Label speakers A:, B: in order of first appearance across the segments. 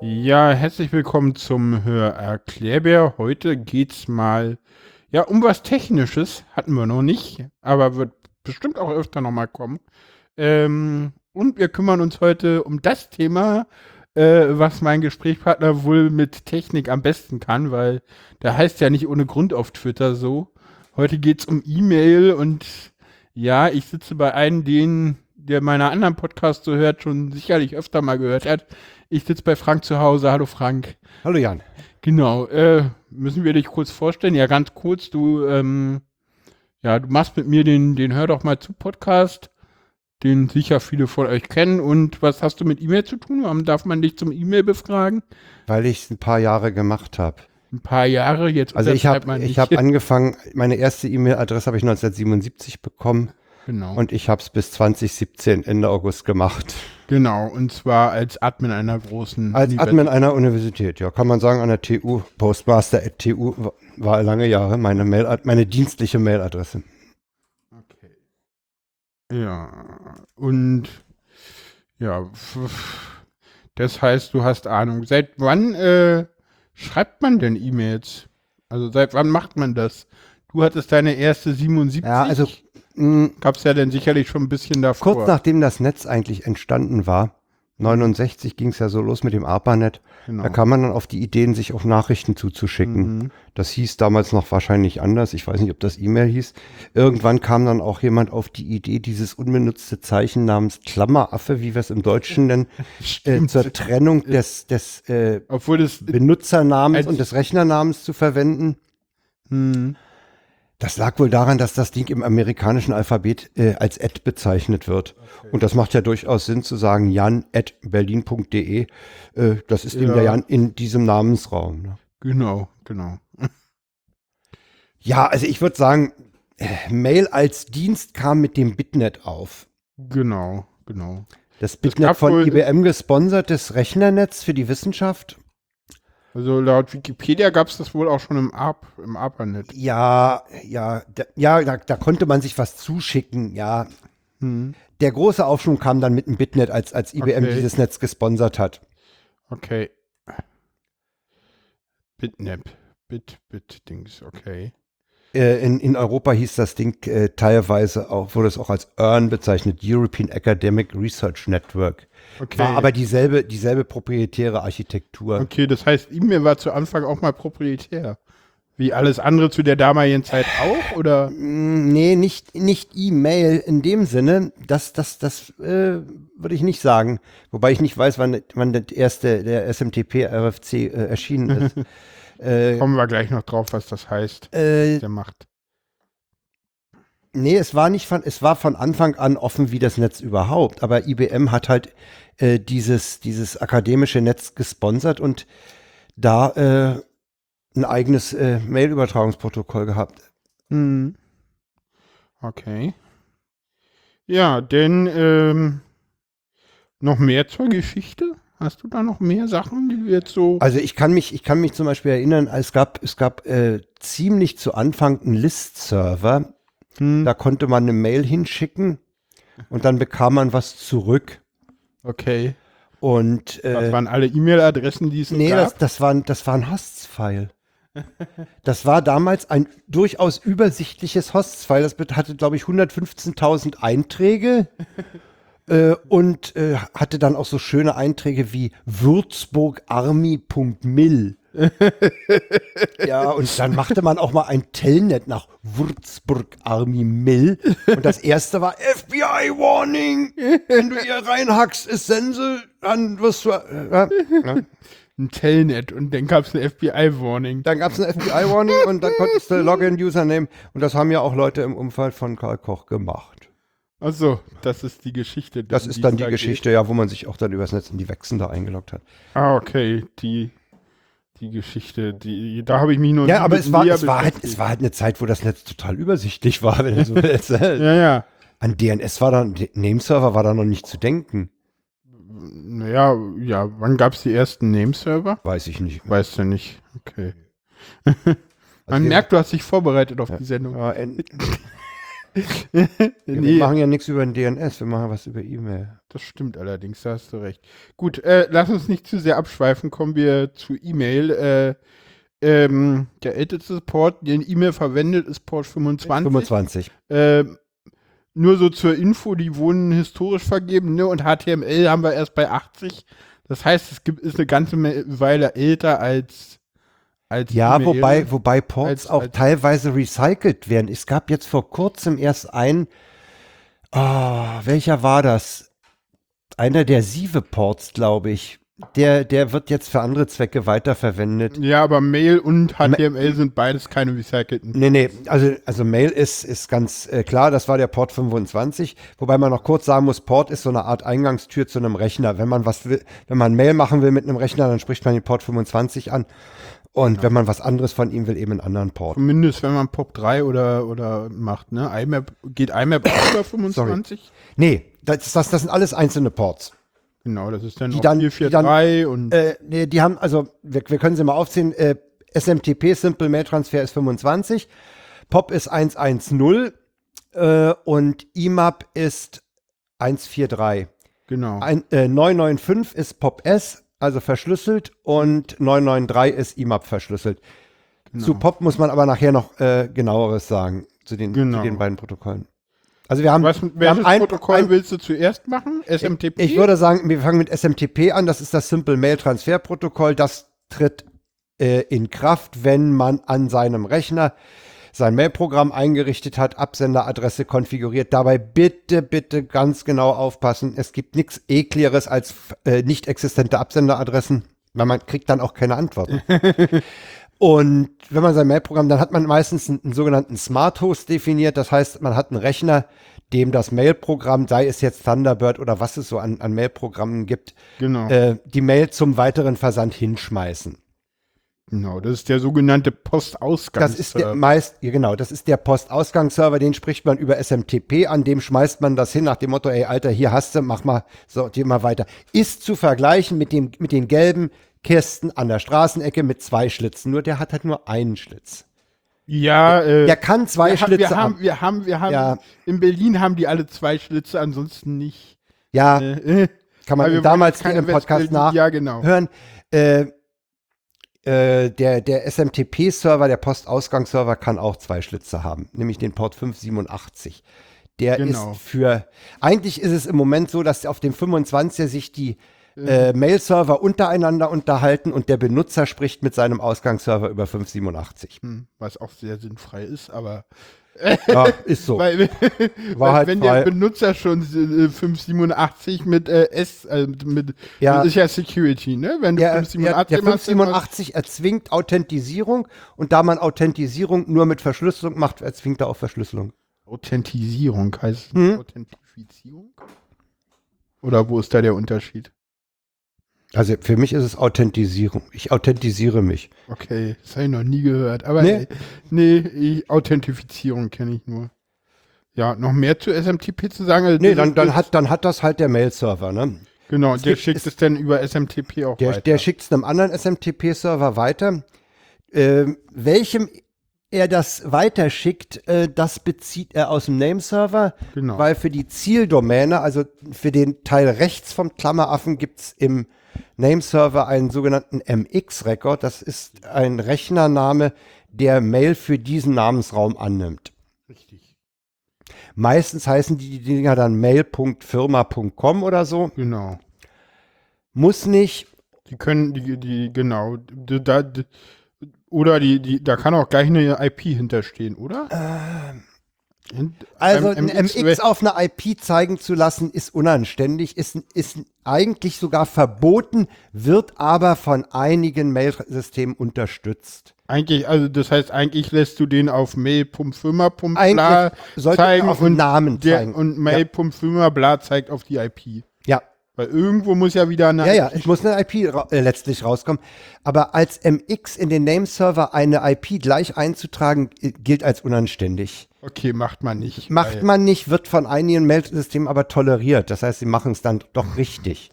A: Ja, herzlich willkommen zum Hörerklärbär. Heute geht's mal ja um was Technisches. Hatten wir noch nicht, aber wird bestimmt auch öfter nochmal kommen. Ähm, und wir kümmern uns heute um das Thema, äh, was mein Gesprächspartner wohl mit Technik am besten kann, weil der heißt ja nicht ohne Grund auf Twitter so. Heute geht's um E-Mail und ja, ich sitze bei einem, den der meiner anderen Podcasts so hört, schon sicherlich öfter mal gehört hat. Ich sitze bei Frank zu Hause. Hallo Frank.
B: Hallo Jan.
A: Genau. Äh, müssen wir dich kurz vorstellen? Ja, ganz kurz. Du, ähm, ja, du machst mit mir den, den Hör doch mal zu Podcast, den sicher viele von euch kennen. Und was hast du mit E-Mail zu tun? Warum darf man dich zum E-Mail befragen?
B: Weil ich es ein paar Jahre gemacht habe.
A: Ein paar Jahre jetzt.
B: Also ich
A: unterschreibt
B: habe
A: man
B: ich
A: nicht.
B: hab angefangen, meine erste E-Mail-Adresse habe ich 1977 bekommen
A: genau.
B: und ich habe es bis 2017 Ende August gemacht.
A: genau. Und zwar als Admin einer großen.
B: Als
A: Univers-
B: Admin einer Universität, ja, kann man sagen, an der TU, Postmaster@tu wa- war lange Jahre meine, Mail, meine dienstliche Mailadresse.
A: Okay. Ja, und ja, f- f- das heißt, du hast Ahnung. Seit wann äh, schreibt man denn E-Mails? Also seit wann macht man das? Du hattest deine erste 77.
B: Ja, also mh,
A: gab es ja dann sicherlich schon ein bisschen davor.
B: kurz nachdem das Netz eigentlich entstanden war, 69 ging es ja so los mit dem ARPANET,
A: genau.
B: Da kam man dann auf die Ideen, sich auch Nachrichten zuzuschicken.
A: Mhm.
B: Das hieß damals noch wahrscheinlich anders. Ich weiß nicht, ob das E-Mail hieß. Irgendwann kam dann auch jemand auf die Idee, dieses unbenutzte Zeichen namens Klammeraffe, wie wir es im Deutschen nennen, äh, zur Trennung des, des äh,
A: Obwohl das. Als-
B: Benutzernamens und des Rechnernamens zu verwenden.
A: Hm,
B: Das lag wohl daran, dass das Ding im amerikanischen Alphabet äh, als Ad bezeichnet wird. Und das macht ja durchaus Sinn zu sagen, jan.berlin.de. Äh, das ist
A: Ja.
B: eben der Jan in diesem Namensraum. Ne?
A: genau, genau.
B: Ja, also ich würde sagen, äh, Mail als Dienst kam mit dem Bitnet auf.
A: Genau, genau.
B: Das
A: gab
B: Bitnet von
A: wohl-
B: IBM gesponsertes Rechnernetz für die Wissenschaft.
A: Also laut Wikipedia gab es das wohl auch schon im Ab, im ARPANET.
B: Ja, ja, da, ja, da, da konnte man sich was zuschicken, ja.
A: Hm.
B: Der große Aufschwung kam dann mit dem Bitnet, als, als IBM
A: Okay.
B: dieses Netz gesponsert hat.
A: Okay. Bitnap. Bit, Bit, Dings, okay.
B: Äh, in, in Europa hieß das Ding äh, teilweise auch, wurde es auch als EARN bezeichnet, European Academic Research Network.
A: Okay.
B: War aber dieselbe, dieselbe proprietäre Architektur.
A: okay, das heißt, E-Mail war zu Anfang auch mal proprietär. Wie alles andere zu der damaligen Zeit auch? Oder?
B: Mm, Nee, nicht, nicht E-Mail in dem Sinne. Das, das, das äh, würde ich nicht sagen. Wobei ich nicht weiß, wann, wann das erste, der SMTP RFC äh, erschienen ist. äh,
A: Kommen wir gleich noch drauf, was das heißt.
B: äh,
A: Der macht.
B: nee, es war nicht von, es war von Anfang an offen wie das Netz überhaupt. Aber IBM hat halt äh, dieses, dieses akademische Netz gesponsert und da äh, ein eigenes äh, Mail-Übertragungsprotokoll gehabt. Mhm.
A: Hm. Okay. Ja, denn ähm, noch mehr zur Geschichte? Hast du da noch mehr Sachen, die wir jetzt so.
B: Also ich kann mich, ich kann mich zum Beispiel erinnern, es gab, es gab äh, ziemlich zu Anfang einen List-Server.
A: Hm,
B: Da konnte man eine Mail hinschicken und dann bekam man was zurück.
A: okay.
B: Und
A: Das
B: äh,
A: waren alle E-Mail-Adressen, die es so
B: nee,
A: gab.
B: das, das war ein, das war ein Hosts-File. Das war damals ein durchaus übersichtliches Hosts-File. Das bet- hatte, glaube ich, 115.000 Einträge äh, und äh, hatte dann auch so schöne Einträge wie würzburgarmy.mil. ja, und dann machte man auch mal ein Telnet nach Würzburg Army Mill. Und das erste war FBI Warning. Wenn du hier reinhackst, ist Sense, dann wirst du. Äh, ja.
A: ein Telnet und dann gab es eine FBI-Warning.
B: Dann gab es ein FBI-Warning und dann konntest du Login-Username. Und das haben ja auch Leute im Umfeld von Karl Koch gemacht.
A: Also, das ist die Geschichte.
B: Das
A: um
B: ist dann
A: es
B: die
A: da
B: Geschichte, ja, wo man sich auch dann übers Netz in die Wechseln da eingeloggt hat.
A: Geht. Ah, okay, die, die Geschichte, die, da habe ich mich nur
B: Ja,
A: nie
B: aber
A: mit
B: es war,
A: näher
B: es, war halt, es war halt eine Zeit, wo das Netz total übersichtlich war, wenn du so willst.
A: beschäftigt. Ja, ja.
B: An DNS war dann, Nameserver war da noch nicht zu denken.
A: Naja, ja, wann gab es die ersten Nameserver?
B: Weiß ich nicht.
A: Weißt du nicht. Okay.
B: Also
A: Man
B: wir-
A: merkt, du hast dich vorbereitet auf die Sendung.
B: Ja, en- Ja, Wir machen ja nichts über den DNS, wir machen was über E-Mail.
A: Das stimmt allerdings, da hast du recht. Gut, äh, lass uns nicht zu sehr abschweifen, kommen wir zu E-Mail. Äh, ähm, der älteste Port, den E-Mail verwendet, ist Port 25.
B: 25.
A: Ähm, nur so zur Info, die wurden historisch vergeben, ne? Und HTML haben wir erst bei 80. Das heißt, es gibt, ist eine ganze Me- Weile älter als, als
B: Ja,
A: E-Mail.
B: wobei, wobei Ports
A: Als-
B: auch
A: als-
B: teilweise recycelt werden. Es gab jetzt vor kurzem erst einen, ah, welcher war das? Einer der Sieve-Ports, glaube ich. Der, der wird jetzt für andere Zwecke weiterverwendet.
A: Ja, aber Mail und HTML sind beides keine recycelten.
B: Nee, nee, also, also Mail ist, ist ganz äh, klar, das war der Port 25, wobei man noch kurz sagen muss, Port ist so eine Art Eingangstür zu einem Rechner. Wenn man was will, wenn man Mail machen will mit einem Rechner, dann spricht man den Port 25 an. Und wenn man was anderes von ihm will, eben einen anderen Port.
A: Zumindest wenn man POP 3 oder, oder macht, ne? IMAP, geht IMAP auch über 25?
B: Nee, das, das, das sind alles einzelne Ports.
A: Genau, das ist dann
B: Die
A: auch
B: dann-
A: 443 und
B: Äh, nee, die haben, also wir, wir können sie mal aufziehen. Äh, SMTP, Simple Mail Transfer ist 25, POP ist 110 äh, und IMAP ist 143.
A: genau.
B: Ein, äh, 995 ist POP-S, also verschlüsselt, und 993 ist IMAP verschlüsselt.
A: Genau.
B: Zu POP muss man aber nachher noch äh, genaueres sagen, zu den,
A: Genau.
B: zu den beiden Protokollen. Also wir haben,
A: Was,
B: wir
A: welches
B: haben ein
A: Protokoll
B: ein,
A: willst du zuerst machen? SMTP?
B: Ich würde sagen, wir fangen mit SMTP an, das ist das Simple Mail Transfer Protokoll, das tritt äh, in Kraft, wenn man an seinem Rechner sein Mailprogramm eingerichtet hat, Absenderadresse konfiguriert. Dabei bitte, bitte ganz genau aufpassen. Es gibt nichts ekligeres als f- äh, nicht existente Absenderadressen, weil man kriegt dann auch keine Antworten. Und wenn man sein Mailprogramm, dann hat man meistens einen, einen sogenannten Smart Host definiert. Das heißt, man hat einen Rechner, dem das Mailprogramm, sei es jetzt Thunderbird oder was es so an, an Mailprogrammen gibt,
A: genau.
B: äh, die Mail zum weiteren Versand hinschmeißen.
A: genau, das ist der sogenannte äh, Postausgang.
B: Das ist der meist, ja genau, das ist der Postausgangsserver, den spricht man über SMTP, an dem schmeißt man das hin nach dem Motto, ey Alter, hier hast du, mach mal, sortier mal weiter. Ist zu vergleichen mit dem, mit den gelben Kästen an der Straßenecke mit zwei Schlitzen. Nur der hat halt nur einen Schlitz.
A: ja, äh,
B: Der kann zwei
A: wir, ha-
B: Schlitze
A: wir haben,
B: haben.
A: wir haben, wir haben,
B: Ja.
A: in Berlin haben die alle zwei Schlitze, ansonsten nicht.
B: Ja,
A: Äh,
B: kann
A: weil wir
B: man damals
A: wollen
B: hier im
A: keine
B: Podcast
A: Westberlin-
B: nachhören.
A: Ja, genau.
B: Äh, äh, der der SMTP-Server, der Postausgangsserver, kann auch zwei Schlitze haben, nämlich den Port 587. Der
A: Genau.
B: ist für, eigentlich ist es im Moment so, dass auf dem 25er sich die äh, Mail-Server untereinander unterhalten und der Benutzer spricht mit seinem Ausgangsserver über 587.
A: Hm, Was auch sehr sinnfrei ist, aber
B: Ja, ist so.
A: weil,
B: halt
A: wenn
B: frei.
A: der Benutzer schon äh, 587 mit äh, S, äh, mit,
B: Ja.
A: das ist ja Security, ne? Wenn du
B: Der, der, der
A: machst, dann machst-
B: 587 erzwingt Authentisierung und da man Authentisierung nur mit Verschlüsselung macht, erzwingt er auch Verschlüsselung.
A: Authentisierung heißt es nicht
B: Hm?
A: Authentifizierung? Oder wo ist da der Unterschied?
B: Also für mich ist es Authentisierung. Ich authentisiere mich.
A: Okay, das habe ich noch nie gehört. Aber
B: Nee.
A: nee, nee ich, Authentifizierung kenne ich nur. Ja, noch mehr zu SMTP zu sagen? Also
B: Nee,
A: das
B: dann,
A: ist-
B: dann, hat, dann hat das halt der Mail-Server. Ne?
A: Genau, der
B: gibt-
A: schickt
B: es-
A: es dann über SMTP auch
B: Der,
A: weiter.
B: der schickt es einem anderen SMTP-Server weiter. Ähm, welchem er das weiterschickt, äh, das bezieht er aus dem Name-Server,
A: Genau.
B: weil für die Zieldomäne, also für den Teil rechts vom Klammeraffen, gibt es im Name-Server einen sogenannten MX-Record. Das ist ein Rechnername, der Mail für diesen Namensraum annimmt.
A: Richtig.
B: Meistens heißen die Dinger dann mail.firma.com oder so.
A: Genau.
B: Muss nicht.
A: Die können, die, die genau. d- Da, d- oder die, die, da kann auch gleich eine IP hinterstehen, oder? Hin-
B: Ähm. Also
A: M-
B: ein MX,
A: MX
B: auf einer IP zeigen zu lassen, ist unanständig, ist, ist eigentlich sogar verboten, wird aber von einigen Mail-Systemen unterstützt.
A: Eigentlich, also das heißt, eigentlich lässt du den auf Mail.firma.
B: Eigentlich
A: bla
B: sollte
A: zeigen
B: man auf den
A: und,
B: Namen
A: der,
B: zeigen.
A: und Mail.firma bla zeigt auf die IP.
B: Ja,
A: Weil irgendwo muss ja wieder eine
B: ja, ja, es muss eine IP ra äh, letztlich rauskommen. Aber als MX in den Nameserver eine IP gleich einzutragen, äh, gilt als unanständig.
A: Okay, macht man nicht.
B: Macht
A: weil
B: man nicht, wird von einigen Mail-Systemen aber toleriert. Das heißt, sie machen es dann doch richtig.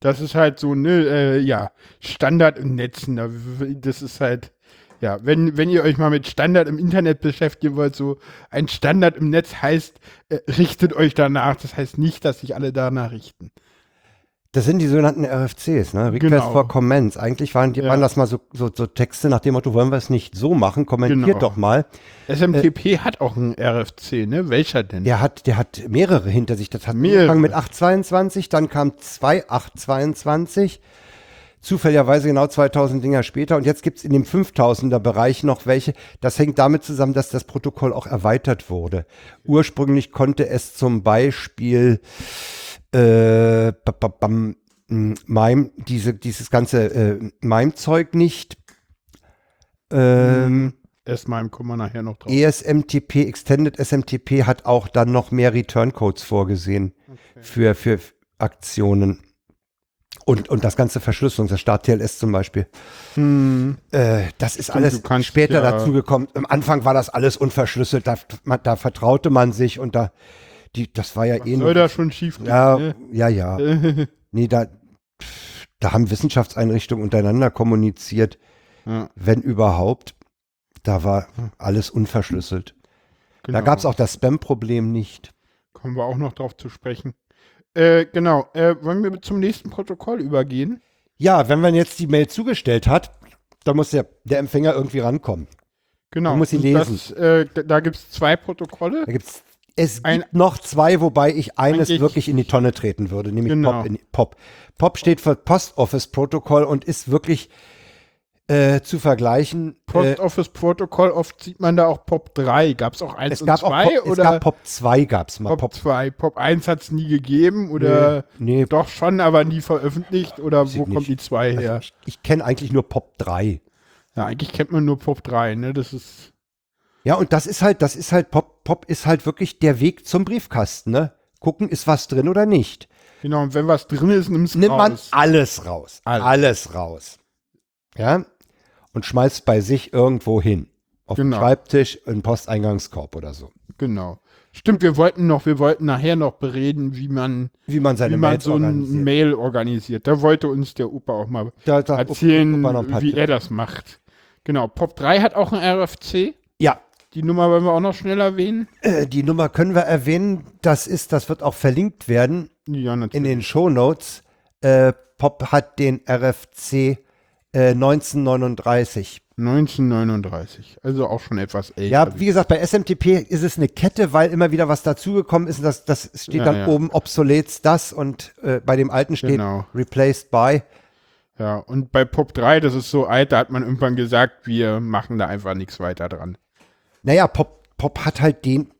A: Das ist halt so, ne, äh, ja, Standard in Netzen. da w- Das ist halt, Ja, wenn, wenn ihr euch mal mit Standard im Internet beschäftigen wollt, so ein Standard im Netz heißt, äh, richtet euch danach. Das heißt nicht, dass sich alle danach richten.
B: Das sind die sogenannten RFCs, ne? Request
A: Genau.
B: for Comments. Eigentlich waren, die,
A: Ja.
B: waren das mal so, so, so Texte nach dem Motto, wollen wir es nicht so machen, kommentiert
A: Genau.
B: doch mal. Äh.
A: SMTP hat auch einen RFC, ne? Welcher denn?
B: Der hat, der hat mehrere hinter sich. Das hat
A: Mehrere.
B: angefangen mit 822, dann kam 2822. Zufälligerweise genau 2000 Dinger später. Und jetzt gibt's in dem 5000er Bereich noch welche. Das hängt damit zusammen, dass das Protokoll auch erweitert wurde. Ursprünglich konnte es zum Beispiel äh, ba- ba- bam, m, MIME, diese, dieses ganze äh, MIME-Zeug nicht. Ähm,
A: Erstmal kommen wir nachher noch
B: E
A: drauf.
B: ESMTP, Extended SMTP hat auch dann noch mehr Return Codes vorgesehen für, für Aktionen. Und, und das ganze Verschlüsselung, das Start TLS zum Beispiel.
A: Hm,
B: Äh, das ist
A: Stimmt,
B: alles
A: du kannst
B: später
A: ja-
B: dazugekommen. Am Anfang war das alles unverschlüsselt, da, man, da vertraute man sich und da, die, das war ja eh
A: soll da schon schief gehen,
B: Ja,
A: ne?
B: ja, ja. Nee, da, pff, da haben Wissenschaftseinrichtungen untereinander kommuniziert,
A: Ja,
B: wenn überhaupt. Da war alles unverschlüsselt. Da
A: genau.
B: gab es auch das Spam-Problem nicht.
A: Kommen wir auch noch drauf zu sprechen. Äh, genau. Äh, wollen wir zum nächsten Protokoll übergehen?
B: Ja, wenn man jetzt die Mail zugestellt hat, dann muss der, der Empfänger irgendwie rankommen.
A: Genau.
B: Du musst sie
A: Und
B: lesen.
A: Das,
B: Äh,
A: äh, da- da gibt es zwei Protokolle.
B: Da gibt's, es
A: Ein-
B: gibt noch zwei, wobei ich eines
A: Eigentlich-
B: wirklich in die Tonne treten würde, nämlich
A: Genau.
B: POP, in, POP. POP steht für Post Office Protocol und ist wirklich äh, zu vergleichen.
A: Post
B: äh,
A: Office Protokoll, oft sieht man da auch POP 3. Gab es auch 1
B: es
A: und
B: gab auch
A: 2
B: POP, es
A: oder
B: gab POP 2 gab's mal.
A: POP 2? POP 1 hat es nie gegeben oder
B: nee,
A: doch schon, aber nie veröffentlicht oder
B: ich
A: wo kommt
B: nicht.
A: die 2 her?
B: also ich, ich kenne eigentlich nur POP 3.
A: ja, eigentlich kennt man nur POP 3, ne? Das ist
B: Ja, und das ist halt, das ist halt, Pop, Pop ist halt wirklich der Weg zum Briefkasten, ne? Gucken, ist was drin oder nicht.
A: genau, und wenn was drin ist, nimmst
B: nimmt man
A: raus.
B: alles raus.
A: Alles.
B: Alles, raus. Ja? Und schmeißt bei sich irgendwo hin. Auf
A: Genau.
B: den Schreibtisch, in den Posteingangskorb oder so.
A: Genau. Stimmt, wir wollten noch, wir wollten nachher noch bereden, wie man,
B: Wie man
A: wie
B: seine
A: man
B: Mails
A: so ein
B: organisiert.
A: Mail organisiert. Da wollte uns der Opa auch mal
B: Da- da-
A: erzählen,
B: Opa noch ein paar
A: wie
B: Tipps.
A: er das macht. Genau, POP 3 hat auch ein RFC.
B: ja,
A: Die Nummer wollen wir auch noch schnell erwähnen.
B: äh, die Nummer können wir erwähnen. Das ist, das wird auch verlinkt werden
A: Ja,
B: in
A: natürlich.
B: den Shownotes. Äh, Pop hat den RFC äh, 1939.
A: 1939. Also auch schon etwas älter.
B: Ja, wie gesagt, bei SMTP ist es eine Kette, weil immer wieder was dazugekommen ist. Und das, das steht
A: Ja,
B: dann
A: ja.
B: oben obsolet das und äh, bei dem alten steht
A: Genau.
B: replaced by.
A: ja, und bei Pop 3, das ist so alt, da hat man irgendwann gesagt, wir machen da einfach nichts weiter dran.
B: Naja, Pop, Pop hat halt den,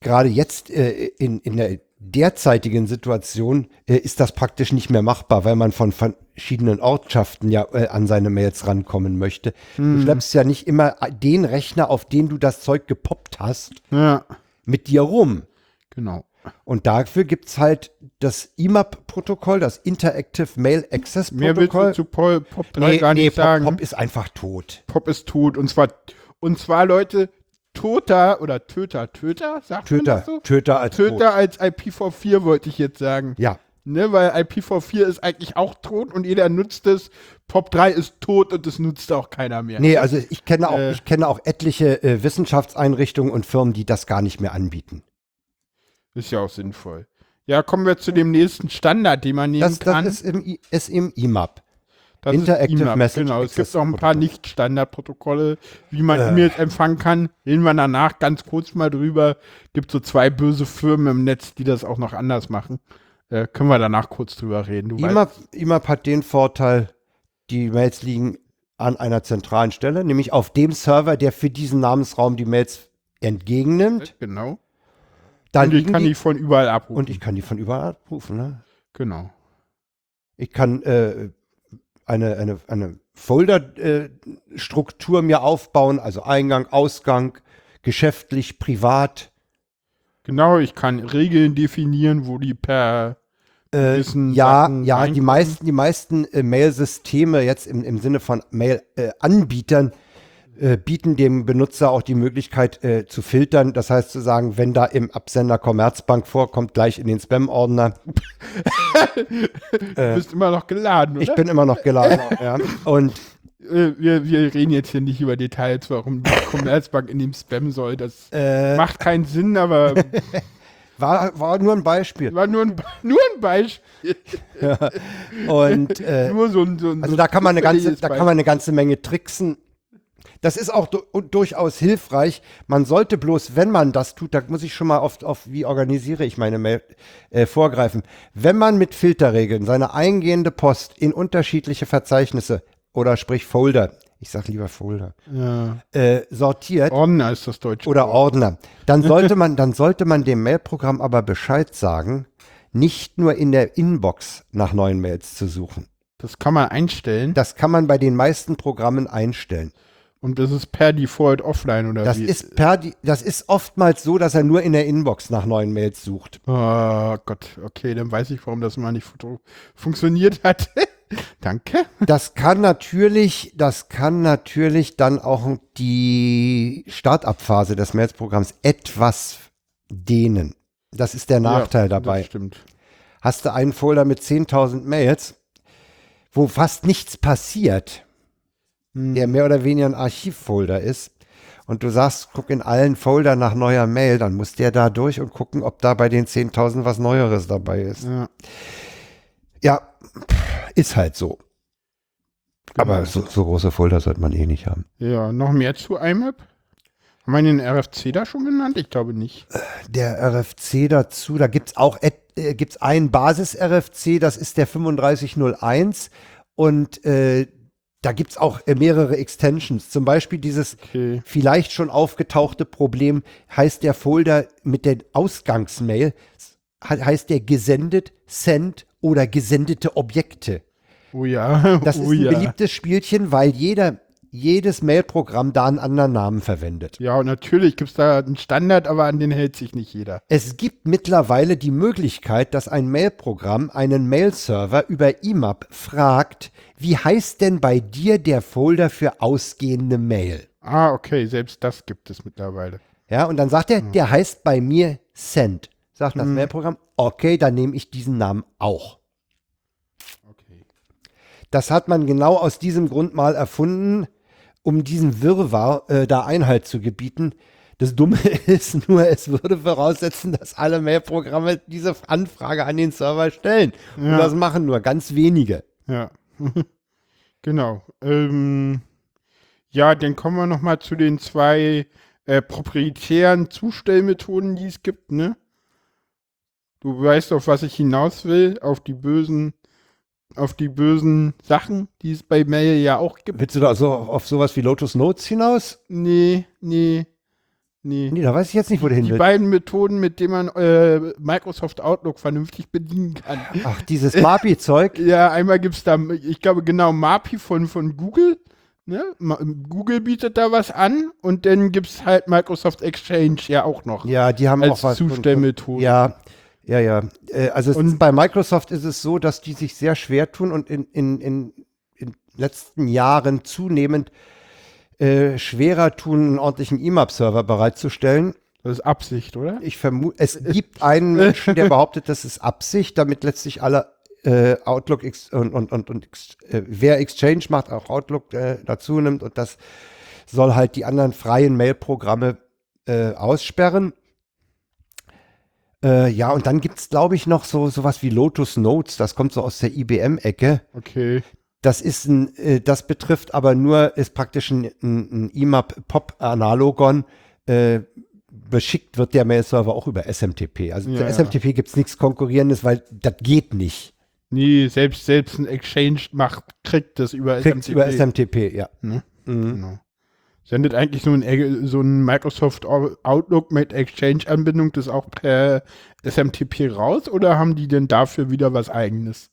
B: gerade jetzt äh, in, in der derzeitigen Situation äh, ist das praktisch nicht mehr machbar, weil man von verschiedenen Ortschaften ja äh, an seine Mails rankommen möchte.
A: Hm.
B: Du schleppst ja nicht immer den Rechner, auf den du das Zeug gepoppt hast,
A: Ja,
B: mit dir rum.
A: genau.
B: Und dafür gibt es halt das IMAP-Protokoll, das Interactive Mail Access
A: Mehr willst du
B: Protokoll.
A: zu Pol, Pop 3
B: Nee,
A: gar nicht
B: nee, Pop,
A: sagen.
B: Pop ist einfach tot.
A: Pop ist tot. Und zwar, und zwar Leute, Toter oder Töter, Töter, sagt man
B: Töter,
A: das so?
B: Töter als tot.
A: Töter als IPv4 wollte ich jetzt sagen.
B: Ja,
A: Ne, weil IPv4 ist eigentlich auch tot und jeder nutzt es. Pop 3 ist tot und das nutzt auch keiner mehr.
B: nee, also ich kenne auch,
A: Äh.
B: ich kenne auch etliche äh, Wissenschaftseinrichtungen und Firmen, die das gar nicht mehr anbieten.
A: Ist ja auch sinnvoll. Ja, kommen wir zu dem nächsten Standard, den man nehmen
B: Das,
A: kann.
B: das ist im, I- ist im E IMAP.
A: das
B: Interactive
A: IMAP,
B: Message
A: Genau, es gibt
B: Access
A: noch ein paar
B: Protokoll.
A: Nicht-Standard-Protokolle, wie man E-Mails empfangen kann. Reden wir danach ganz kurz mal drüber. Gibt so zwei böse Firmen im Netz, die das auch noch anders machen. Äh, können wir danach kurz drüber reden. Du weißt,
B: IMAP, IMAP hat den Vorteil, die Mails liegen an einer zentralen Stelle, nämlich auf dem Server, der für diesen Namensraum die Mails entgegennimmt.
A: genau.
B: Da
A: Und ich
B: liegen
A: kann die
B: die,
A: von überall abrufen.
B: und ich kann die von überall abrufen. Ne?
A: genau.
B: Ich kann äh, eine, eine, eine Folder-Struktur mir aufbauen, also Eingang, Ausgang, geschäftlich, privat.
A: Genau, ich kann Regeln definieren, wo die per
B: Äh,
A: Wissen,
B: ja,
A: Sachen
B: ja, die
A: reingucken.
B: meisten, die meisten äh, Mail-Systeme jetzt im, im Sinne von Mail-Anbietern äh, bieten dem Benutzer auch die Möglichkeit äh, zu filtern. Das heißt zu sagen, wenn da im Absender Commerzbank vorkommt, gleich in den Spam-Ordner. äh,
A: Du bist immer noch geladen, oder?
B: Ich bin immer noch geladen. ja. Und
A: Äh, wir, wir reden jetzt hier nicht über Details, warum die Commerzbank in ihm spammen soll. Das
B: Äh,
A: macht keinen Sinn, aber
B: war, war nur ein Beispiel.
A: war nur ein, Be- nur ein Beispiel.
B: Und äh,
A: Nur so ein, so ein
B: also da kann man eine ganze,
A: zufälliges
B: da kann man eine ganze Menge tricksen. Das ist auch du und durchaus hilfreich. Man sollte bloß, wenn man das tut, da muss ich schon mal auf, auf wie organisiere ich meine Mail äh, vorgreifen. Wenn man mit Filterregeln seine eingehende Post in unterschiedliche Verzeichnisse oder sprich Folder, ich sag lieber Folder,
A: Beispiel. Ja.
B: äh, sortiert,
A: Ordner ist das deutsche
B: oder
A: Wort.
B: Ordner. Dann sollte man, dann sollte man dem Mailprogramm aber Bescheid sagen, nicht nur in der Inbox nach neuen Mails zu suchen.
A: Das kann man einstellen.
B: Das kann man bei den meisten Programmen einstellen.
A: Und das ist per Default offline oder
B: Das
A: wie?
B: ist per, die- das ist oftmals so, dass er nur in der Inbox nach neuen Mails sucht.
A: Oh Gott, okay, dann weiß ich, warum das mal nicht foto- funktioniert hat. Danke.
B: Das kann natürlich, das kann natürlich dann auch die Startup-Phase des Mailsprogramms etwas dehnen. Das ist der Nachteil
A: Ja,
B: dabei.
A: Das stimmt.
B: hast du einen Folder mit 10.000 Mails, wo fast nichts passiert, der mehr oder weniger ein Archivfolder ist, und du sagst, guck in allen Foldern nach neuer Mail, dann muss der da durch und gucken, ob da bei den 10.000 was Neueres dabei ist.
A: Ja,
B: Ja, pff, ist halt so. Aber so, so große Folder sollte man eh nicht haben.
A: ja, noch mehr zu IMAP? Haben wir den RFC da schon genannt? Ich glaube nicht.
B: Äh, Der RFC dazu, da gibt's auch et, äh, gibt's einen Basis-RFC, das ist der 3501 und äh, da gibt's auch äh, mehrere Extensions. Zum Beispiel dieses
A: Okay.
B: vielleicht schon aufgetauchte Problem heißt der Folder mit der Ausgangsmail, he- heißt der gesendet, send oder gesendete Objekte.
A: Oh ja.
B: Das
A: oh
B: ist ein
A: ja.
B: beliebtes Spielchen, weil jeder, jedes Mailprogramm da einen anderen Namen verwendet.
A: Ja, und natürlich gibt es da einen Standard, aber an den hält sich nicht jeder.
B: Es gibt mittlerweile die Möglichkeit, dass ein Mailprogramm einen Mailserver über E IMAP fragt, wie heißt denn bei dir der Folder für ausgehende Mail?
A: Ah, okay, selbst das gibt es mittlerweile.
B: Ja, und dann sagt er, der heißt bei mir Send. Sagt das Mailprogramm, okay, dann nehme ich diesen Namen auch.
A: Okay.
B: Das hat man genau aus diesem Grund mal erfunden, um diesem Wirrwarr äh, da Einhalt zu gebieten. Das Dumme ist nur, es würde voraussetzen, dass alle Mailprogramme diese Anfrage an den Server stellen. Und
A: Ja.
B: das machen nur ganz wenige.
A: Ja. genau. Ähm, ja, dann kommen wir nochmal zu den zwei äh, proprietären Zustellmethoden, die es gibt, ne? Du weißt, auf was ich hinaus will, auf die bösen, auf die bösen Sachen, die es bei Mail ja auch gibt.
B: Willst du da so auf sowas wie Lotus Notes hinaus?
A: Nee, nee, nee.
B: Nee, da weiß ich jetzt nicht, wo du hin
A: Die
B: willst.
A: beiden Methoden, mit denen man äh, Microsoft Outlook vernünftig bedienen kann.
B: Ach, dieses MAPI-Zeug.
A: Ja, einmal gibt es da, ich glaube genau, MAPI von, von Google. Ne? Ma- Google bietet da was an und dann gibt es halt Microsoft Exchange ja auch noch
B: Ja, die haben
A: als
B: auch was.
A: Zustellmethode.
B: Ja, ja, ja. Äh, Also es
A: Und-
B: ist, bei Microsoft ist es so, dass die sich sehr schwer tun und in, in, in, in letzten Jahren zunehmend äh, schwerer tun, einen ordentlichen E IMAP-Server bereitzustellen.
A: Das ist Absicht, oder?
B: Ich vermute, es gibt einen Menschen, der behauptet, das ist Absicht, damit letztlich alle äh, Outlook ex und, und, und, und ex äh, wer Exchange macht, auch Outlook äh, dazu nimmt und das soll halt die anderen freien Mail-Programme äh, aussperren. Äh, ja, und dann gibt's glaube ich, noch so sowas wie Lotus Notes, das kommt so aus der IBM-Ecke.
A: Okay.
B: Das ist ein, äh, das betrifft aber nur, ist praktisch ein, ein, E ein IMAP-Pop-Analogon. Äh, beschickt wird der Mail-Server auch über SMTP. Also
A: Ja,
B: zu
A: ja.
B: SMTP gibt's nichts Konkurrierendes, weil das geht nicht.
A: Nee, selbst, selbst ein Exchange macht, kriegt das über
B: Kriegt's
A: SMTP.
B: über SMTP, ja.
A: Ne?
B: Mhm.
A: Genau. Sendet eigentlich so ein, Eg- so ein Microsoft Ou- Outlook mit Exchange-Anbindung das auch per SMTP raus oder haben die denn dafür wieder was eigenes?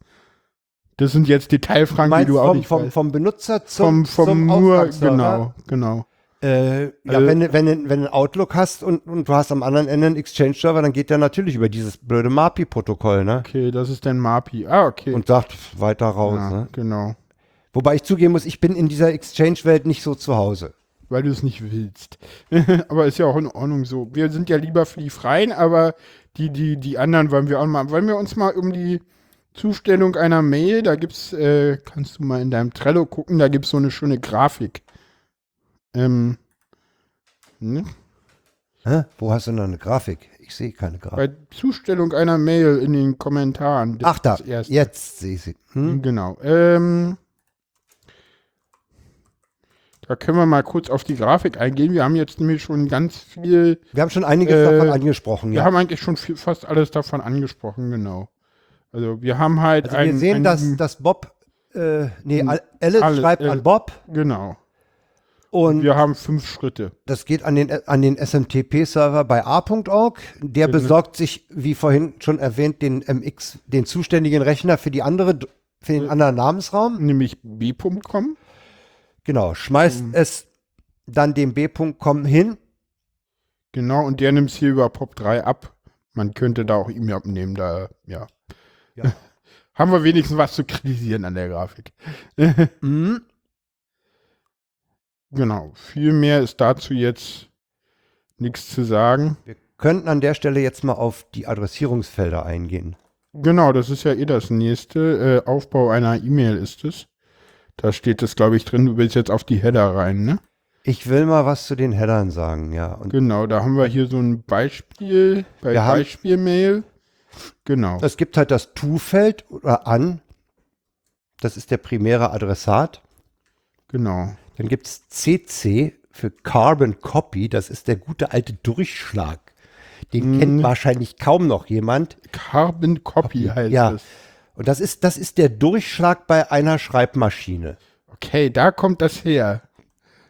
A: Das sind jetzt Detailfragen, die
B: Meinst
A: du auch
B: vom,
A: nicht
B: vom,
A: weißt.
B: vom Benutzer zum,
A: vom, vom
B: zum
A: nur,
B: Auftragsserver?
A: genau, genau.
B: Äh, ja,
A: Also-
B: wenn, du- wenn, du- wenn du einen Outlook hast und, und du hast am anderen Ende einen Exchange-Server, dann geht der natürlich über dieses blöde MAPI-Protokoll, ne?
A: Okay, das ist dann MAPI. Ah, okay.
B: Und sagt pff, weiter raus,
A: ja,
B: ne?
A: Genau.
B: Wobei ich zugeben muss, ich bin in dieser Exchange-Welt nicht so zu Hause.
A: Weil du es nicht willst. aber ist ja auch in Ordnung so. Wir sind ja lieber für die Freien, aber die, die, die anderen wollen wir auch mal. Wollen wir uns mal um die Zustellung einer Mail, da gibt's, äh, kannst du mal in deinem Trello gucken, da gibt's so eine schöne Grafik. Ähm, ne?
B: Hä? Wo hast du denn eine Grafik? Ich sehe keine Grafik.
A: Bei Zustellung einer Mail in den Kommentaren. das
B: Ach da,
A: ist das erste.
B: jetzt sehe ich sie. Hm?
A: Genau. Ähm, da können wir mal kurz auf die Grafik eingehen. Wir haben jetzt nämlich schon ganz viel,
B: Wir haben schon einiges
A: Äh,
B: davon angesprochen.
A: wir
B: Ja.
A: haben eigentlich schon viel, fast alles davon angesprochen, genau. Also wir haben halt
B: also wir sehen, dass, dass Bob, äh, nee, Al- Alice
A: Alle-
B: schreibt
A: Hm. äh,
B: an Bob
A: genau.
B: und
A: Wir haben fünf Schritte.
B: das geht an den, an den SMTP-Server bei a.org. Der
A: Genau.
B: besorgt sich, wie vorhin schon erwähnt, den MX, den zuständigen Rechner für die andere, für
A: Äh.
B: den anderen Namensraum.
A: Nämlich b.com.
B: Genau, schmeißt
A: Hm.
B: es dann dem B.com hin.
A: Genau, und der nimmt es hier über Pop 3 ab. Man könnte da auch ihm abnehmen, da, ja.
B: Ja.
A: Haben wir wenigstens was zu kritisieren an der Grafik.
B: Mhm.
A: Genau, viel mehr ist dazu jetzt nichts zu sagen.
B: Wir könnten an der Stelle jetzt mal auf die Adressierungsfelder eingehen.
A: Genau, das ist ja eh das nächste. Äh, Aufbau einer E-Mail ist es. Da steht das, glaube ich, drin. Du willst jetzt auf die Header rein, ne?
B: Ich will mal was zu den Headern sagen, ja. Und
A: Genau, da haben wir hier so ein Beispiel bei
B: Wir haben-
A: Beispiel-Mail. Genau.
B: Es gibt halt das To-Feld oder an. Das ist der primäre Adressat.
A: Genau.
B: Dann gibt es CC für Carbon Copy. Das ist der gute alte Durchschlag. Den kennt wahrscheinlich kaum noch jemand.
A: Carbon Copy heißt
B: ja.
A: es.
B: Und das ist, das ist der Durchschlag bei einer Schreibmaschine.
A: Okay, da kommt das her.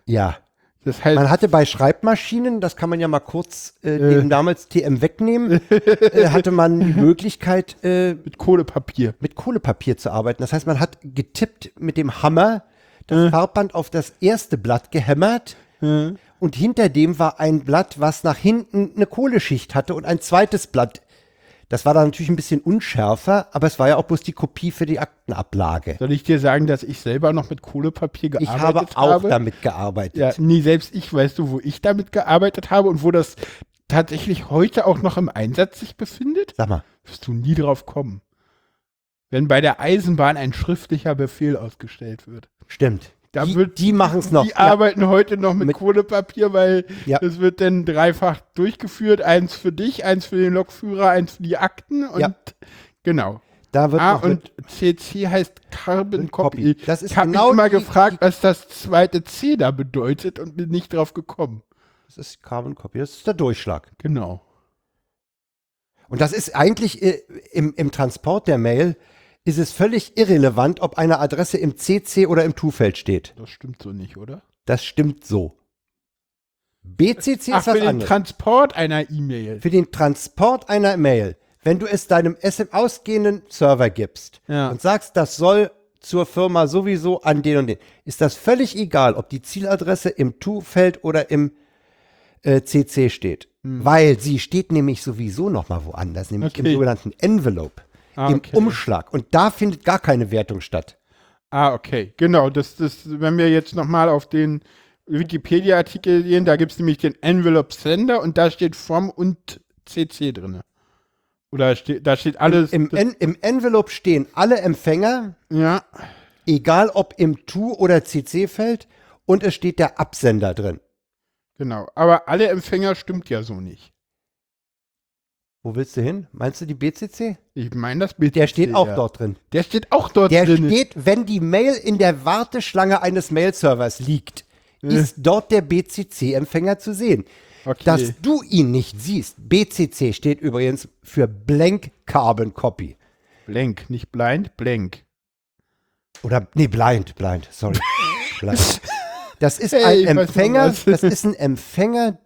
B: Ja.
A: Das heißt,
B: Man hatte bei Schreibmaschinen, das kann man ja mal kurz äh, dem damals TM wegnehmen, äh, hatte man die Möglichkeit, äh,
A: mit Kohlepapier.
B: mit Kohlepapier zu arbeiten. Das heißt, man hat getippt mit dem Hammer
A: Äh.
B: das Farbband auf das erste Blatt gehämmert und hinter dem war ein Blatt, was nach hinten eine Kohleschicht hatte und ein zweites Blatt. Das war dann natürlich ein bisschen unschärfer, aber es war ja auch bloß die Kopie für die Aktenablage.
A: Soll ich dir sagen, dass ich selber noch mit Kohlepapier
B: Ich
A: gearbeitet
B: habe
A: habe?
B: auch damit gearbeitet.
A: Ja, nee, selbst ich, weißt du, wo ich damit gearbeitet habe und wo das tatsächlich heute auch noch im Einsatz sich befindet?
B: Sag mal,
A: Wirst du nie drauf kommen. Wenn bei der Eisenbahn ein schriftlicher Befehl ausgestellt wird.
B: stimmt.
A: Da
B: die
A: wird-
B: die machen es noch.
A: Die arbeiten heute noch mit,
B: Mit-
A: Kohlepapier, weil
B: Ja.
A: es wird dann dreifach durchgeführt. Eins für dich, eins für den Lokführer, eins für die Akten und
B: Ja.
A: genau.
B: da wird
A: Ah,
B: noch mit-
A: und CC heißt Carbon Copy.
B: Copy. Das ist
A: ich habe
B: genau
A: mich immer
B: die-
A: gefragt, was das zweite C da bedeutet und bin nicht drauf gekommen.
B: das ist Carbon Copy, das ist der Durchschlag.
A: Genau.
B: Und das ist eigentlich äh, im, im Transport der Mail ist es völlig irrelevant, ob eine Adresse im CC oder im To-Feld steht.
A: Das stimmt so nicht, oder?
B: Das stimmt so. BCC
A: Ach,
B: ist was
A: für den
B: anderes.
A: Transport einer E-Mail.
B: für den Transport einer Mail, wenn du es deinem SM ausgehenden Server gibst
A: Ja.
B: und sagst, das soll zur Firma sowieso an den und den, ist das völlig egal, ob die Zieladresse im To-Feld oder im äh, CC steht. Weil sie steht nämlich sowieso nochmal woanders, nämlich
A: Hm. Okay.
B: im sogenannten Envelope,
A: Ah,
B: im
A: okay.
B: Umschlag. Und da findet gar keine Wertung statt.
A: Ah, okay. Genau, das, das, wenn wir jetzt nochmal auf den Wikipedia-Artikel gehen, da gibt es nämlich den Envelope Sender und da steht From und CC drin. Oder ste da steht alles.
B: Im, en Im Envelope stehen alle Empfänger,
A: ja,
B: egal ob im To- oder CC-Feld, und es steht der Absender drin.
A: genau. Aber alle Empfänger stimmt ja so nicht.
B: Wo willst du hin? Meinst du die BCC?
A: Ich meine das Bild.
B: Der steht auch
A: ja.
B: dort drin.
A: Der steht auch dort
B: Der
A: drin.
B: steht, wenn die Mail in der Warteschlange eines Mailservers liegt, ist dort der BCC-Empfänger zu sehen.
A: Okay.
B: Dass du ihn nicht siehst. BCC steht übrigens für Blank Carbon Copy.
A: Blank, nicht blind, blank.
B: Oder, nee, blind, blind, sorry. blind. Das ist
A: Hey, ich weiß
B: ein
A: noch
B: Empfänger,
A: was.
B: das ist ein Empfänger,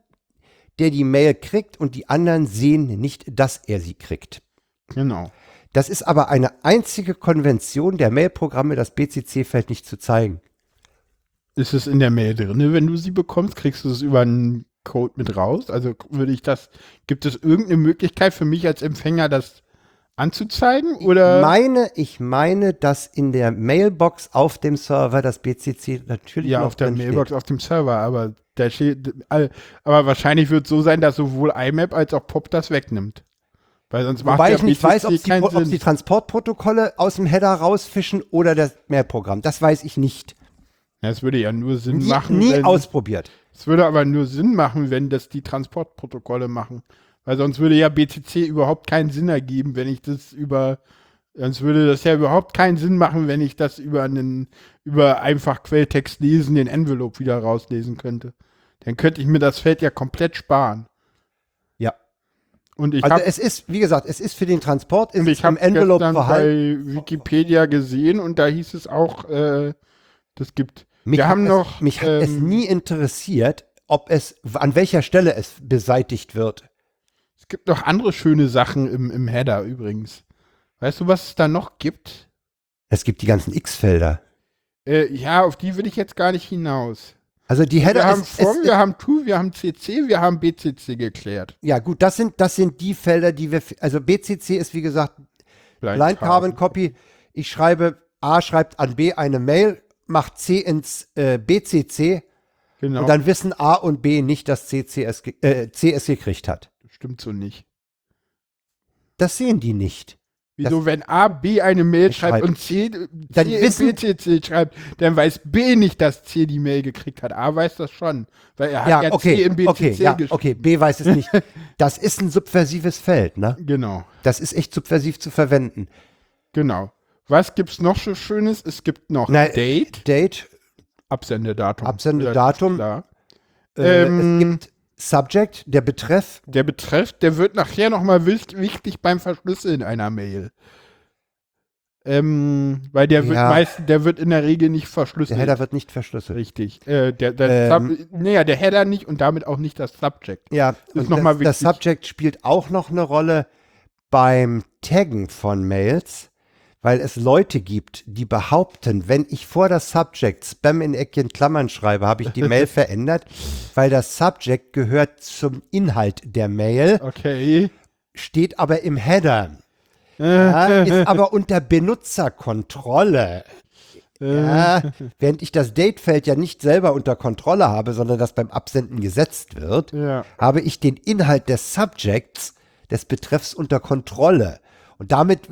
B: der die Mail kriegt und die anderen sehen nicht, dass er sie kriegt.
A: Genau.
B: Das ist aber eine einzige Konvention der Mailprogramme, das BCC-Feld nicht zu zeigen.
A: Ist es in der Mail drin? Ne, Wenn du sie bekommst, kriegst du es über einen Code mit raus? Also würde ich das, gibt es irgendeine Möglichkeit für mich als Empfänger, das anzuzeigen? Oder?
B: meine, ich meine, dass in der Mailbox auf dem Server das BCC natürlich
A: ja,
B: noch
A: auf der
B: drin
A: Mailbox, auf dem Server, aber da steht, all- aber wahrscheinlich wird es so sein, dass sowohl IMAP als auch POP das wegnimmt. Weil sonst macht
B: Wobei
A: der
B: ich nicht
A: BTC
B: weiß, ob die,
A: keinen
B: ob die
A: Sinn.
B: Transportprotokolle aus dem Header rausfischen oder das Mehrprogramm. Das weiß ich nicht.
A: Das würde ja nur Sinn
B: Nie,
A: machen.
B: nie
A: wenn-
B: ausprobiert.
A: Es würde aber nur Sinn machen, wenn das die Transportprotokolle machen. Weil sonst würde ja BTC überhaupt keinen Sinn ergeben, wenn ich das über. Sonst würde das ja überhaupt keinen Sinn machen, wenn ich das über einen, über einfach Quelltext lesen, den Envelope wieder rauslesen könnte. Dann könnte ich mir das Feld ja komplett sparen.
B: Ja.
A: Und ich
B: Also
A: habe
B: es ist, wie gesagt, es ist für den Transport, es
A: und ich
B: ist im
A: habe
B: Envelope
A: gestern
B: verhalten.
A: bei Wikipedia gesehen und da hieß es auch, äh, das gibt.
B: Mich
A: wir
B: hat
A: haben
B: es,
A: noch.
B: mich hat es
A: ähm,
B: nie interessiert, ob es, an welcher Stelle es beseitigt wird.
A: Es gibt noch andere schöne Sachen im, im Header übrigens. Weißt du, was es da noch gibt?
B: Es gibt die ganzen X-Felder.
A: Äh, ja, auf die will ich jetzt gar nicht hinaus.
B: Also die Header
A: Wir haben
B: es- es-
A: From, wir haben To, wir haben CC, wir haben BCC geklärt.
B: ja gut, das sind, das sind die Felder, die wir, f- also BCC ist wie gesagt
A: Blind
B: Blind Carbon Copy. Ich schreibe, A schreibt an B eine Mail, macht C ins äh, BCC
A: Genau,
B: und dann wissen A und B nicht, dass CC es, ge- äh, C es gekriegt hat.
A: stimmt so nicht.
B: Das sehen die nicht.
A: Wieso, wenn A B eine Mail schreibt
B: schreibt.
A: und C, C
B: Dann
A: in
B: wissen-
A: BCC schreibt, dann weiß B nicht, dass C die Mail gekriegt hat. A weiß das schon, weil er
B: Ja,
A: hat ja C
B: okay,
A: im BCC
B: okay, ja,
A: geschrieben.
B: okay, B weiß es nicht. Das ist ein subversives Feld, ne?
A: Genau.
B: Das ist echt subversiv zu verwenden.
A: Genau. Was gibt's noch so Schönes? Es gibt noch
B: Na,
A: Date,
B: Date,
A: Absendedatum.
B: Absendedatum.
A: Ja, klar.
B: äh,
A: Ähm,
B: es gibt Subject, der Betreff.
A: Der Betreff, der wird nachher nochmal wichtig beim Verschlüsseln einer Mail. Ähm, weil der wird
B: Ja.
A: meist, der wird in der Regel nicht
B: Der
A: verschlüsselt.
B: Header wird nicht verschlüsselt.
A: Richtig. Äh, der, der
B: Ähm.
A: Sub, naja, der Header nicht und damit auch nicht das Subject.
B: Ja, und
A: noch mal
B: das, das
A: wichtig.
B: Subject spielt auch noch eine Rolle beim Taggen von Mails, weil es Leute gibt, die behaupten, wenn ich vor das Subject Spam in Eckchen Klammern schreibe, habe ich die Mail verändert, weil das Subject gehört zum Inhalt der Mail.
A: Okay.
B: steht aber im Header. Ja, ist aber unter Benutzerkontrolle. Ja, während ich das Datefeld ja nicht selber unter Kontrolle habe, sondern das beim Absenden gesetzt wird,
A: Ja.
B: habe ich den Inhalt des Subjects, des Betreffs unter Kontrolle. Und damit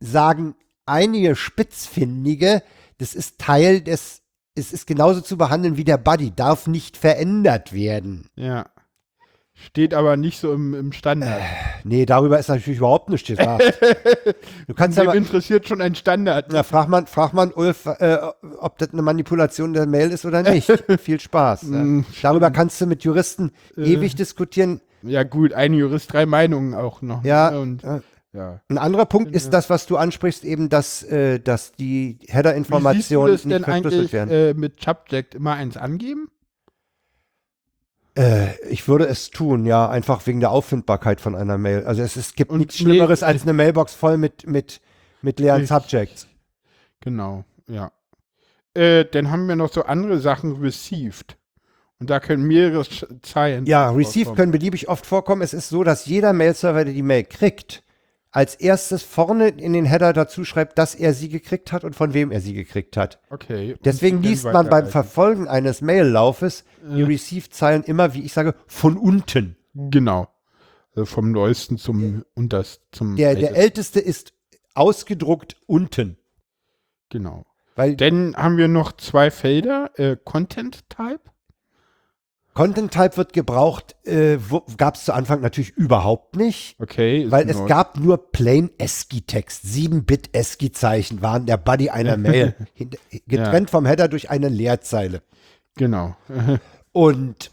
B: sagen einige Spitzfindige, das ist Teil des, es ist genauso zu behandeln wie der Buddy, darf nicht verändert werden.
A: Ja. Steht aber nicht so im, im Standard.
B: Äh, Nee, darüber ist natürlich überhaupt nichts gesagt. Du kannst ja
A: Dem
B: mal,
A: interessiert schon ein Standard.
B: Na, frag man, frag man Ulf, äh, ob das eine Manipulation der Mail ist oder nicht. Viel Spaß. Ja. Darüber kannst du mit Juristen ewig diskutieren.
A: Ja, gut, ein Jurist, drei Meinungen auch noch.
B: Ja, äh,
A: ne? Und,
B: ja.
A: ja.
B: Ein anderer Punkt ist das, was du ansprichst, eben, dass, äh, dass die
A: Wie siehst du
B: Header-Informationen
A: das
B: nicht
A: denn
B: verschlüsselt
A: eigentlich
B: werden.
A: äh, mit Subject immer eins angeben?
B: Äh, ich würde es tun, ja, einfach wegen der Auffindbarkeit von einer Mail. Also es, es gibt
A: Und
B: nichts
A: nee.
B: Schlimmeres als eine Mailbox voll mit, mit, mit leeren
A: Ich-
B: Subjects.
A: Genau, ja. Äh, dann haben wir noch so andere Sachen received. Und da können mehrere Sch- Zeilen.
B: Ja, Receive
A: vorkommen.
B: können beliebig oft vorkommen. Es ist so, dass jeder Mail-Server, der die Mail kriegt, als erstes vorne in den Header dazu schreibt, dass er sie gekriegt hat und von wem er sie gekriegt hat.
A: Okay. und
B: Deswegen
A: dann
B: liest man beim
A: weiterleiten.
B: Verfolgen eines Maillaufes die Receive-Zeilen immer, wie ich sage, von unten.
A: Genau. Also vom neuesten zum untersten. Zum
B: Der, der
A: ältesten.
B: älteste ist ausgedruckt unten.
A: Genau.
B: Weil
A: Dann haben wir noch zwei Felder. Äh, Content Type.
B: Content Type wird gebraucht, äh, gab es zu Anfang natürlich überhaupt nicht.
A: Okay. ist
B: Weil es
A: neu.
B: gab nur plain ASCII-Text. 7-Bit ASCII-Zeichen waren der Buddy einer Mail. Hint- Getrennt vom Header durch eine Leerzeile.
A: Genau.
B: Und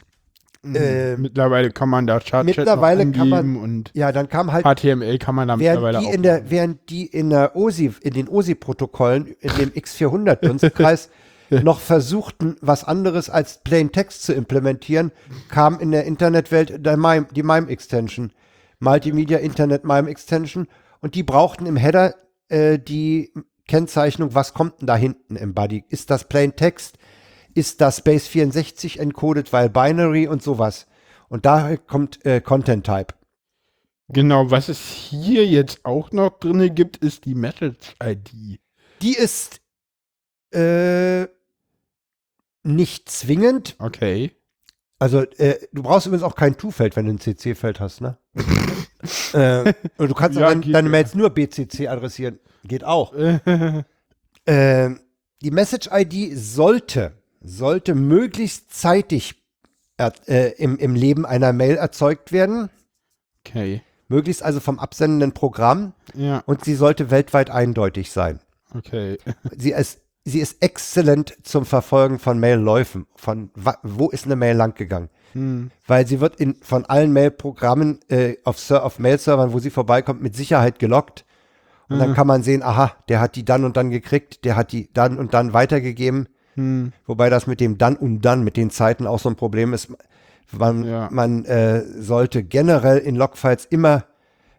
B: äh,
A: mittlerweile kann man da Chat
B: mittlerweile kann man-
A: und
B: ja, dann kam halt,
A: HTML kann man da mittlerweile
B: während die,
A: auch.
B: in der, während die in der OSI, in den OSI-Protokollen, in dem X400-Dunstkreis noch versuchten, was anderes als plain Text zu implementieren, kam in der Internetwelt der MIME, die MIME-Extension. Multimedia Internet MIME Extension. Und die brauchten im Header äh, die Kennzeichnung, was kommt denn da hinten im Body? Ist das Plain Text? Ist das Base 64 encoded, weil Binary und sowas? Und daher kommt äh, Content Type.
A: Genau, was es hier jetzt auch noch drin gibt, ist die Message-ID.
B: Die ist äh, nicht zwingend.
A: Okay.
B: Also äh, du brauchst übrigens auch kein To-Feld, wenn du ein CC-Feld hast, ne? äh, und du kannst
A: Ja,
B: auch dein,
A: geht
B: deine
A: ja.
B: Mails nur BCC adressieren. Geht auch. Ähm, die Message-ID sollte, sollte möglichst zeitig er, äh, im, im Leben einer Mail erzeugt werden.
A: Okay.
B: Möglichst also vom absendenden Programm.
A: Ja,
B: Und sie sollte weltweit eindeutig sein.
A: okay.
B: Sie ist, sie ist exzellent zum Verfolgen von Mailläufen. Von wa- wo ist eine Mail langgegangen?
A: Hm.
B: Weil sie wird in, von allen Mailprogrammen äh, auf, Ser- auf Mail-Servern, wo sie vorbeikommt, mit Sicherheit gelockt. Und dann kann man sehen, aha, der hat die dann und dann gekriegt, der hat die dann und dann weitergegeben.
A: Hm.
B: Wobei das mit dem dann und dann, mit den Zeiten auch so ein Problem ist. Man,
A: Ja.
B: man äh, sollte generell in Logfiles immer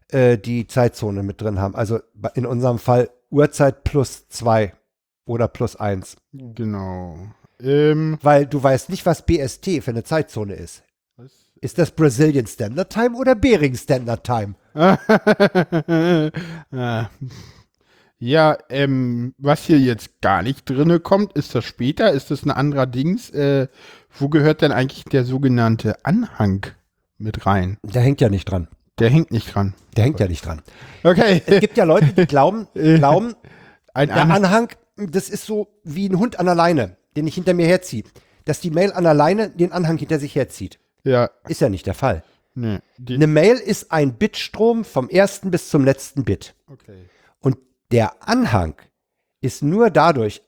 B: äh, die Zeitzone mit drin haben. Also bei- in unserem Fall Uhrzeit plus zwei oder plus eins.
A: Genau. Ähm,
B: Weil du weißt nicht, was BST für eine Zeitzone ist.
A: was?
B: Ist das Brazilian Standard Time oder Bering Standard Time?
A: Ah. ja, ähm, was hier jetzt gar nicht drinne kommt, ist das später, ist das ein anderer Dings? Äh, wo gehört denn eigentlich der sogenannte Anhang mit rein?
B: Der hängt ja nicht dran.
A: Der hängt nicht dran.
B: Der hängt ja nicht dran. Es
A: Okay,
B: gibt ja Leute, die glauben, glauben
A: ein
B: Der
A: Anhang.
B: Anhang, das ist so wie ein Hund an der Leine, den ich hinter mir herziehe. Dass die Mail an der Leine den Anhang hinter sich herzieht.
A: Ja,
B: Ist ja nicht der Fall.
A: ne. Die,
B: Eine Mail ist ein Bitstrom vom ersten bis zum letzten Bit.
A: Okay.
B: Und der Anhang ist nur dadurch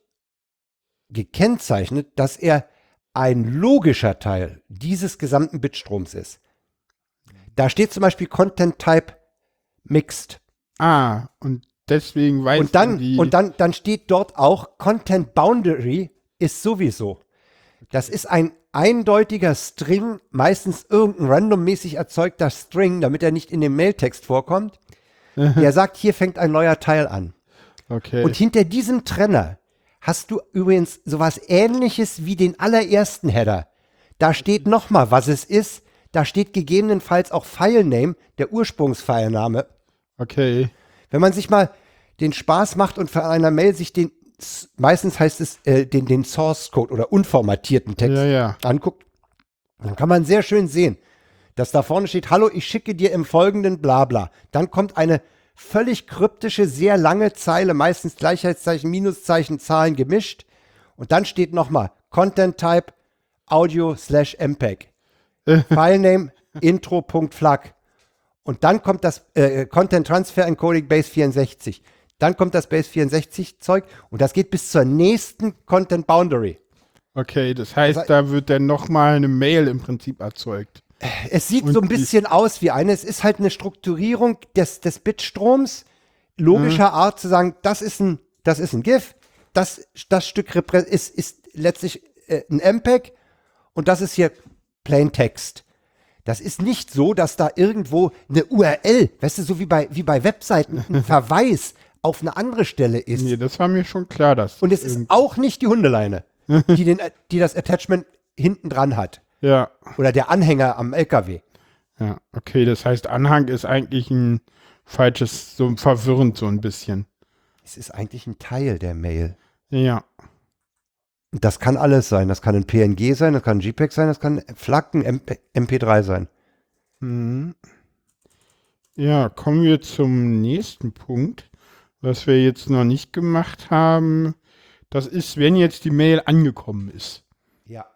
B: gekennzeichnet, dass er ein logischer Teil dieses gesamten Bitstroms ist. Da steht zum Beispiel Content Type Mixed.
A: Ah, und deswegen weiß
B: Und dann,
A: man die,
B: und dann, dann steht dort auch, Content Boundary ist sowieso. Das ist ein eindeutiger String, meistens irgendein randommäßig erzeugter String, damit er nicht in dem Mailtext vorkommt. Der sagt, hier fängt ein neuer Teil an.
A: okay.
B: Und hinter diesem Trenner hast du übrigens sowas ähnliches wie den allerersten Header. Da steht nochmal, was es ist. Da steht gegebenenfalls auch Filename, der Ursprungsfilename.
A: okay.
B: Wenn man sich mal den Spaß macht und für einer Mail sich den, s- meistens heißt es, äh, den, den Source Code oder unformatierten Text
A: Ja, ja.
B: anguckt, dann kann man sehr schön sehen, dass da vorne steht, hallo, ich schicke dir im folgenden Blabla. Dann kommt eine völlig kryptische, sehr lange Zeile, meistens Gleichheitszeichen, Minuszeichen, Zahlen gemischt. Und dann steht nochmal Content Type Audio slash MPEG. Filename intro.flag. Und dann kommt das äh, Content Transfer Encoding Base 64. Dann kommt das Base 64 Zeug und das geht bis zur nächsten Content Boundary.
A: Okay, das heißt,
B: Also-
A: da wird dann nochmal eine Mail im Prinzip erzeugt.
B: Es sieht so ein bisschen aus wie eine. Es ist halt eine Strukturierung des, des Bitstroms logischer Art zu sagen, das ist ein, das ist ein GIF, das, das Stück reprä- ist, ist letztlich äh, ein MPEG und das ist hier Plain Text. Das ist nicht so, dass da irgendwo eine URL, weißt du, so wie bei, wie bei Webseiten, ein Verweis auf eine andere Stelle ist.
A: Nee, das war mir schon klar, dass.
B: Und es ist auch nicht die Hundeleine, die, den, äh, die das Attachment hinten dran hat.
A: ja.
B: Oder der Anhänger am LKW.
A: Ja, okay, das heißt, Anhang ist eigentlich ein falsches, so verwirrend so ein bisschen.
B: Es ist eigentlich ein Teil der Mail.
A: Ja,
B: Und Das kann alles sein. Das kann ein PNG sein, das kann ein JPEG sein, das kann ein FLAC, ein MP, MP3 sein.
A: ja, kommen wir zum nächsten Punkt, was wir jetzt noch nicht gemacht haben. Das ist, wenn jetzt die Mail angekommen ist.
B: Ja.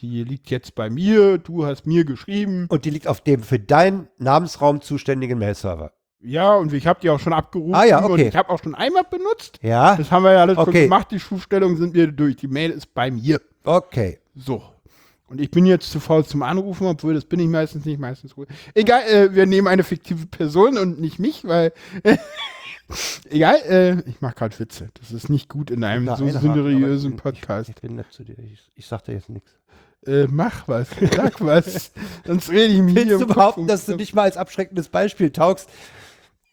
A: Die liegt jetzt bei mir, du hast mir geschrieben.
B: Und die liegt auf dem für deinen Namensraum zuständigen Mail-Server.
A: Ja, und ich habe die auch schon abgerufen
B: Ah ja,
A: und
B: okay.
A: ich habe auch schon einmal benutzt.
B: Ja?
A: Das haben wir ja alles schon
B: Okay.
A: gemacht. Die Schufstellungen sind mir durch. Die Mail ist bei mir.
B: Okay.
A: So. Und ich bin jetzt zu faul zum Anrufen, obwohl das bin ich meistens nicht, meistens ruhig. Egal, äh, wir nehmen eine fiktive Person und nicht mich, weil. egal, äh, ich mache gerade Witze. Das ist nicht gut in einem
B: Da
A: so
B: einhaken, aber
A: seriösen
B: ich-
A: Podcast.
B: Ich, ich bin nett zu dir. Ich, ich sag dir jetzt nichts.
A: Äh, mach was, sag was. Sonst rede ich mir hier
B: Willst
A: im
B: du
A: Kopf
B: behaupten,
A: um-
B: dass du nicht mal als abschreckendes Beispiel taugst?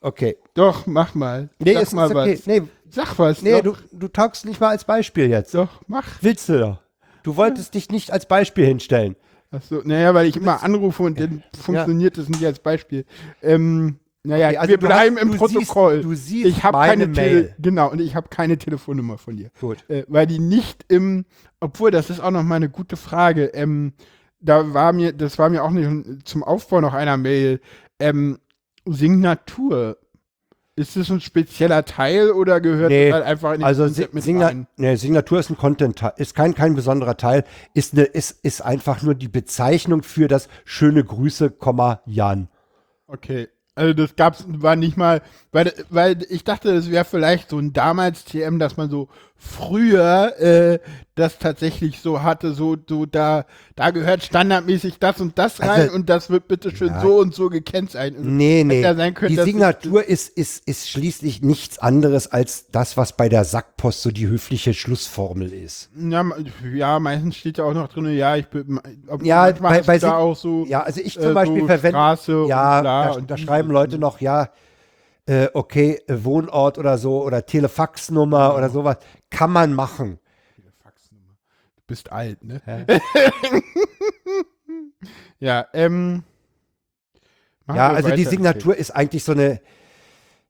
B: Okay.
A: Doch, mach mal.
B: Nee,
A: sag
B: es
A: mal
B: ist okay.
A: was.
B: Nee,
A: Sag was.
B: nee
A: doch,
B: du, du taugst nicht mal als Beispiel jetzt.
A: doch, mach.
B: Willst du doch. Du wolltest dich nicht als Beispiel hinstellen.
A: Ach so, naja, weil ich immer anrufe und dann funktioniert das nicht als Beispiel. Ähm, naja,
B: Okay, also
A: wir
B: du
A: bleiben
B: hast-
A: im
B: du
A: Protokoll.
B: siehst- du siehst
A: ich habe
B: meine
A: keine Tele-
B: Mail.
A: Genau, und ich habe keine Telefonnummer von dir.
B: Gut.
A: Äh, weil die nicht im, obwohl, das ist auch noch mal eine gute Frage. Ähm, da war mir, das war mir auch nicht zum Aufbau noch einer Mail. Ähm, Signatur. Ist das ein spezieller Teil oder gehört
B: Nee,
A: das halt einfach in den
B: Also
A: Content
B: Sig- Signa
A: rein?
B: nee, Signatur ist ein Content, ist kein, kein besonderer Teil, ist, eine, ist, ist einfach nur die Bezeichnung für das schöne Grüße, Komma, Jan.
A: Okay. Also das gab's war nicht mal, weil, weil ich dachte, das wäre vielleicht so ein damals TM, dass man so früher äh, das tatsächlich so hatte, so, so da, da gehört standardmäßig das und das rein
B: Also-
A: und das wird bitte schön
B: Ja.
A: so und so gekennzeichnet.
B: Nee, nee.
A: ja sein können,
B: die
A: dass
B: halt
A: es-
B: Signatur ist, ist, ist schließlich nichts anderes als das, was bei der Sackpost so die höfliche Schlussformel ist.
A: Ja, me- ja, meistens steht ja auch noch drin, ja, ich bin. ob-
B: Ja,
A: manchmal
B: bei-
A: hast
B: bei
A: du da
B: Sig-
A: auch so.
B: Ja, also ich
A: äh,
B: zum
A: so
B: Beispiel verwende.
A: Straße und
B: ja,
A: bla
B: da,
A: und
B: da
A: dies
B: schreiben
A: und
B: Leute noch, ja, äh, okay, äh, Wohnort oder so oder Telefaxnummer oder sowas. Kann man machen.
A: Faxnummer. Du bist alt, ne? ja, ähm. machen
B: Ja,
A: Ah, wir
B: also die
A: weiter.
B: Signatur ist eigentlich so eine,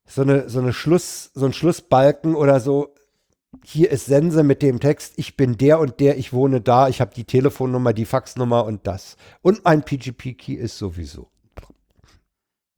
B: so eine, so eine Schluss, so ein Schlussbalken oder so. Hier ist Sense mit dem Text, ich bin der und der, ich wohne da, ich habe die Telefonnummer, die Faxnummer und das. Und mein PGP-Key ist sowieso.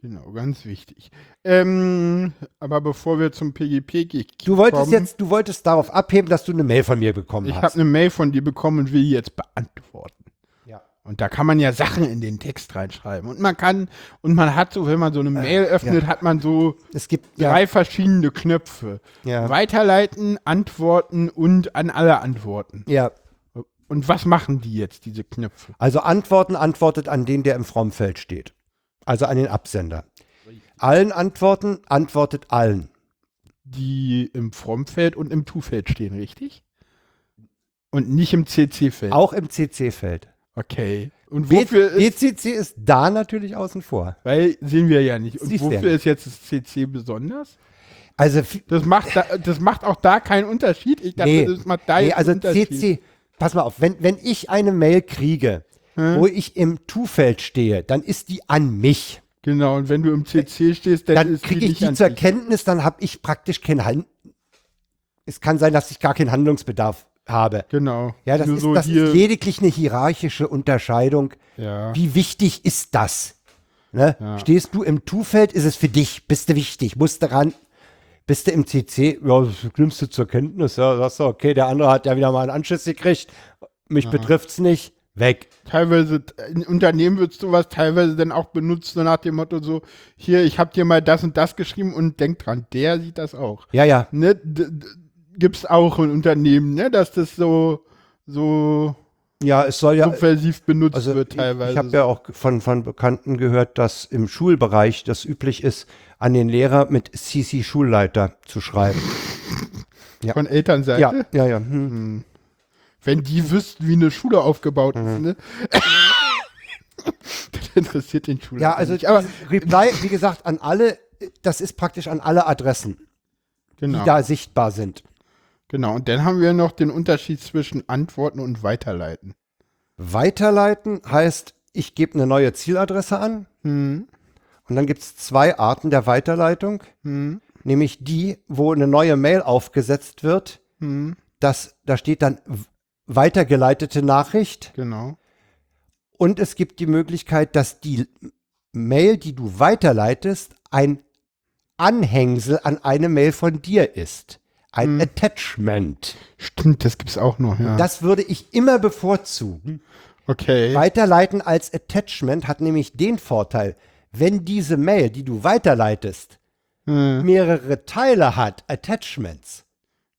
A: Genau, ganz wichtig. Ähm, aber bevor wir zum PGP gehen.
B: Du wolltest jetzt, du wolltest darauf abheben, dass du eine Mail von mir bekommen
A: Ich ne- habe
B: hast.
A: eine Mail von dir bekommen und will die jetzt beantworten.
B: Ja.
A: Und da kann man ja Sachen in den Text reinschreiben. Und man kann, und man hat so, wenn man so eine Mail öffnet, hat man so
B: Es gibt Äh, ja,
A: drei verschiedene Knöpfe.
B: Ja.
A: Weiterleiten, antworten und an alle antworten.
B: ja.
A: Und was machen die jetzt, diese Knöpfe?
B: Also Antworten antwortet an den, der im Frommfeld steht. Also an den Absender. Allen Antworten antwortet allen.
A: Die im Frommfeld und im To-Feld stehen, richtig? Und nicht im CC-Feld.
B: Auch im CC-Feld.
A: Okay. Und wofür ist,
B: BCC ist da natürlich außen vor.
A: weil sehen wir ja nicht. Und
B: Siehst du ja
A: wofür ist jetzt das CC besonders?
B: Also, f-
A: Das macht, da, das macht auch da keinen Unterschied. Ich dachte,
B: nee,
A: das macht da
B: nee
A: jetzt
B: also
A: einen Unterschied.
B: CC, pass mal auf, wenn, wenn ich eine Mail kriege,
A: Hm?
B: wo ich im Tu-Feld stehe, dann ist die an mich.
A: Genau, und wenn du im CC stehst, dann,
B: Äh, Dann
A: ist
B: kriege ich
A: nicht
B: die
A: an
B: zur
A: dich.
B: Kenntnis, dann habe ich praktisch keinen Hand. Es kann sein, dass ich gar keinen Handlungsbedarf habe.
A: Genau.
B: Ja, das,
A: Nur
B: ist,
A: so
B: das
A: hier-
B: ist lediglich eine hierarchische Unterscheidung.
A: Ja.
B: Wie wichtig ist das? Ne?
A: Ja.
B: Stehst du im Tu-Feld, ist es für dich, bist du wichtig, musst du ran. Bist du im CC, ja, das nimmst du zur Kenntnis, ja, sagst du, okay, der andere hat ja wieder mal einen Anschiss gekriegt, mich betrifft's nicht, weg.
A: teilweise in Unternehmen würdest du was teilweise dann auch benutzt, so nach dem Motto so, hier, ich hab dir mal das und das geschrieben und denk dran, der sieht das auch.
B: Ja, ja,
A: Ne? D d- gibt's auch in Unternehmen, ne, dass das so so
B: ja, es soll ja,
A: subversiv benutzt
B: also
A: wird
B: ich,
A: teilweise.
B: ich habe ja auch von, von Bekannten gehört, dass im Schulbereich das üblich ist, an den Lehrer mit CC-Schulleiter zu schreiben.
A: von Elternseite.
B: ja, ja, ja. Hm.
A: Wenn die wüssten, wie eine Schule aufgebaut
B: Mhm.
A: ist, ne? das interessiert den Schüler.
B: Ja, also
A: nicht. aber
B: dieses Reply, wie gesagt, an alle, das ist praktisch an alle Adressen,
A: genau.
B: die da sichtbar sind.
A: Genau, und dann haben wir noch den Unterschied zwischen Antworten und Weiterleiten.
B: Weiterleiten heißt, ich gebe eine neue Zieladresse an. Mhm, Und dann gibt es zwei Arten der Weiterleitung,
A: Hm,
B: mhm. nämlich die, wo eine neue Mail aufgesetzt wird.
A: hm,
B: Das, da steht dann w- weitergeleitete Nachricht.
A: Genau.
B: Und es gibt die Möglichkeit, dass die Mail, die du weiterleitest, ein Anhängsel an eine Mail von dir ist. Ein Attachment.
A: Stimmt, das gibt's auch noch, ja.
B: Das würde ich immer bevorzugen.
A: okay.
B: Weiterleiten als Attachment hat nämlich den Vorteil, wenn diese Mail, die du weiterleitest,
A: Hm.
B: mehrere Teile hat, Attachments,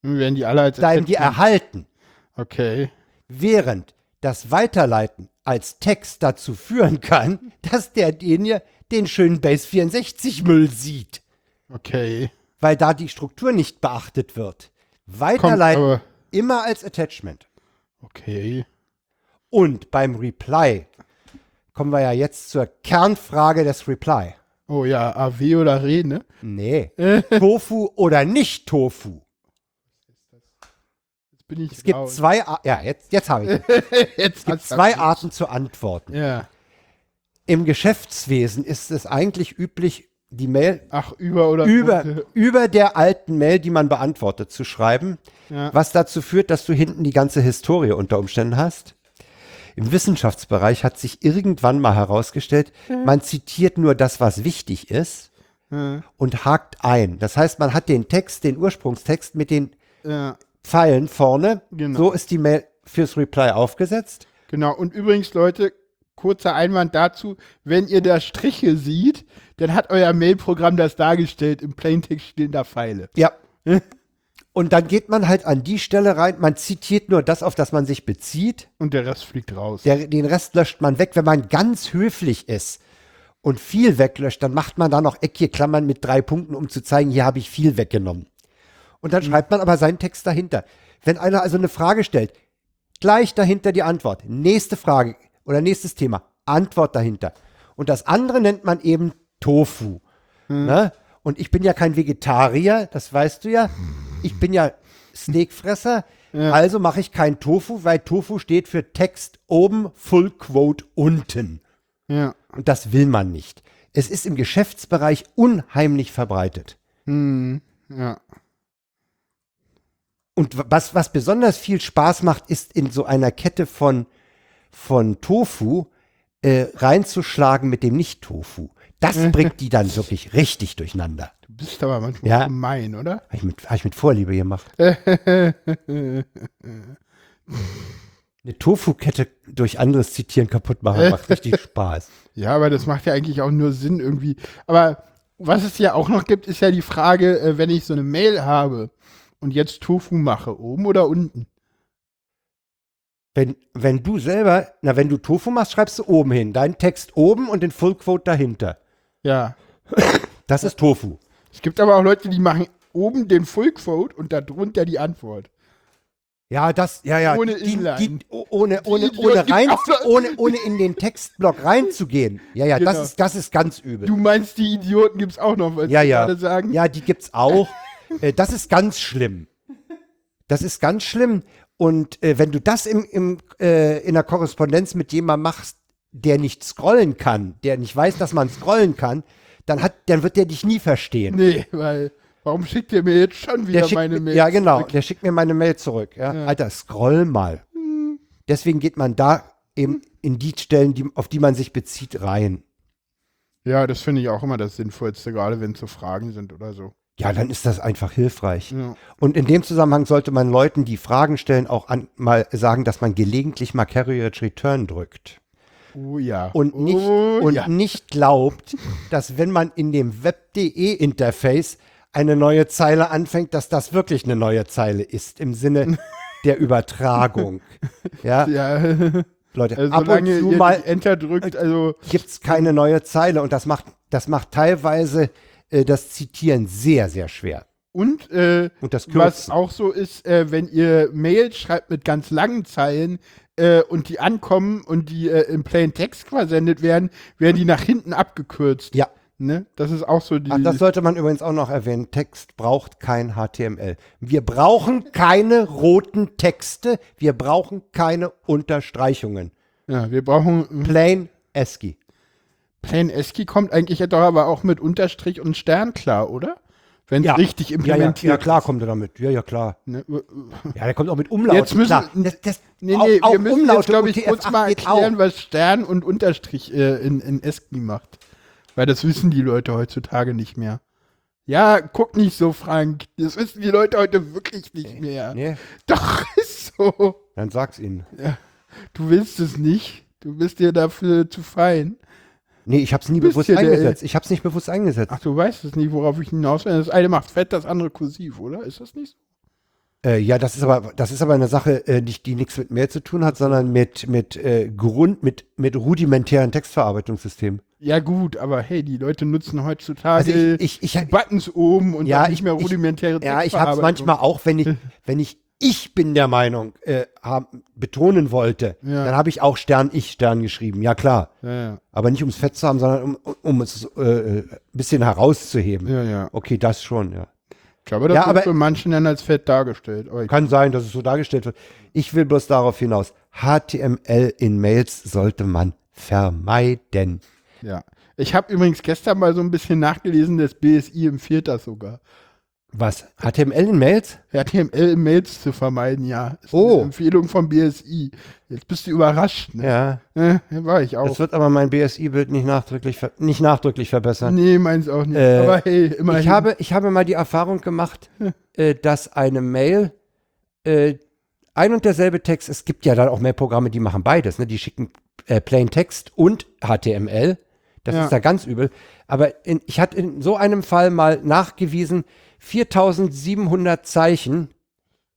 A: Dann werden die alle als
B: bleiben die erhalten,
A: Okay.
B: während das Weiterleiten als Text dazu führen kann, dass derjenige den schönen Base 64 Müll sieht,
A: Okay.
B: weil da die Struktur nicht beachtet wird. Weiterleiten
A: aber-
B: immer als Attachment.
A: Okay.
B: Und beim Reply kommen wir ja jetzt zur Kernfrage des Reply.
A: Oh ja, AW oder Re, ne?
B: Nee. Tofu oder nicht Tofu?
A: Jetzt bin ich
B: Es gibt zwei Ar ja, jetzt, jetzt habe ich. ihn.
A: Jetzt
B: Es gibt zwei Arten zu antworten.
A: Ja.
B: Im Geschäftswesen ist es eigentlich üblich, die Mail
A: Ach, über oder
B: über, über der alten Mail, die man beantwortet, zu schreiben,
A: Ja.
B: was dazu führt, dass du hinten die ganze Historie unter Umständen hast. Im Wissenschaftsbereich hat sich irgendwann mal herausgestellt, man zitiert nur das, was wichtig ist und hakt ein. Das heißt, man hat den Text, den Ursprungstext mit den
A: Ja,
B: Pfeilen vorne.
A: Genau.
B: So ist die Mail fürs Reply aufgesetzt.
A: genau. Und übrigens, Leute, kurzer Einwand dazu, wenn ihr da Striche seht, dann hat euer Mailprogramm das dargestellt. Im Plaintext stehen da Pfeile.
B: Ja. Und dann geht man halt an die Stelle rein, man zitiert nur das, auf das man sich bezieht.
A: Und der Rest fliegt raus.
B: Der, den Rest löscht man weg. Wenn man ganz höflich ist und viel weglöscht, dann macht man da noch eckige Klammern mit drei Punkten, um zu zeigen, hier habe ich viel weggenommen. Und dann schreibt man aber seinen Text dahinter. Wenn einer also eine Frage stellt, gleich dahinter die Antwort. Nächste Frage oder nächstes Thema, Antwort dahinter. Und das andere nennt man eben Tofu. Ne? Und ich bin ja kein Vegetarier, das weißt du ja. Ich bin ja Steakfresser, also mache ich kein Tofu, weil Tofu steht für Text oben, Full Quote unten.
A: Ja.
B: Und das will man nicht. Es ist im Geschäftsbereich unheimlich verbreitet.
A: Hm. Ja.
B: Und w- was, was besonders viel Spaß macht, ist in so einer Kette von, von Tofu äh, reinzuschlagen mit dem Nicht-Tofu. Das bringt die dann wirklich richtig durcheinander.
A: Du bist aber manchmal
B: Ja.
A: gemein, oder?
B: Habe ich, mit- hab ich mit Vorliebe gemacht. Eine Tofu-Kette durch anderes Zitieren kaputt machen macht richtig Spaß.
A: Ja, aber das macht ja eigentlich auch nur Sinn irgendwie. Aber was es ja auch noch gibt, ist ja die Frage, äh, wenn ich so eine Mail habe und jetzt Tofu mache, oben oder unten?
B: Wenn, wenn du selber, na, wenn du Tofu machst, schreibst du oben hin. Deinen Text oben und den Fullquote dahinter.
A: Ja.
B: Das ist Tofu.
A: Es gibt aber auch Leute, die machen oben den Full Quote und darunter die Antwort.
B: Ja, das, ja, ja.
A: Ohne
B: die,
A: Inline.
B: die, oh- ohne, ohne,
A: Idioten
B: ohne,
A: gibt's
B: rein,
A: auch noch.
B: ohne, ohne in den Textblock reinzugehen. Ja, ja,
A: Genau.
B: das, ist, das ist ganz übel.
A: Du meinst, die Idioten gibt's auch noch, weil
B: ja, ja.
A: gerade sagen.
B: Ja, die gibt's auch. äh, das ist ganz schlimm. Das ist ganz schlimm. Und äh, wenn du das im, im, äh, in der Korrespondenz mit jemandem machst, der nicht scrollen kann, der nicht weiß, dass man scrollen kann, dann, hat, dann wird der dich nie verstehen.
A: Nee, weil warum schickt ihr mir jetzt schon wieder
B: der schickt
A: meine
B: mir,
A: Mail?
B: ja, genau. Der schickt mir meine Mail zurück. Ja? Alter, scroll mal.
A: Hm.
B: Deswegen geht man da eben in die Stellen, die, auf die man sich bezieht, rein.
A: Ja, das finde ich auch immer das Sinnvollste, gerade wenn es so Fragen sind oder so.
B: Ja, dann ist das einfach hilfreich.
A: Ja.
B: Und in dem Zusammenhang sollte man Leuten, die Fragen stellen, auch an, mal sagen, dass man gelegentlich mal Carriage Return drückt.
A: Oh ja.
B: Und nicht,
A: oh,
B: und
A: ja.
B: nicht glaubt, dass wenn man in dem Web.de-Interface eine neue Zeile anfängt, dass das wirklich eine neue Zeile ist im Sinne der Übertragung. Ja,
A: ja.
B: Leute,
A: Also
B: ab und
A: solange
B: zu
A: ihr
B: mal
A: die Enter drückt, also
B: gibt es keine neue Zeile und das macht, das macht teilweise äh, das Zitieren sehr, sehr schwer.
A: und, äh,
B: Und das
A: was
B: Kürzen.
A: auch so ist, äh, wenn ihr Mails schreibt mit ganz langen Zeilen äh, und die ankommen und die äh, im Plain Text versendet werden, werden die nach hinten abgekürzt.
B: Ja.
A: Ne? Das ist auch so die.
B: Ach, Ah, das sollte man übrigens auch noch erwähnen. Text braucht kein HTML. Wir brauchen keine roten Texte. Wir brauchen keine Unterstreichungen.
A: ja, wir brauchen
B: Plain ASCII.
A: Plain ASCII kommt eigentlich ja doch aber auch mit Unterstrich und Stern klar, oder? Wenn es richtig implementiert.
B: Ja, ja, ja, klar kommt er damit. Ja, ja, klar.
A: Ne?
B: Ja, der kommt auch mit Umlauten.
A: Jetzt müssen-
B: klar. Das, das,
A: Nee, nee,
B: auch, auch
A: wir müssen jetzt,
B: Umlaute
A: glaube ich,
B: UTF-8
A: kurz mal
B: geht
A: erklären,
B: auch.
A: was Stern und Unterstrich äh, in, in ASCII macht. Weil das wissen die Leute heutzutage nicht mehr. Ja, guck nicht so, Frank. Das wissen die Leute heute wirklich nicht mehr.
B: Nee,
A: Doch, ist so.
B: dann sag's ihnen.
A: Du willst es nicht. Du bist dir dafür zu fein.
B: Nee, ich hab's nie
A: bist
B: bewusst
A: hier der-
B: eingesetzt. Ich hab's nicht bewusst eingesetzt.
A: Ach, du weißt es nicht, worauf ich hinaus will. Das eine macht fett, das andere kursiv, oder? Ist das nicht so?
B: Äh, ja, das ist aber das ist aber eine Sache, äh, nicht, die nichts mit Mail zu tun hat, sondern mit mit äh, Grund mit mit rudimentären Textverarbeitungssystemen.
A: Ja, gut, aber hey, die Leute nutzen
B: Also
A: heutzutage
B: ich, ich, ich
A: Buttons oben und
B: Ja,
A: dann nicht
B: ich-
A: mehr
B: ich-
A: rudimentäre
B: ja, ich hab's
A: Textverarbeitung.
B: manchmal auch, wenn ich wenn ich ich bin der Meinung äh, haben, betonen wollte,
A: Ja.
B: dann habe ich auch Stern ich Stern geschrieben. Ja klar,
A: Ja, ja.
B: aber nicht ums Fett zu haben, sondern um, um es äh, ein bisschen herauszuheben.
A: Ja, ja.
B: Okay, das schon. Ja.
A: Ich glaube, das
B: Ja,
A: wird
B: aber-
A: für manchen dann als fett dargestellt. Aber ich,
B: Kann sein, dass es so dargestellt wird. Ich will bloß darauf hinaus. HTML in Mails sollte man vermeiden.
A: ja. Ich habe übrigens gestern mal so ein bisschen nachgelesen, das BSI empfiehlt das sogar.
B: Was? HTML in Mails?
A: HTML-Mails zu vermeiden, ja. Ist
B: Oh.
A: eine Empfehlung vom BSI. Jetzt bist du überrascht, ne?
B: Ja.
A: Ja, war ich auch.
B: Das wird aber mein BSI-Bild nicht nachdrücklich, ver nicht nachdrücklich verbessern.
A: nee, meins auch nicht.
B: Äh,
A: Aber hey, immerhin.
B: Ich habe, ich habe mal die Erfahrung gemacht, äh, dass eine Mail äh, ein und derselbe Text, es gibt ja dann auch Mailprogramme, die machen beides, ne? die schicken äh, Plain Text und HTML. Das
A: Ja.
B: ist da ganz übel. Aber in, ich hatte in so einem Fall mal nachgewiesen, 4700 Zeichen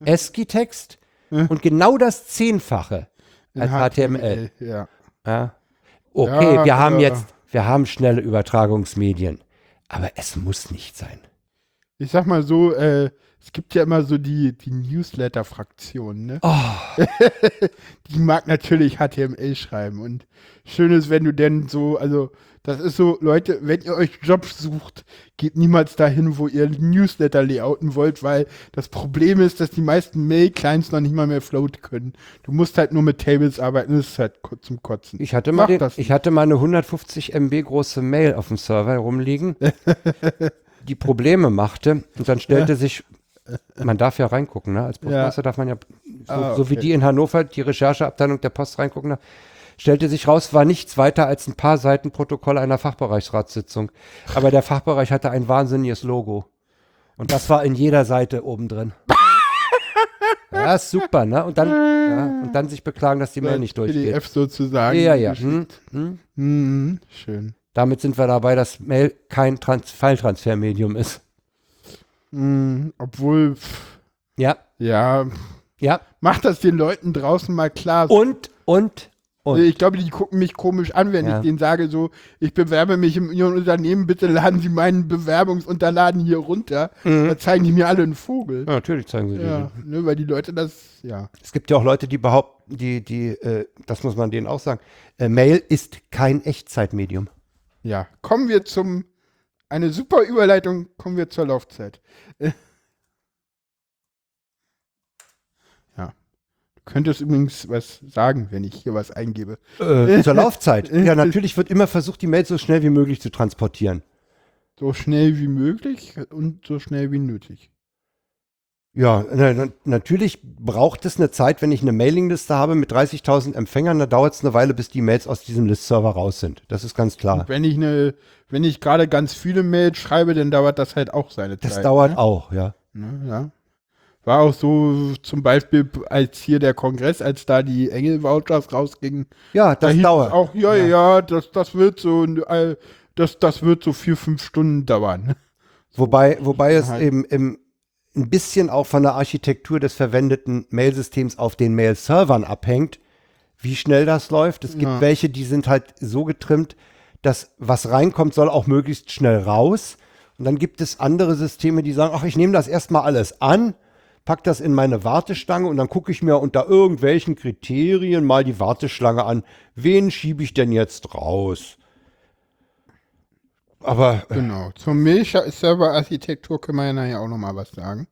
B: ASCII-Text und genau das Zehnfache
A: In
B: als HTML.
A: Ja.
B: Ja. Okay,
A: Ja,
B: wir haben
A: äh,
B: jetzt, wir haben schnelle Übertragungsmedien. Aber es muss nicht sein.
A: Ich sag mal so, äh, es gibt ja immer so die, die Newsletter-Fraktion, ne?
B: Oh.
A: die mag natürlich HTML schreiben. Und schön ist, wenn du denn so, also, das ist so, Leute, wenn ihr euch Jobs sucht, geht niemals dahin, wo ihr Newsletter layouten wollt, weil das Problem ist, dass die meisten Mail-Clients noch nicht mal mehr float können. Du musst halt nur mit Tables arbeiten, das ist halt ko- zum Kotzen.
B: Ich hatte mal,
A: Mach
B: den,
A: das
B: ich hatte mal eine 150 MB große Mail auf dem Server rumliegen, die Probleme machte. Und dann stellte sich, man darf ja reingucken, ne? als Postmaster darf man ja, so,
A: Ah,
B: so wie
A: okay.
B: die in Hannover, die Rechercheabteilung der Post reingucken, darf, stellte sich raus, war nichts weiter als ein paar Seiten Protokoll einer Fachbereichsratssitzung. Aber der Fachbereich hatte ein wahnsinniges Logo. Und das war in jeder Seite oben drin. Ja, ist super, ne? Und dann, ja, und dann sich beklagen, dass die Mail nicht durchgeht.
A: PDF sozusagen.
B: Ja, ja. Hm, hm.
A: Mhm, schön.
B: Damit sind wir dabei, dass Mail kein Trans Falltransfermedium ist.
A: Mhm, obwohl, pff,
B: Ja,
A: ja,
B: ja.
A: Mach das den Leuten draußen mal klar.
B: Und, und, und.
A: ich glaube, die gucken mich komisch an, wenn
B: Ja.
A: ich denen sage, so, ich bewerbe mich im Ihrem Unternehmen, bitte laden Sie meinen Bewerbungsunterladen hier runter. Da zeigen die mir alle einen Vogel.
B: Mhm. Ja, natürlich zeigen sie
A: Ja,
B: die.
A: ne, weil die Leute das, ja.
B: Es gibt ja auch Leute, die behaupten, die, die, äh, das muss man denen auch sagen, äh, Mail ist kein Echtzeitmedium.
A: Ja. Kommen wir zum, eine super Überleitung, kommen wir zur Laufzeit. Äh. Ja. Du könntest übrigens was sagen, wenn ich hier was eingebe.
B: Äh, zur Laufzeit. Ja, natürlich wird immer versucht, die Mail so schnell wie möglich zu transportieren.
A: So schnell wie möglich und so schnell wie nötig.
B: Ja, na, na, natürlich braucht es eine Zeit, wenn ich eine Mailingliste habe mit 30.000 Empfängern, da dauert es eine Weile, bis die Mails aus diesem Listserver raus sind. Das ist ganz klar.
A: Wenn ich eine, wenn ich gerade ganz viele Mails schreibe, dann dauert das halt auch seine
B: Das
A: Zeit.
B: dauert auch, ja.
A: Ne? Ja. War auch so zum Beispiel, als hier der Kongress, als da die Engel-Vouchers rausgingen,
B: Ja,
A: da
B: das
A: hieß es
B: dauert.
A: Auch, ja, ja, ja, das, das wird so, äh, das, das wird so vier, fünf Stunden dauern.
B: Wobei, wobei es
A: halt-
B: eben im, ein bisschen auch von der Architektur des verwendeten Mailsystems auf den Mail-Servern abhängt, wie schnell das läuft. Es gibt
A: Ja.
B: welche, die sind halt so getrimmt, dass was reinkommt, soll auch möglichst schnell raus. Und dann gibt es andere Systeme, die sagen, ach, ich nehme das erstmal alles an, pack das in meine Wartestange und dann gucke ich mir unter irgendwelchen Kriterien mal die Warteschlange an. Wen schiebe ich denn jetzt raus? Aber äh,
A: Genau. Zur Milch-Server-Architektur können wir ja nachher auch nochmal was sagen.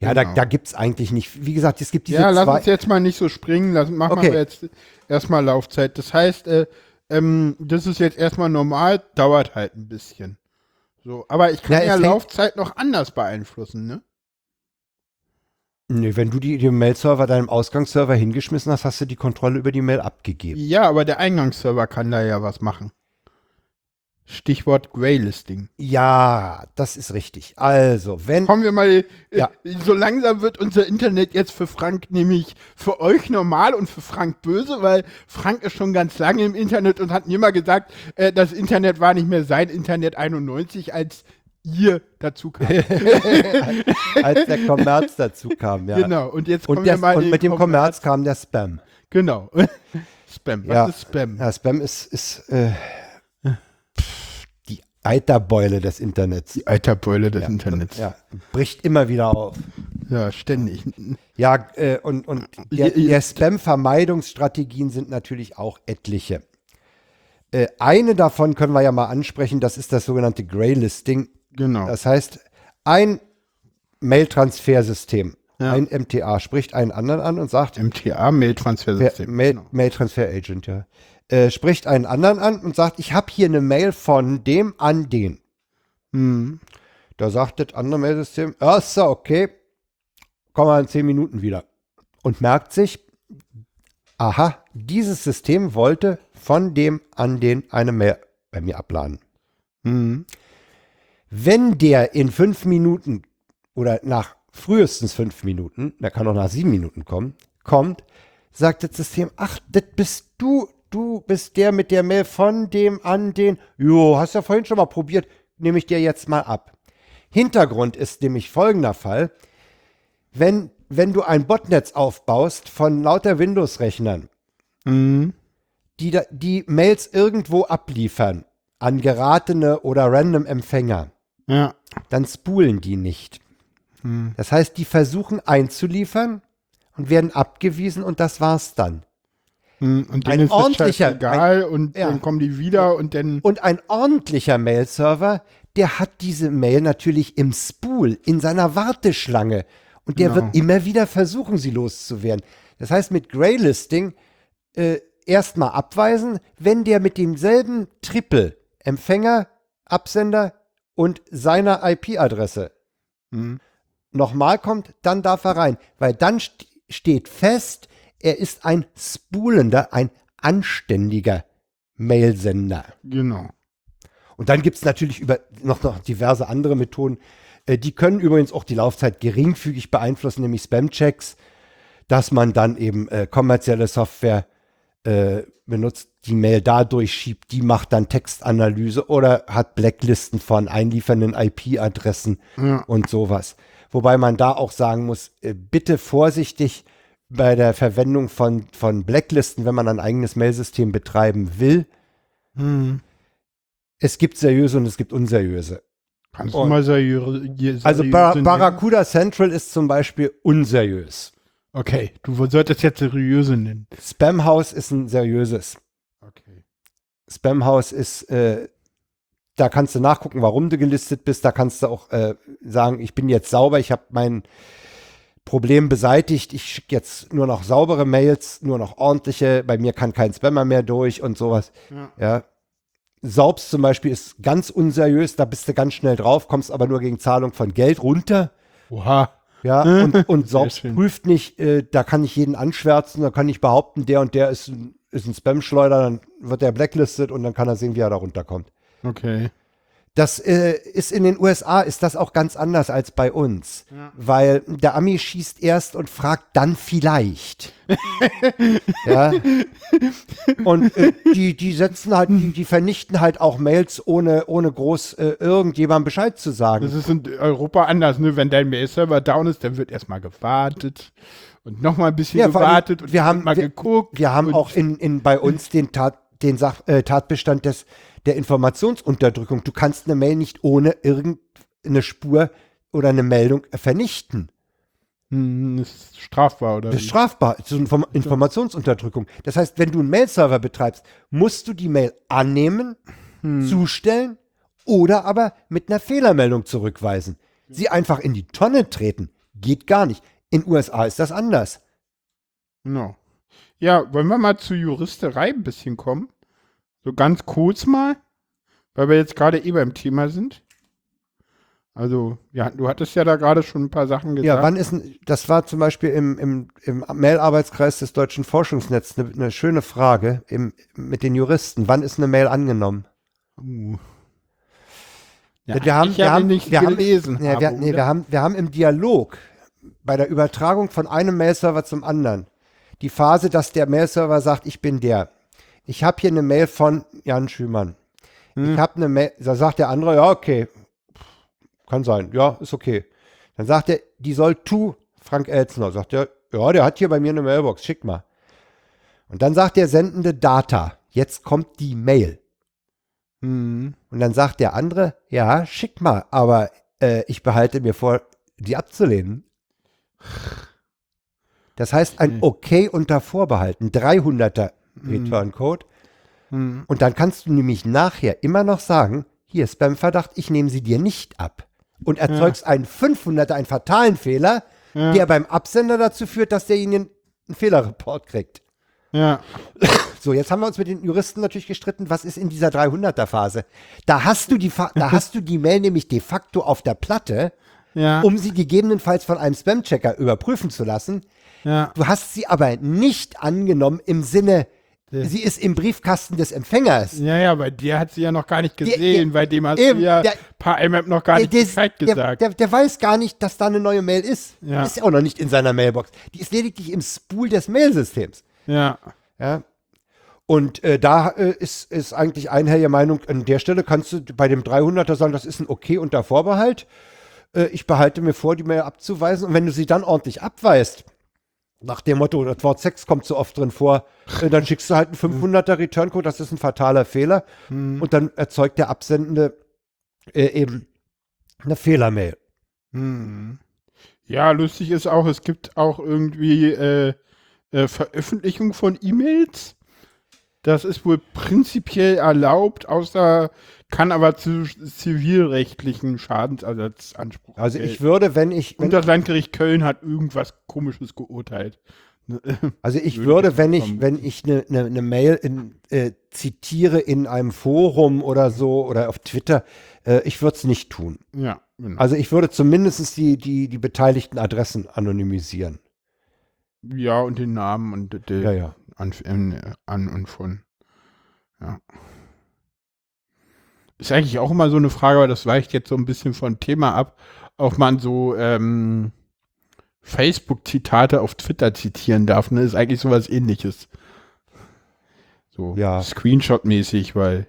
B: Ja, da,
A: Genau.
B: da gibt's eigentlich nicht. Wie gesagt, es gibt diese
A: ja, lass
B: zwei.
A: uns jetzt mal nicht so springen. Lass, machen
B: Okay.
A: wir jetzt erstmal Laufzeit. Das heißt, äh, ähm, das ist jetzt erstmal normal, dauert halt ein bisschen. So, aber ich
B: Ja,
A: kann
B: es
A: ja,
B: hängt-
A: Laufzeit noch anders beeinflussen, ne?
B: nee, wenn du die dem Mail-Server, deinem Ausgangsserver hingeschmissen hast, hast du die Kontrolle über die Mail abgegeben.
A: Ja, aber der Eingangsserver kann da ja was machen. Stichwort Greylisting.
B: Ja, das ist richtig. Also, wenn.
A: Kommen wir mal, äh,
B: Ja.
A: so langsam wird unser Internet jetzt für Frank nämlich für euch normal und für Frank böse, weil Frank ist schon ganz lange im Internet und hat mir mal gesagt, äh, das Internet war nicht mehr sein Internet 91, als ihr dazu kam.
B: als der Kommerz dazu kam, ja.
A: Genau, und jetzt kommen
B: Und, der,
A: wir mal
B: und
A: in
B: mit dem
A: Kom-
B: Kommerz kam der Spam.
A: Genau. Spam, was
B: Ja.
A: ist Spam?
B: Ja, Spam ist, ist äh, pff, die Eiterbeule des Internets.
A: Alterbeule des Internets. Ja.
B: Ja, bricht immer wieder auf.
A: ständig.
B: Ja, äh, und, und der, der Spam-Vermeidungsstrategien sind natürlich auch etliche. Äh, eine davon können wir ja mal ansprechen, das ist das sogenannte Graylisting.
A: Genau.
B: Das heißt, ein Mail-Transfer-System,
A: Ja.
B: ein MTA, spricht einen anderen an und sagt,
A: MTA-Mail-Transfer-System.
B: Mail,
A: genau.
B: Mail Transfer Agent, ja. Äh, spricht einen anderen an und sagt, ich habe hier eine Mail von dem an den. Hm. Da sagt das andere Mailsystem, ach so, okay, kommen wir in zehn Minuten wieder. Und merkt sich, aha, dieses System wollte von dem an den eine Mail bei mir abladen. Hm.
A: Mhm.
B: Wenn der in fünf Minuten oder nach frühestens fünf Minuten, der kann auch nach sieben Minuten kommen, kommt, sagt das System, ach, das bist du, du bist der mit der Mail von dem an den, jo, hast ja vorhin schon mal probiert, nehme ich dir jetzt mal ab. Hintergrund ist nämlich folgender Fall, wenn, wenn du ein Botnetz aufbaust von lauter Windows-Rechnern,
A: Mhm.
B: die, da- die Mails irgendwo abliefern, an geratene oder random Empfänger,
A: Ja.
B: dann spulen die nicht.
A: Hm.
B: Das heißt, die versuchen einzuliefern und werden abgewiesen und das war's dann.
A: Mhm. Und
B: Ein
A: denen ist das
B: ordentlicher-
A: scheißegal und
B: ja.
A: dann kommen die wieder und dann.
B: Und ein ordentlicher Mail-Server, der hat diese Mail natürlich im Spool, in seiner Warteschlange. Und der
A: Genau.
B: wird immer wieder versuchen, sie loszuwerden. Das heißt, mit Graylisting äh, erstmal abweisen, wenn der mit demselben Triple Empfänger, Absender und seiner IP-Adresse
A: Mhm.
B: nochmal kommt, dann darf er rein. Weil dann st steht fest, er ist ein spulender, ein anständiger Mailsender.
A: Genau.
B: Und dann gibt es natürlich über noch, noch diverse andere Methoden. Äh, die können übrigens auch die Laufzeit geringfügig beeinflussen, nämlich Spam-Checks, dass man dann eben äh, kommerzielle Software äh, benutzt, die Mail da durchschiebt, die macht dann Textanalyse oder hat Blacklisten von einliefernden IP-Adressen
A: Ja.
B: und sowas. Wobei man da auch sagen muss, äh, bitte vorsichtig bei der Verwendung von, von Blacklisten, wenn man ein eigenes Mailsystem betreiben will. Hm.
A: Mhm.
B: Es gibt seriöse und es gibt unseriöse.
A: Kannst
B: Und-
A: du mal seriös.
B: Also Bar Barracuda Central ist zum Beispiel unseriös.
A: Okay, du solltest jetzt seriöse nennen.
B: Spamhaus ist ein seriöses.
A: Okay.
B: Spamhaus ist, äh, da kannst du nachgucken, warum du gelistet bist. Da kannst du auch äh, sagen, ich bin jetzt sauber, ich habe mein Problem beseitigt. Ich schicke jetzt nur noch saubere Mails, nur noch ordentliche. Bei mir kann kein Spammer mehr durch und sowas.
A: Ja.
B: Ja. Saubs zum Beispiel ist ganz unseriös. Da bist du ganz schnell drauf, kommst aber nur gegen Zahlung von Geld runter.
A: Oha.
B: Ja, und, und
A: Sehr
B: Sorbs
A: schön.
B: prüft nicht, äh, da kann ich jeden anschwärzen, da kann ich behaupten, der und der ist ein, ist ein Spam-Schleuder, dann wird der blacklisted und dann kann er sehen, wie er da runterkommt.
A: Okay.
B: Das äh, ist in den USA, ist das auch ganz anders als bei uns, weil der Ami schießt erst und fragt dann vielleicht. ja. Und äh, die, die setzen halt, die, die vernichten halt auch Mails, ohne, ohne groß äh, irgendjemandem Bescheid zu sagen.
A: Das ist in Europa anders, ne? Wenn dein Mail-Server down ist, dann wird erstmal gewartet und nochmal ein bisschen
B: Ja, vor allem,
A: gewartet und
B: wir haben-
A: mal
B: wir-
A: geguckt.
B: Wir haben
A: und,
B: auch in, in, bei uns den, Tat, den Sach, äh, Tatbestand des, der Informationsunterdrückung. Du kannst eine Mail nicht ohne irgendeine Spur oder eine Meldung vernichten.
A: Hm, das ist strafbar, oder?
B: Das ist
A: wie?
B: strafbar. Das ist Inform Informationsunterdrückung. Das heißt, wenn du einen Mail-Server betreibst, musst du die Mail annehmen,
A: Hm.
B: zustellen oder aber mit einer Fehlermeldung zurückweisen. Sie einfach in die Tonne treten. Geht gar nicht. In USA ist das anders.
A: Genau. Ja, wollen wir mal zur Juristerei ein bisschen kommen? So ganz kurz mal, weil wir jetzt gerade eh beim Thema sind. Also, ja, du hattest ja da gerade schon ein paar Sachen gesagt.
B: Ja, wann ist denn, das war zum Beispiel im, im, im Mail-Arbeitskreis des Deutschen Forschungsnetzes eine, eine schöne Frage im, mit den Juristen. Wann ist eine Mail angenommen?
A: Uh.
B: Ja, wir haben-
A: ich
B: wir
A: habe
B: haben-
A: nicht
B: wir haben-
A: gelesen.
B: Ja, wir,
A: habe,
B: nee, wir,
A: oder?
B: haben, wir haben im Dialog bei der Übertragung von einem Mail-Server zum anderen die Phase, dass der Mail-Server sagt, ich bin der. Ich habe hier eine Mail von Jan Schümann. Ich habe eine Mail, da sagt der andere, ja, okay, kann sein, ja, ist okay. Dann sagt er, die soll tu Frank Elzner. Sagt er, ja, der hat hier bei mir eine Mailbox, schick mal. Und dann sagt der sendende Data, jetzt kommt die Mail.
A: Hm.
B: Und dann sagt der andere, ja, schick mal, aber äh, ich behalte mir vor, die abzulehnen. Das heißt, ein Okay unter Vorbehalt, ein 300er Return Code.
A: Hm.
B: Und dann kannst du nämlich nachher immer noch sagen, hier ist beim Verdacht, ich nehme sie dir nicht ab. Und erzeugst einen 500er, einen fatalen Fehler,
A: Ja.
B: der beim Absender dazu führt, dass derjenige einen Fehlerreport kriegt.
A: Ja.
B: So, jetzt haben wir uns mit den Juristen natürlich gestritten, was ist in dieser 300er Phase? Da hast du die, Fa da hast du die Mail nämlich de facto auf der Platte,
A: Ja.
B: um sie gegebenenfalls von einem Spam-Checker überprüfen zu lassen.
A: ja.
B: Du hast sie aber nicht angenommen im Sinne, sie ist im Briefkasten des Empfängers.
A: Ja, ja, bei dir hat sie ja noch gar nicht
B: der-
A: gesehen, bei dem hast
B: eben,
A: du ja
B: der-
A: paar MM noch gar nicht
B: der,
A: Bescheid
B: der,
A: gesagt.
B: der, der weiß gar nicht, dass da eine neue Mail ist.
A: Ja.
B: Ist ja auch noch nicht in seiner Mailbox. Die ist lediglich im Spool des Mailsystems.
A: ja.
B: Ja. Und äh, da äh, ist, ist eigentlich einhellige Meinung, an der Stelle kannst du bei dem 300er sagen, das ist ein okay unter Vorbehalt. Äh, ich behalte mir vor, die Mail abzuweisen. Und wenn du sie dann ordentlich abweist, nach dem Motto, das Wort Sex kommt so oft drin vor, äh, dann schickst du halt einen 500er Return-Code, das ist ein fataler Fehler. Und dann erzeugt der Absendende äh, eben eine Fehlermail.
A: Hm. Ja, lustig ist auch, es gibt auch irgendwie äh, äh, Veröffentlichung von E-Mails. Das ist wohl prinzipiell erlaubt, außer kann aber zu zivilrechtlichen Schadensersatzanspruch.
B: Also ich
A: gelten.
B: würde, wenn ich, wenn
A: und das Landgericht Köln hat irgendwas Komisches geurteilt.
B: Also ich
A: Würde
B: würde, wenn ich,
A: kommen.
B: wenn ich eine ne, ne Mail in, äh, zitiere in einem Forum oder so oder auf Twitter, äh, ich würde es nicht tun.
A: Ja, genau.
B: Also ich würde zumindest die, die, die beteiligten Adressen anonymisieren.
A: Also, ja, und den Namen und äh,
B: Ja, ja.
A: an, in, an und von. Ja. Ist eigentlich auch immer so eine Frage, aber das weicht jetzt so ein bisschen vom Thema ab, ob man so ähm, Facebook-Zitate auf Twitter zitieren darf. Ne? Ist eigentlich sowas ähnliches. So
B: Ja.
A: Screenshot-mäßig, weil.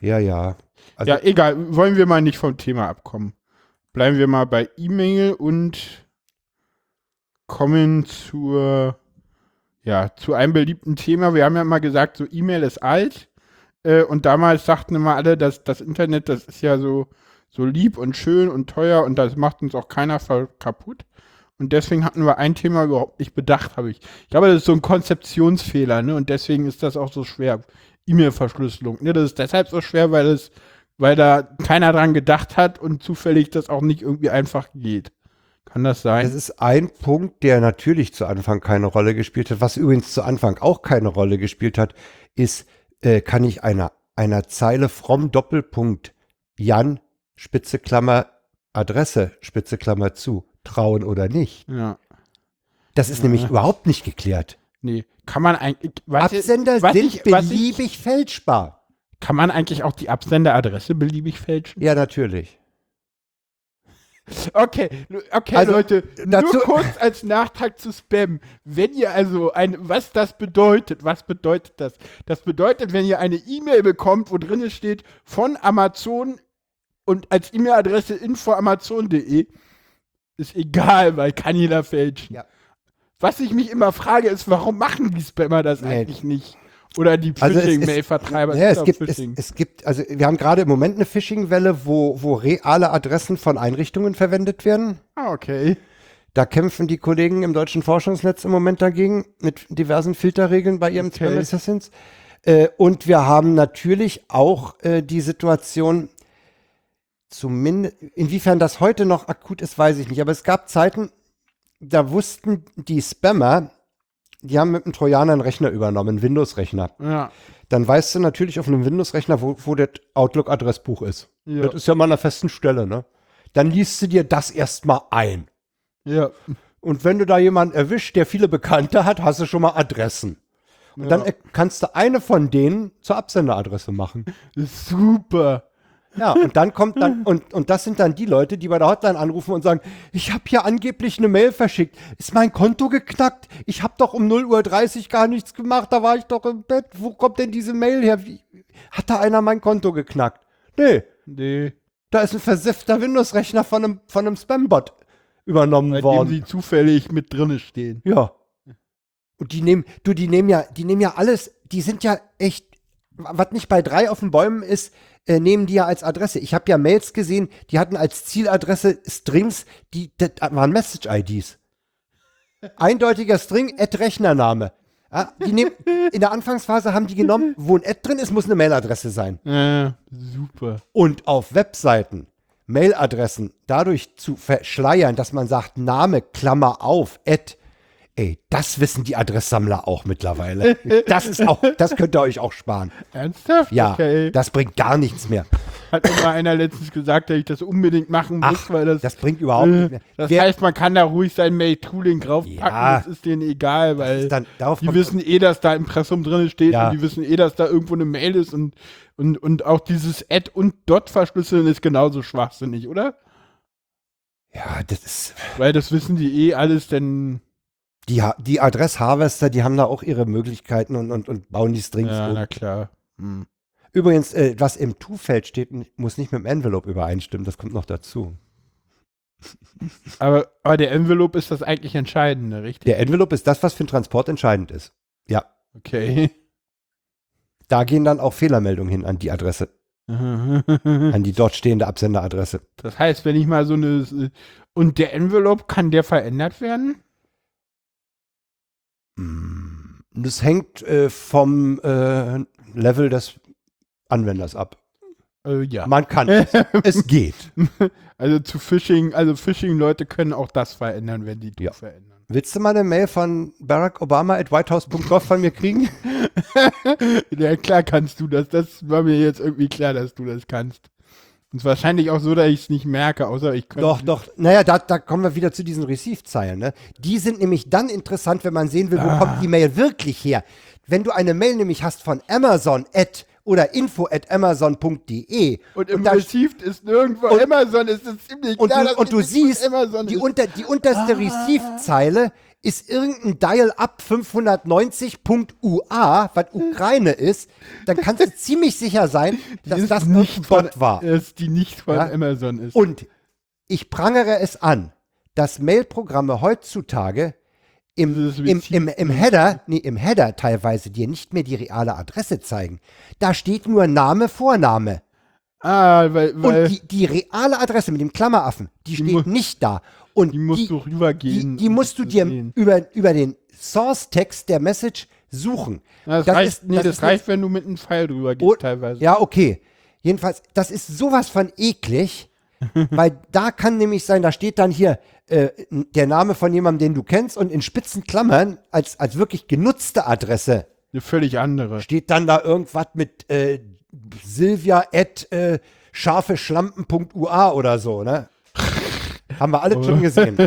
B: Ja, ja. Also-
A: ja, egal. Wollen wir mal nicht vom Thema abkommen. Bleiben wir mal bei E-Mail und kommen zur, ja, zu einem beliebten Thema. Wir haben ja mal gesagt, so E-Mail ist alt. Äh, und damals sagten immer alle, dass das Internet, das ist ja so, so lieb und schön und teuer und das macht uns auch keiner ver- kaputt. Und deswegen hatten wir ein Thema überhaupt nicht bedacht, habe ich. Ich glaube, das ist so ein Konzeptionsfehler, ne? Und deswegen ist das auch so schwer. E-Mail-Verschlüsselung, ne? Das ist deshalb so schwer, weil es, weil da keiner dran gedacht hat und zufällig das auch nicht irgendwie einfach geht. Kann das sein?
B: Das ist ein Punkt, der natürlich zu Anfang keine Rolle gespielt hat. Was übrigens zu Anfang auch keine Rolle gespielt hat, ist, äh, kann ich einer, einer Zeile from Doppelpunkt Jan, Spitze Klammer, Adresse, Spitze Klammer zu, trauen oder nicht?
A: ja.
B: Das ist nämlich überhaupt nicht geklärt.
A: Nee, kann man eigentlich. Äh. Was,
B: Absender
A: was
B: sind
A: ich, was ich,
B: beliebig fälschbar.
A: Kann man eigentlich auch die Absenderadresse beliebig fälschen?
B: Ja, natürlich.
A: Okay, lu- okay,
B: Also,
A: Leute,
B: dazu-
A: nur kurz als Nachtrag zu Spam. Wenn ihr also ein, was das bedeutet, was bedeutet das? Das bedeutet, wenn ihr eine E-Mail bekommt, wo drin steht von Amazon und als E-Mail-Adresse infoamazon.de, E, ist egal, weil kann jeder fälschen.
B: Ja.
A: Was ich mich immer frage, ist, warum machen die Spammer das
B: Nee.
A: eigentlich nicht? Oder die
B: Also es ist-
A: Phishing-Mail-Vertreiber.
B: Ja, es
A: Twitter
B: gibt, es,
A: Phishing.
B: es gibt, also wir haben gerade im Moment eine Phishing-Welle, wo, wo reale Adressen von Einrichtungen verwendet werden.
A: ah, okay.
B: Da kämpfen die Kollegen im deutschen Forschungsnetz im Moment dagegen mit diversen Filterregeln bei ihrem
A: Okay.
B: Spam Assassins. Äh, und wir haben natürlich auch äh, die Situation, zumindest, inwiefern das heute noch akut ist, weiß ich nicht. Aber es gab Zeiten, da wussten die Spammer, die haben mit einem Trojaner einen Rechner übernommen, einen Windows-Rechner.
A: Ja.
B: Dann weißt du natürlich auf einem Windows-Rechner, wo, wo das Outlook-Adressbuch ist.
A: Ja.
B: Das ist ja mal an einer festen Stelle, ne? Dann liest du dir das erstmal ein.
A: Ja.
B: Und wenn du da jemanden erwischt, der viele Bekannte hat, hast du schon mal Adressen. Und dann äh, kannst du eine von denen zur Absenderadresse machen.
A: Super.
B: Ja, und dann kommt dann, und, und das sind dann die Leute, die bei der Hotline anrufen und sagen, ich habe hier angeblich eine Mail verschickt. Ist mein Konto geknackt? Ich habe doch um 0.30 Uhr gar nichts gemacht, da war ich doch im Bett. Wo kommt denn diese Mail her? Wie, hat da einer mein Konto geknackt? Nee,
A: Nee.
B: da ist ein versiffter Windows-Rechner von einem, von einem Spambot übernommen
A: Bei
B: worden.
A: dem sie zufällig mit drinne stehen.
B: Ja. Und die nehmen, du, die nehmen ja, die nehmen ja alles, die sind ja echt, was nicht bei drei auf den Bäumen ist, äh, nehmen die ja als Adresse. Ich habe ja Mails gesehen, die hatten als Zieladresse Strings, die das waren Message-IDs. Eindeutiger String, Ad-Rechnername. Ja, die nehmen, in der Anfangsphase haben die genommen, wo ein Ad drin ist, muss eine Mailadresse sein.
A: Äh, super.
B: Und auf Webseiten Mailadressen dadurch zu verschleiern, dass man sagt Name, Klammer auf, Ad, Ey, das wissen die Adresssammler auch mittlerweile. Das ist auch, das könnt ihr euch auch sparen.
A: Ernsthaft?
B: Ja,
A: Okay.
B: das bringt gar nichts mehr.
A: Hat mir mal einer letztens gesagt, dass ich das unbedingt machen muss,
B: Ach,
A: weil das.
B: das bringt überhaupt
A: äh,
B: nicht mehr.
A: Das
B: Wer-
A: heißt, man kann da ruhig sein Mail-Tooling draufpacken,
B: Ja.
A: das ist denen egal, weil
B: ist dann- darauf
A: die
B: kommt-
A: wissen eh, dass da Impressum drin steht
B: Ja.
A: und die wissen eh, dass da irgendwo eine Mail ist und, und, und auch dieses Add- und Dot-Verschlüsseln ist genauso schwachsinnig, oder?
B: Ja, das ist,
A: Weil das wissen die eh alles, denn
B: die, Ha- die Adressharvester, die haben da auch ihre Möglichkeiten und, und, und bauen die Strings
A: ja,
B: um.
A: na klar. Hm.
B: Übrigens, äh, was im To-Feld steht, n- muss nicht mit dem Envelope übereinstimmen, das kommt noch dazu.
A: Aber, aber der Envelope ist das eigentlich Entscheidende, richtig?
B: Der Envelope ist das, was für den Transport entscheidend ist. Ja,
A: Okay.
B: da gehen dann auch Fehlermeldungen hin an die Adresse,
A: Mhm.
B: an die dort stehende Absenderadresse.
A: Das heißt, wenn ich mal so eine. Und der Envelope, kann der verändert werden?
B: Mm, Das hängt äh, vom äh, Level des Anwenders ab.
A: Äh, ja.
B: Man kann es. es geht.
A: Also zu Phishing, also Phishing-Leute können auch das verändern, wenn die du
B: Ja.
A: verändern.
B: Willst du mal eine Mail von Barack Obama at whitehouse.gov von mir kriegen?
A: ja, klar kannst du das. Das war mir jetzt irgendwie klar, dass du das kannst. Und wahrscheinlich auch so, dass ich es nicht merke, außer ich könnte.
B: Doch, doch. Naja, da, da kommen wir wieder zu diesen Receive-Zeilen. Ne? Die sind nämlich dann interessant, wenn man sehen will,
A: Ah.
B: wo kommt die Mail wirklich her. Wenn du eine Mail nämlich hast von Amazon at oder info at amazon.de
A: Und im
B: da-
A: Receive ist nirgendwo
B: Und-
A: Amazon, ist es ziemlich
B: und,
A: klar.
B: du,
A: dass
B: und du
A: es
B: siehst,
A: Amazon
B: die,
A: ist. Ah.
B: unter, die unterste Receive-Zeile ist irgendein Dial-Up 590.ua, was Ukraine ist, dann kannst du ziemlich sicher sein, dass
A: ist
B: das nicht ein Bot war.
A: Dass die nicht von
B: Ja.
A: Amazon ist.
B: Und ich prangere es an, dass Mailprogramme heutzutage im,
A: Dieses
B: im,
A: Receipt-
B: im, im Header, nee, im Header teilweise dir nicht mehr die reale Adresse zeigen. Da steht nur Name, Vorname.
A: ah, weil, weil
B: Und die, die reale Adresse mit dem Klammeraffen, die
A: mu-
B: steht nicht da. Und
A: die musst du rübergehen.
B: die, die musst du
A: um zu
B: dir
A: sehen.
B: über, über den Source-Text der Message suchen.
A: Na, das, reicht, nee, das
B: ist eine
A: reicht wenn du mit einem Pfeil drüber gehst,
B: Oh,
A: teilweise.
B: Ja, okay. Jedenfalls, das ist sowas von eklig, weil da kann nämlich sein, da steht dann hier äh, n- der Name von jemandem, den du kennst und in spitzen Klammern als, als wirklich genutzte Adresse
A: Eine völlig andere.
B: steht dann da irgendwas mit äh, Silvia at äh, scharfeschlampen.ua oder so, ne? Haben wir alle schon gesehen.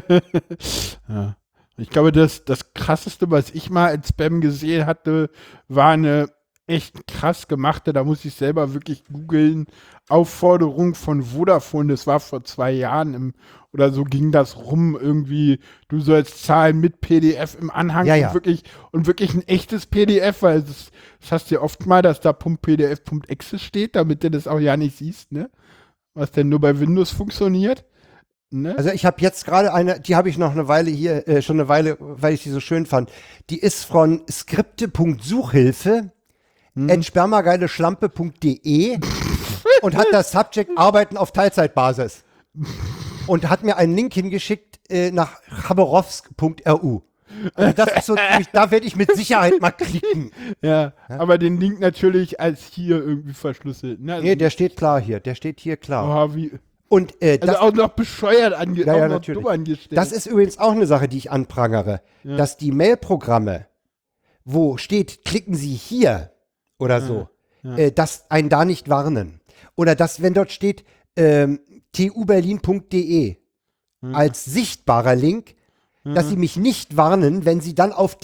A: Ich glaube, das, das krasseste, was ich mal als Spam gesehen hatte, war eine echt krass gemachte, da muss ich selber wirklich googeln, Aufforderung von Vodafone, das war vor zwei Jahren im, oder so ging das rum, irgendwie, du sollst zahlen mit PDF im Anhang
B: Ja, ja.
A: Und, wirklich, und wirklich ein echtes PDF, weil das, das hast du ja oft mal, dass da .pdf.exe steht, damit du das auch ja nicht siehst, ne? Was denn nur bei Windows funktioniert. Ne?
B: Also ich habe jetzt gerade eine, die habe ich noch eine Weile hier, äh, schon eine Weile, weil ich die so schön fand. Die ist von skripte.suchhilfe at spermageileschlampe.de und hat das Subject Arbeiten auf Teilzeitbasis. Und hat mir einen Link hingeschickt äh, nach chaborowsk.ru. Also das ist so, ziemlich- da werde ich mit Sicherheit mal klicken.
A: Ja, aber den Link natürlich als hier irgendwie verschlüsselt. Ne? Also,
B: Nee, der steht klar hier, der steht hier klar.
A: oh, wie,
B: Und äh,
A: also
B: das
A: auch noch bescheuert ange
B: Ja,
A: auch
B: ja,
A: noch
B: natürlich.
A: dumm angestellt.
B: Das ist übrigens auch eine Sache, die ich anprangere, dass die Mailprogramme, wo steht, klicken Sie hier oder so, Äh, dass einen da nicht warnen. Oder dass, wenn dort steht, ähm, tuberlin.de als sichtbarer Link, dass sie mich nicht warnen, wenn sie dann auf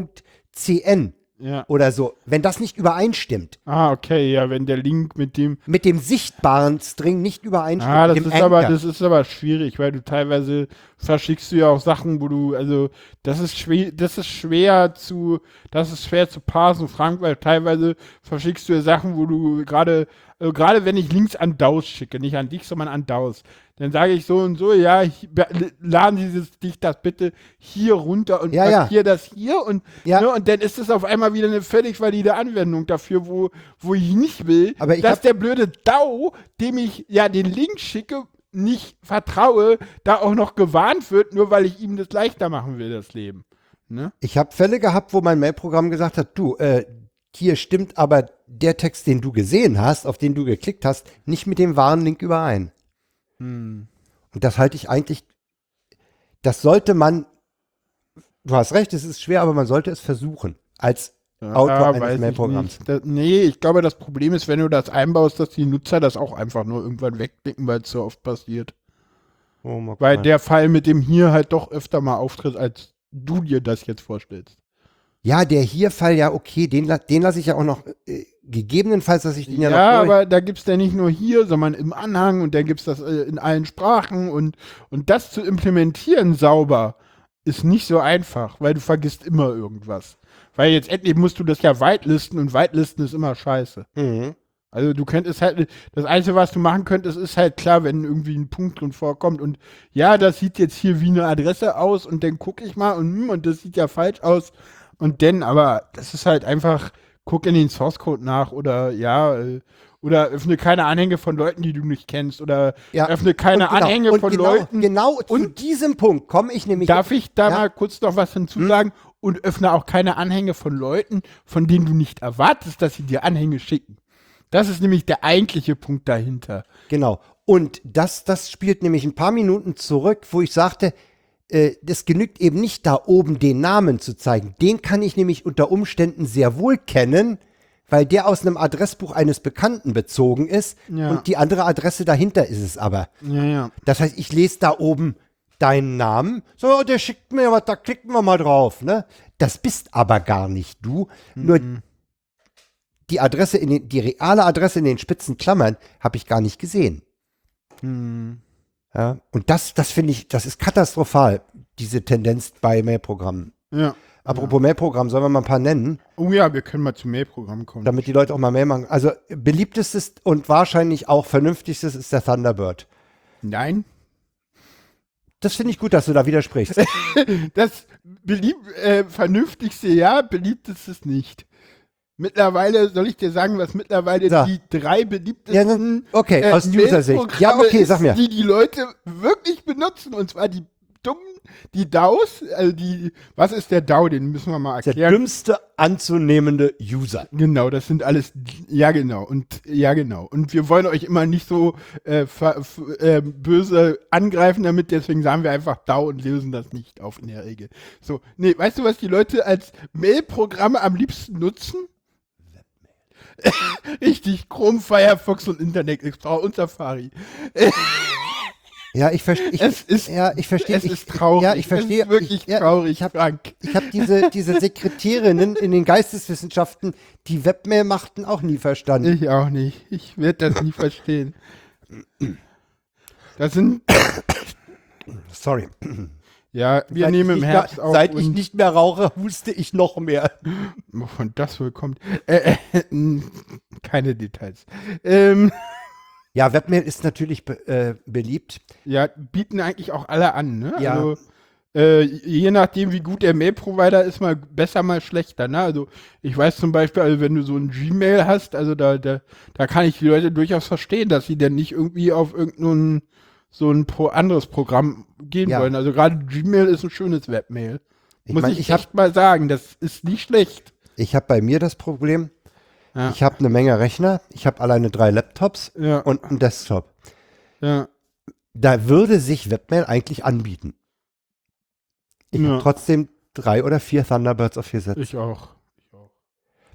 B: tuberlin.cn
A: ja.
B: oder so, wenn das nicht übereinstimmt,
A: Ah, okay, ja, wenn der Link mit dem.
B: mit dem sichtbaren String nicht übereinstimmt.
A: Ah, das
B: mit dem
A: ist aber
B: Anchor.
A: das ist aber schwierig, weil du teilweise verschickst du ja auch Sachen, wo du also das ist schwer das ist schwer zu das ist schwer zu parsen, Frank, weil teilweise verschickst du ja Sachen, wo du gerade also gerade wenn ich Links an Daus schicke, nicht an dich, sondern an Daus, dann sage ich so und so, ja, ich- be- laden Sie dieses dich das bitte hier runter und
B: Ja, ja.
A: markier das hier und
B: Ja.
A: ne, und dann ist es auf einmal wieder eine völlig valide Anwendung dafür, wo wo ich nicht will,
B: Aber ich
A: dass
B: hab-
A: der blöde Dau, dem ich ja den Link schicke, nicht vertraue, da auch noch gewarnt wird, nur weil ich ihm das leichter machen will, das Leben. Ne?
B: Ich habe Fälle gehabt, wo mein Mailprogramm gesagt hat, du, äh, hier stimmt aber der Text, den du gesehen hast, auf den du geklickt hast, nicht mit dem wahren Link überein. Hm. Und das halte ich eigentlich, das sollte man, du hast recht, es ist schwer, aber man sollte es versuchen. Als Output eines
A: weiß ich
B: Mail-Programms.
A: nicht. Das, nee, ich glaube, das Problem ist, wenn du das einbaust, dass die Nutzer das auch einfach nur irgendwann wegklicken, weil es so oft passiert.
B: oh, mal
A: Weil
B: gucken.
A: der Fall mit dem hier halt doch öfter mal auftritt, als du dir das jetzt vorstellst.
B: ja, der hier Fall, ja, okay, den, la- den lasse ich ja auch noch, äh, gegebenenfalls, dass ich den ja,
A: Ja,
B: noch durch-
A: aber da gibt es ja nicht nur hier, sondern im Anhang und dann gibt es das äh, in allen Sprachen und, und das zu implementieren sauber ist nicht so einfach, weil du vergisst immer irgendwas. Weil jetzt endlich musst du das ja weitlisten und weitlisten ist immer scheiße.
B: Mhm.
A: Also du könntest halt, das Einzige, was du machen könntest, ist halt klar, wenn irgendwie ein Punkt drin vorkommt und ja, das sieht jetzt hier wie eine Adresse aus und dann gucke ich mal und, hm, und das sieht ja falsch aus und dann, aber das ist halt einfach, guck in den Source Code nach oder ja, äh, oder öffne keine Anhänge von Leuten, die du nicht kennst oder
B: Ja,
A: öffne keine
B: Und genau,
A: Anhänge
B: und
A: von
B: genau,
A: Leuten.
B: Genau zu
A: und-
B: diesem Punkt komme ich nämlich.
A: Darf ich Hm? da
B: Ja.
A: mal kurz noch was hinzusagen? Und öffne auch keine Anhänge von Leuten, von denen du nicht erwartest, dass sie dir Anhänge schicken. Das ist nämlich der eigentliche Punkt dahinter.
B: Genau. Und das, das spielt nämlich ein paar Minuten zurück, wo ich sagte, äh, das genügt eben nicht da oben den Namen zu zeigen. Den kann ich nämlich unter Umständen sehr wohl kennen, weil der aus einem Adressbuch eines Bekannten bezogen ist
A: Ja.
B: und die andere Adresse dahinter ist es aber.
A: Ja, ja.
B: Das heißt, ich lese da oben deinen Namen. So, ja, der schickt mir was, da klicken wir mal drauf. Ne? Das bist aber gar nicht du. Nur die Adresse in den, die reale Adresse in den spitzen Klammern habe ich gar nicht gesehen. Ja? Und das, das finde ich, das ist katastrophal, diese Tendenz bei Mailprogrammen.
A: ja.
B: Apropos Mailprogramm, sollen wir mal ein paar nennen,
A: Oh ja, wir können mal zum Mailprogramm kommen.
B: damit die Leute auch mal Mail machen. Also beliebtestes und wahrscheinlich auch vernünftigstes ist der Thunderbird.
A: Nein.
B: Das finde ich gut, dass du da widersprichst.
A: Das belieb äh, vernünftigste ja, beliebtestes nicht. Mittlerweile, soll ich dir sagen, was mittlerweile
B: So.
A: die drei beliebtesten
B: Ja, ne? okay, aus User-Sicht. Ja,
A: Mailprogramme
B: okay, sag
A: Äh, ist,
B: mir.
A: Die die Leute wirklich benutzen. Und zwar die dummen, die DAOs, also die, was ist der DAO, den müssen wir mal
B: Der
A: erklären.
B: dümmste anzunehmende User.
A: Genau, das sind alles, ja genau, und ja genau. Und wir wollen euch immer nicht so äh, ver, f, äh, böse angreifen damit, deswegen sagen wir einfach DAO und lösen das nicht auf in der Regel. So, nee, weißt du, was die Leute als Mail-Programme am liebsten nutzen? Richtig, Chrome, Firefox und Internet Explorer und Safari.
B: Ja, ich verstehe.
A: Es ist-
B: ja, ich verstehe.
A: es
B: ich-
A: ist traurig.
B: Ja, ich verstehe.
A: Es ist wirklich
B: ich, ja,
A: traurig,
B: Ich habe
A: Frank.
B: ich hab diese, diese Sekretärinnen in den Geisteswissenschaften, die Webmail machten, auch nie verstanden.
A: Ich auch nicht. Ich werde das nie verstehen. Das sind,
B: Sorry.
A: ja, wir
B: Seit
A: nehmen
B: ich
A: im
B: nicht
A: Herbst
B: mehr,
A: auf.
B: Seit ich
A: und-
B: nicht mehr rauche, huste ich noch mehr.
A: Wovon das wohl kommt. Äh, äh, n- keine Details. Ähm,
B: Ja, Webmail ist natürlich be äh, beliebt.
A: ja, bieten eigentlich auch alle an, ne?
B: Ja.
A: Also, äh, je nachdem, wie gut der Mail-Provider ist, mal besser, mal schlechter. Ne? Also ich weiß zum Beispiel, also wenn du so ein Gmail hast, also da, da, da kann ich die Leute durchaus verstehen, dass sie dann nicht irgendwie auf irgendein so ein pro anderes Programm gehen
B: Ja.
A: wollen. Also gerade Gmail ist ein schönes Webmail.
B: Ich
A: Muss
B: mein,
A: ich,
B: ich hab-
A: echt mal sagen, das ist nicht schlecht.
B: Ich habe bei mir das Problem,
A: Ja.
B: ich habe eine Menge Rechner, ich habe alleine drei Laptops
A: Ja.
B: und einen Desktop.
A: Ja.
B: da würde sich Webmail eigentlich anbieten. Ich
A: Ja.
B: habe trotzdem drei oder vier Thunderbirds auf gesetzt,
A: Ich auch. Ich auch.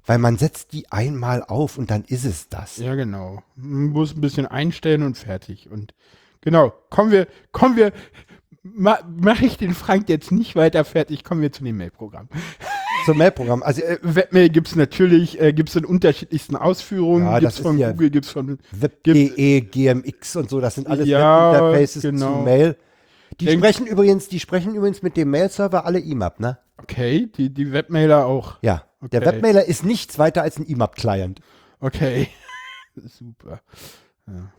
B: weil man setzt die einmal auf und dann ist es das.
A: Ja, genau. Man muss ein bisschen einstellen und fertig. Und genau, kommen wir, kommen wir, ma, mache ich den Frank jetzt nicht weiter fertig, kommen wir zu dem Mail-Programm.
B: Zum Mailprogramm. Also äh,
A: Webmail gibt es natürlich, äh, gibt es in unterschiedlichsten Ausführungen,
B: Ja,
A: gibt es
B: das ist
A: von
B: ja-
A: Google, gibt es von
B: Web.de, GMX und so, das sind alles
A: Ja,
B: Webinterfaces
A: genau.
B: zu Mail. Die
A: Denk-
B: sprechen übrigens, die sprechen übrigens mit dem Mail-Server alle IMAP, ne?
A: Okay, die, die Webmailer auch.
B: Ja. Der
A: Okay.
B: Webmailer ist nichts weiter als ein E IMAP-Client.
A: Okay. Super. Ja.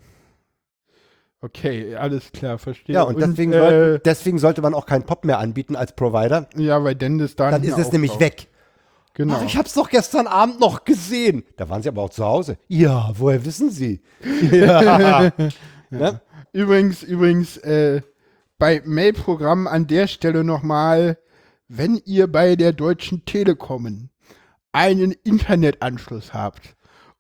A: Okay, alles klar, verstehe.
B: Ja, und, deswegen,
A: äh,
B: soll, deswegen sollte man auch keinen Pop mehr anbieten als Provider.
A: ja, weil Dennis da
B: Dann
A: nicht
B: ist
A: mehr
B: es nämlich
A: auftaucht.
B: weg.
A: Genau.
B: Ach, ich hab's doch gestern Abend noch gesehen. Da waren sie aber auch zu Hause. Ja, woher wissen sie? Ja. ne?
A: Übrigens, übrigens, äh, bei Mail-Programmen an der Stelle nochmal, wenn ihr bei der Deutschen Telekom einen Internetanschluss habt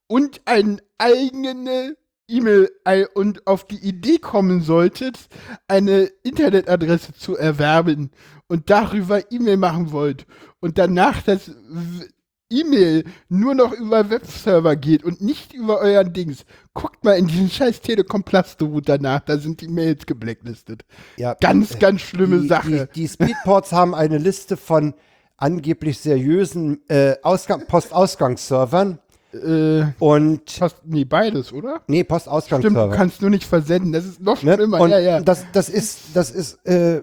A: und einen eigenen E-Mail ei- und auf die Idee kommen solltet, eine Internetadresse zu erwerben und darüber E-Mail machen wollt und danach das W- E-Mail nur noch über Webserver geht und nicht über euren Dings, guckt mal in diesen scheiß Telekom Plasterrouter nach, da sind die Mails geblacklistet.
B: Ja,
A: Ganz, ganz schlimme
B: Äh, die,
A: Sache.
B: Die, die Speedports haben eine Liste von angeblich seriösen äh, Ausgang, Postausgangsservern
A: äh,
B: und
A: fast, nee, beides, oder?
B: nee,
A: Stimmt, du
B: Postausgangsserver.
A: kannst nur nicht versenden, das ist noch
B: Ne?
A: schlimmer.
B: Und
A: ja, ja.
B: das, das ist, das ist äh,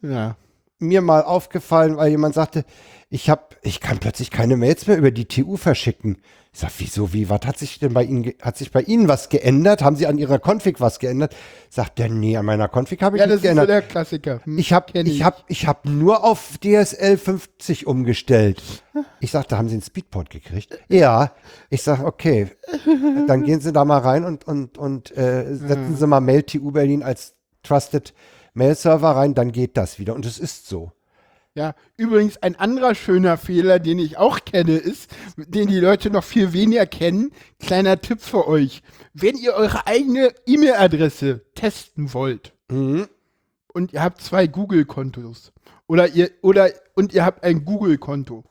A: ja.
B: mir mal aufgefallen, weil jemand sagte, ich hab, ich kann plötzlich keine Mails mehr über die TU verschicken. Ich sag, wieso, wie, was hat sich denn bei Ihnen, ge- hat sich bei Ihnen was geändert? Haben Sie an Ihrer Config was geändert? Sagt der, nee, an meiner Config habe ich
A: ja, das ist
B: nichts
A: so
B: geändert.
A: der Klassiker. Hm,
B: Ich habe
A: kenn
B: ich hab, ich hab nur auf DSL 50 umgestellt. Ich sagte, haben Sie einen Speedport gekriegt? Ja. Ich sage, okay, dann gehen Sie da mal rein und, und, und äh, setzen
A: Hm.
B: Sie mal Mail TU Berlin als Trusted Mail Server rein, dann geht das wieder. Und es ist so.
A: Ja, übrigens ein anderer schöner Fehler, den ich auch kenne, ist, den die Leute noch viel weniger kennen. Kleiner Tipp für euch. Wenn ihr eure eigene E-Mail-Adresse testen wollt und ihr habt zwei Google-Kontos oder ihr oder und ihr habt ein Google-Konto.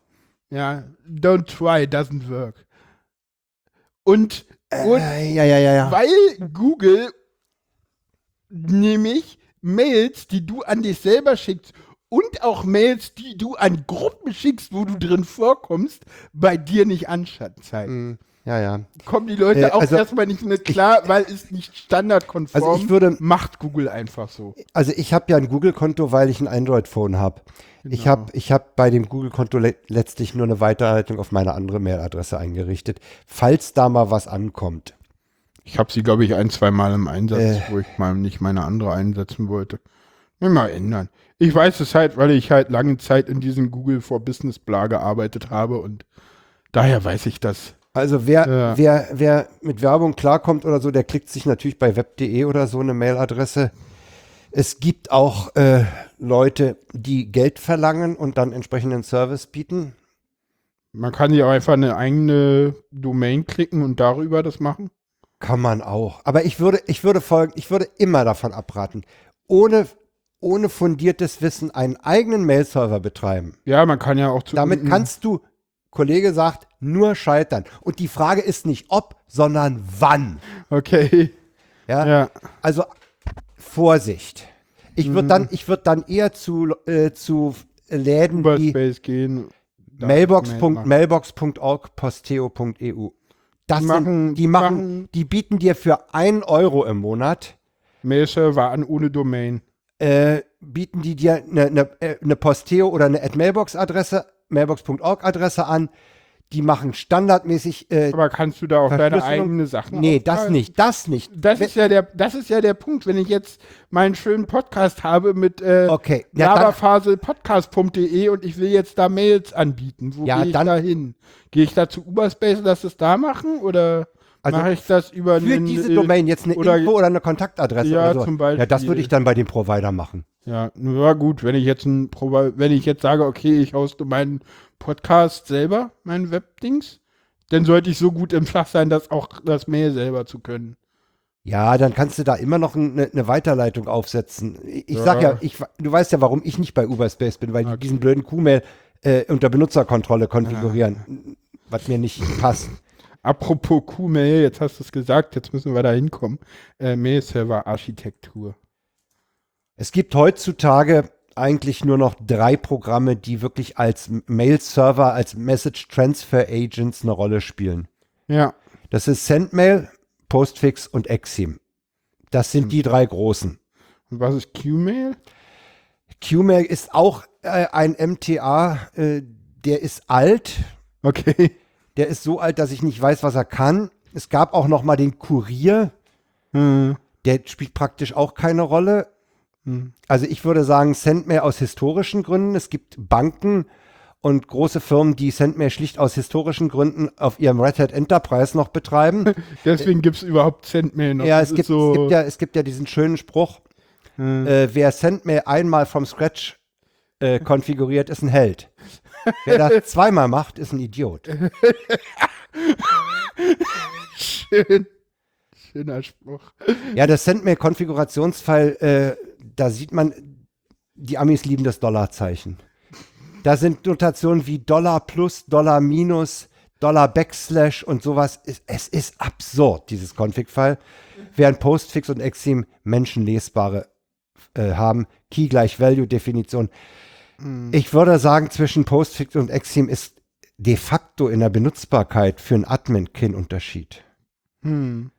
A: Ja, don't try, doesn't work. Und, und
B: Äh, ja, ja, ja, ja.
A: weil Google nämlich Mails, die du an dich selber schickst und auch Mails, die du an Gruppen schickst, wo du drin vorkommst, bei dir nicht anzeigt.
B: Ja, ja.
A: Kommen die Leute
B: Mhm. Äh,
A: auch
B: also-
A: erstmal nicht mit klar, weil es nicht standardkonform
B: Also ich würde-
A: macht Google einfach so.
B: Also ich habe ja ein Google-Konto, weil ich ein Android-Phone habe. Ich habe ich hab bei dem Google-Konto le letztlich nur eine Weiterleitung auf meine andere Mailadresse eingerichtet, falls da mal was ankommt.
A: Ich habe sie, glaube ich, ein, zwei Mal im Einsatz,
B: Äh.
A: wo ich mal nicht meine andere einsetzen wollte. Mir mal ändern. Ich weiß es halt, weil ich halt lange Zeit in diesem Google for Business Bla gearbeitet habe und daher weiß ich das.
B: Also wer,
A: Ja.
B: wer, wer mit Werbung klarkommt oder so, der klickt sich natürlich bei web.de oder so eine Mailadresse. Es gibt auch äh, Leute, die Geld verlangen und dann entsprechenden Service bieten.
A: Man kann sich auch einfach eine eigene Domain klicken und darüber das machen.
B: Kann man auch. Aber ich würde, ich würde folgen, ich würde immer davon abraten. Ohne, ohne fundiertes Wissen einen eigenen Mailserver betreiben.
A: Ja, man kann ja auch zu.
B: Damit
A: unten-
B: kannst du, Kollege sagt, nur scheitern. Und die Frage ist nicht ob, sondern wann.
A: Okay.
B: Ja.
A: Ja.
B: Also Vorsicht. Ich würde
A: Mhm.
B: dann, ich würd dann eher zu, äh, zu Läden wie
A: Überspace gehen. Da Mail machen.
B: mailbox.mailbox.org, posteo.eu. e Das
A: Die machen-
B: sind, die machen,
A: machen-
B: die bieten dir für 1 Euro im Monat,
A: Mail-Server an ohne Domain.
B: äh, bieten die dir eine, eine, äh, eine Posteo oder eine Mailbox-Adresse, mailbox.org-Adresse an. Die machen standardmäßig, äh,
A: Aber kannst du da auch deine
B: Verschlüsselung-
A: eigene Sachen
B: nee, das
A: aufteilen?
B: nicht, das nicht.
A: Das
B: Wenn-
A: ist, ja der, das ist ja der Punkt, wenn ich jetzt meinen schönen Podcast habe mit äh,
B: Okay, ja, dann-
A: laberfaselpodcast.de und ich will jetzt da Mails anbieten. Wo
B: Ja,
A: gehe ich
B: dann-
A: da hin? Gehe ich da zu Uberspace und lass es da machen oder
B: Also
A: mache ich das über
B: für
A: einen,
B: diese
A: äh,
B: Domain jetzt eine
A: oder-
B: Info oder eine Kontaktadresse
A: Ja,
B: oder so.
A: zum Beispiel.
B: Ja, das würde ich dann bei dem Provider machen.
A: Ja, na gut, wenn ich jetzt ein Provi- wenn ich jetzt sage, okay, ich hoste meinen Podcast selber, meinen Webdings, dann sollte ich so gut im Schach sein, dass auch das Mail selber zu können.
B: Ja, dann kannst du da immer noch eine, eine Weiterleitung aufsetzen. Ich ich sag
A: Ja.
B: ja, ich, du weißt ja, warum ich nicht bei Uberspace bin, weil die diesen blöden Q-Mail äh, unter Benutzerkontrolle konfigurieren,
A: Ah.
B: was mir nicht passt.
A: Apropos Q-Mail, jetzt hast du es gesagt, jetzt müssen wir da hinkommen. Äh, Mail-Server-Architektur.
B: Es gibt heutzutage eigentlich nur noch drei Programme, die wirklich als Mail-Server, als Message Transfer Agents eine Rolle spielen.
A: Ja,
B: Das ist Sendmail, Postfix und Exim. Das sind die drei großen.
A: und was ist Q-Mail?
B: Qmail ist auch äh, ein MTA, äh, der ist alt.
A: Okay.
B: Der ist so alt, dass ich nicht weiß, was er kann. Es gab auch noch mal den Kurier.
A: Hm.
B: Der spielt praktisch auch keine Rolle.
A: Hm.
B: Also ich würde sagen, Sendmail aus historischen Gründen. Es gibt Banken und große Firmen, die Sendmail schlicht aus historischen Gründen auf ihrem Red Hat Enterprise noch betreiben.
A: Deswegen gibt es überhaupt Sendmail noch.
B: ja,
A: Das
B: es
A: ist
B: gibt,
A: so,
B: es, gibt ja, es gibt ja diesen schönen Spruch,
A: Hm.
B: äh, wer Sendmail einmal vom Scratch äh, konfiguriert, ist ein Held. Wer das zweimal macht, ist ein Idiot.
A: schön. Schöner Spruch.
B: Ja, der Sandman-Konfigurationsfall, äh, da sieht man, die Amis lieben das Dollarzeichen. Da sind Notationen wie Dollar plus, Dollar minus, Dollar Backslash und sowas. Es, es ist absurd, dieses Config-File. Während Postfix und Exim menschenlesbare äh, haben. Key gleich Value-Definition. Ich würde sagen, zwischen Postfix und Exim ist de facto in der Benutzbarkeit für einen Admin kein Unterschied.
A: Hm.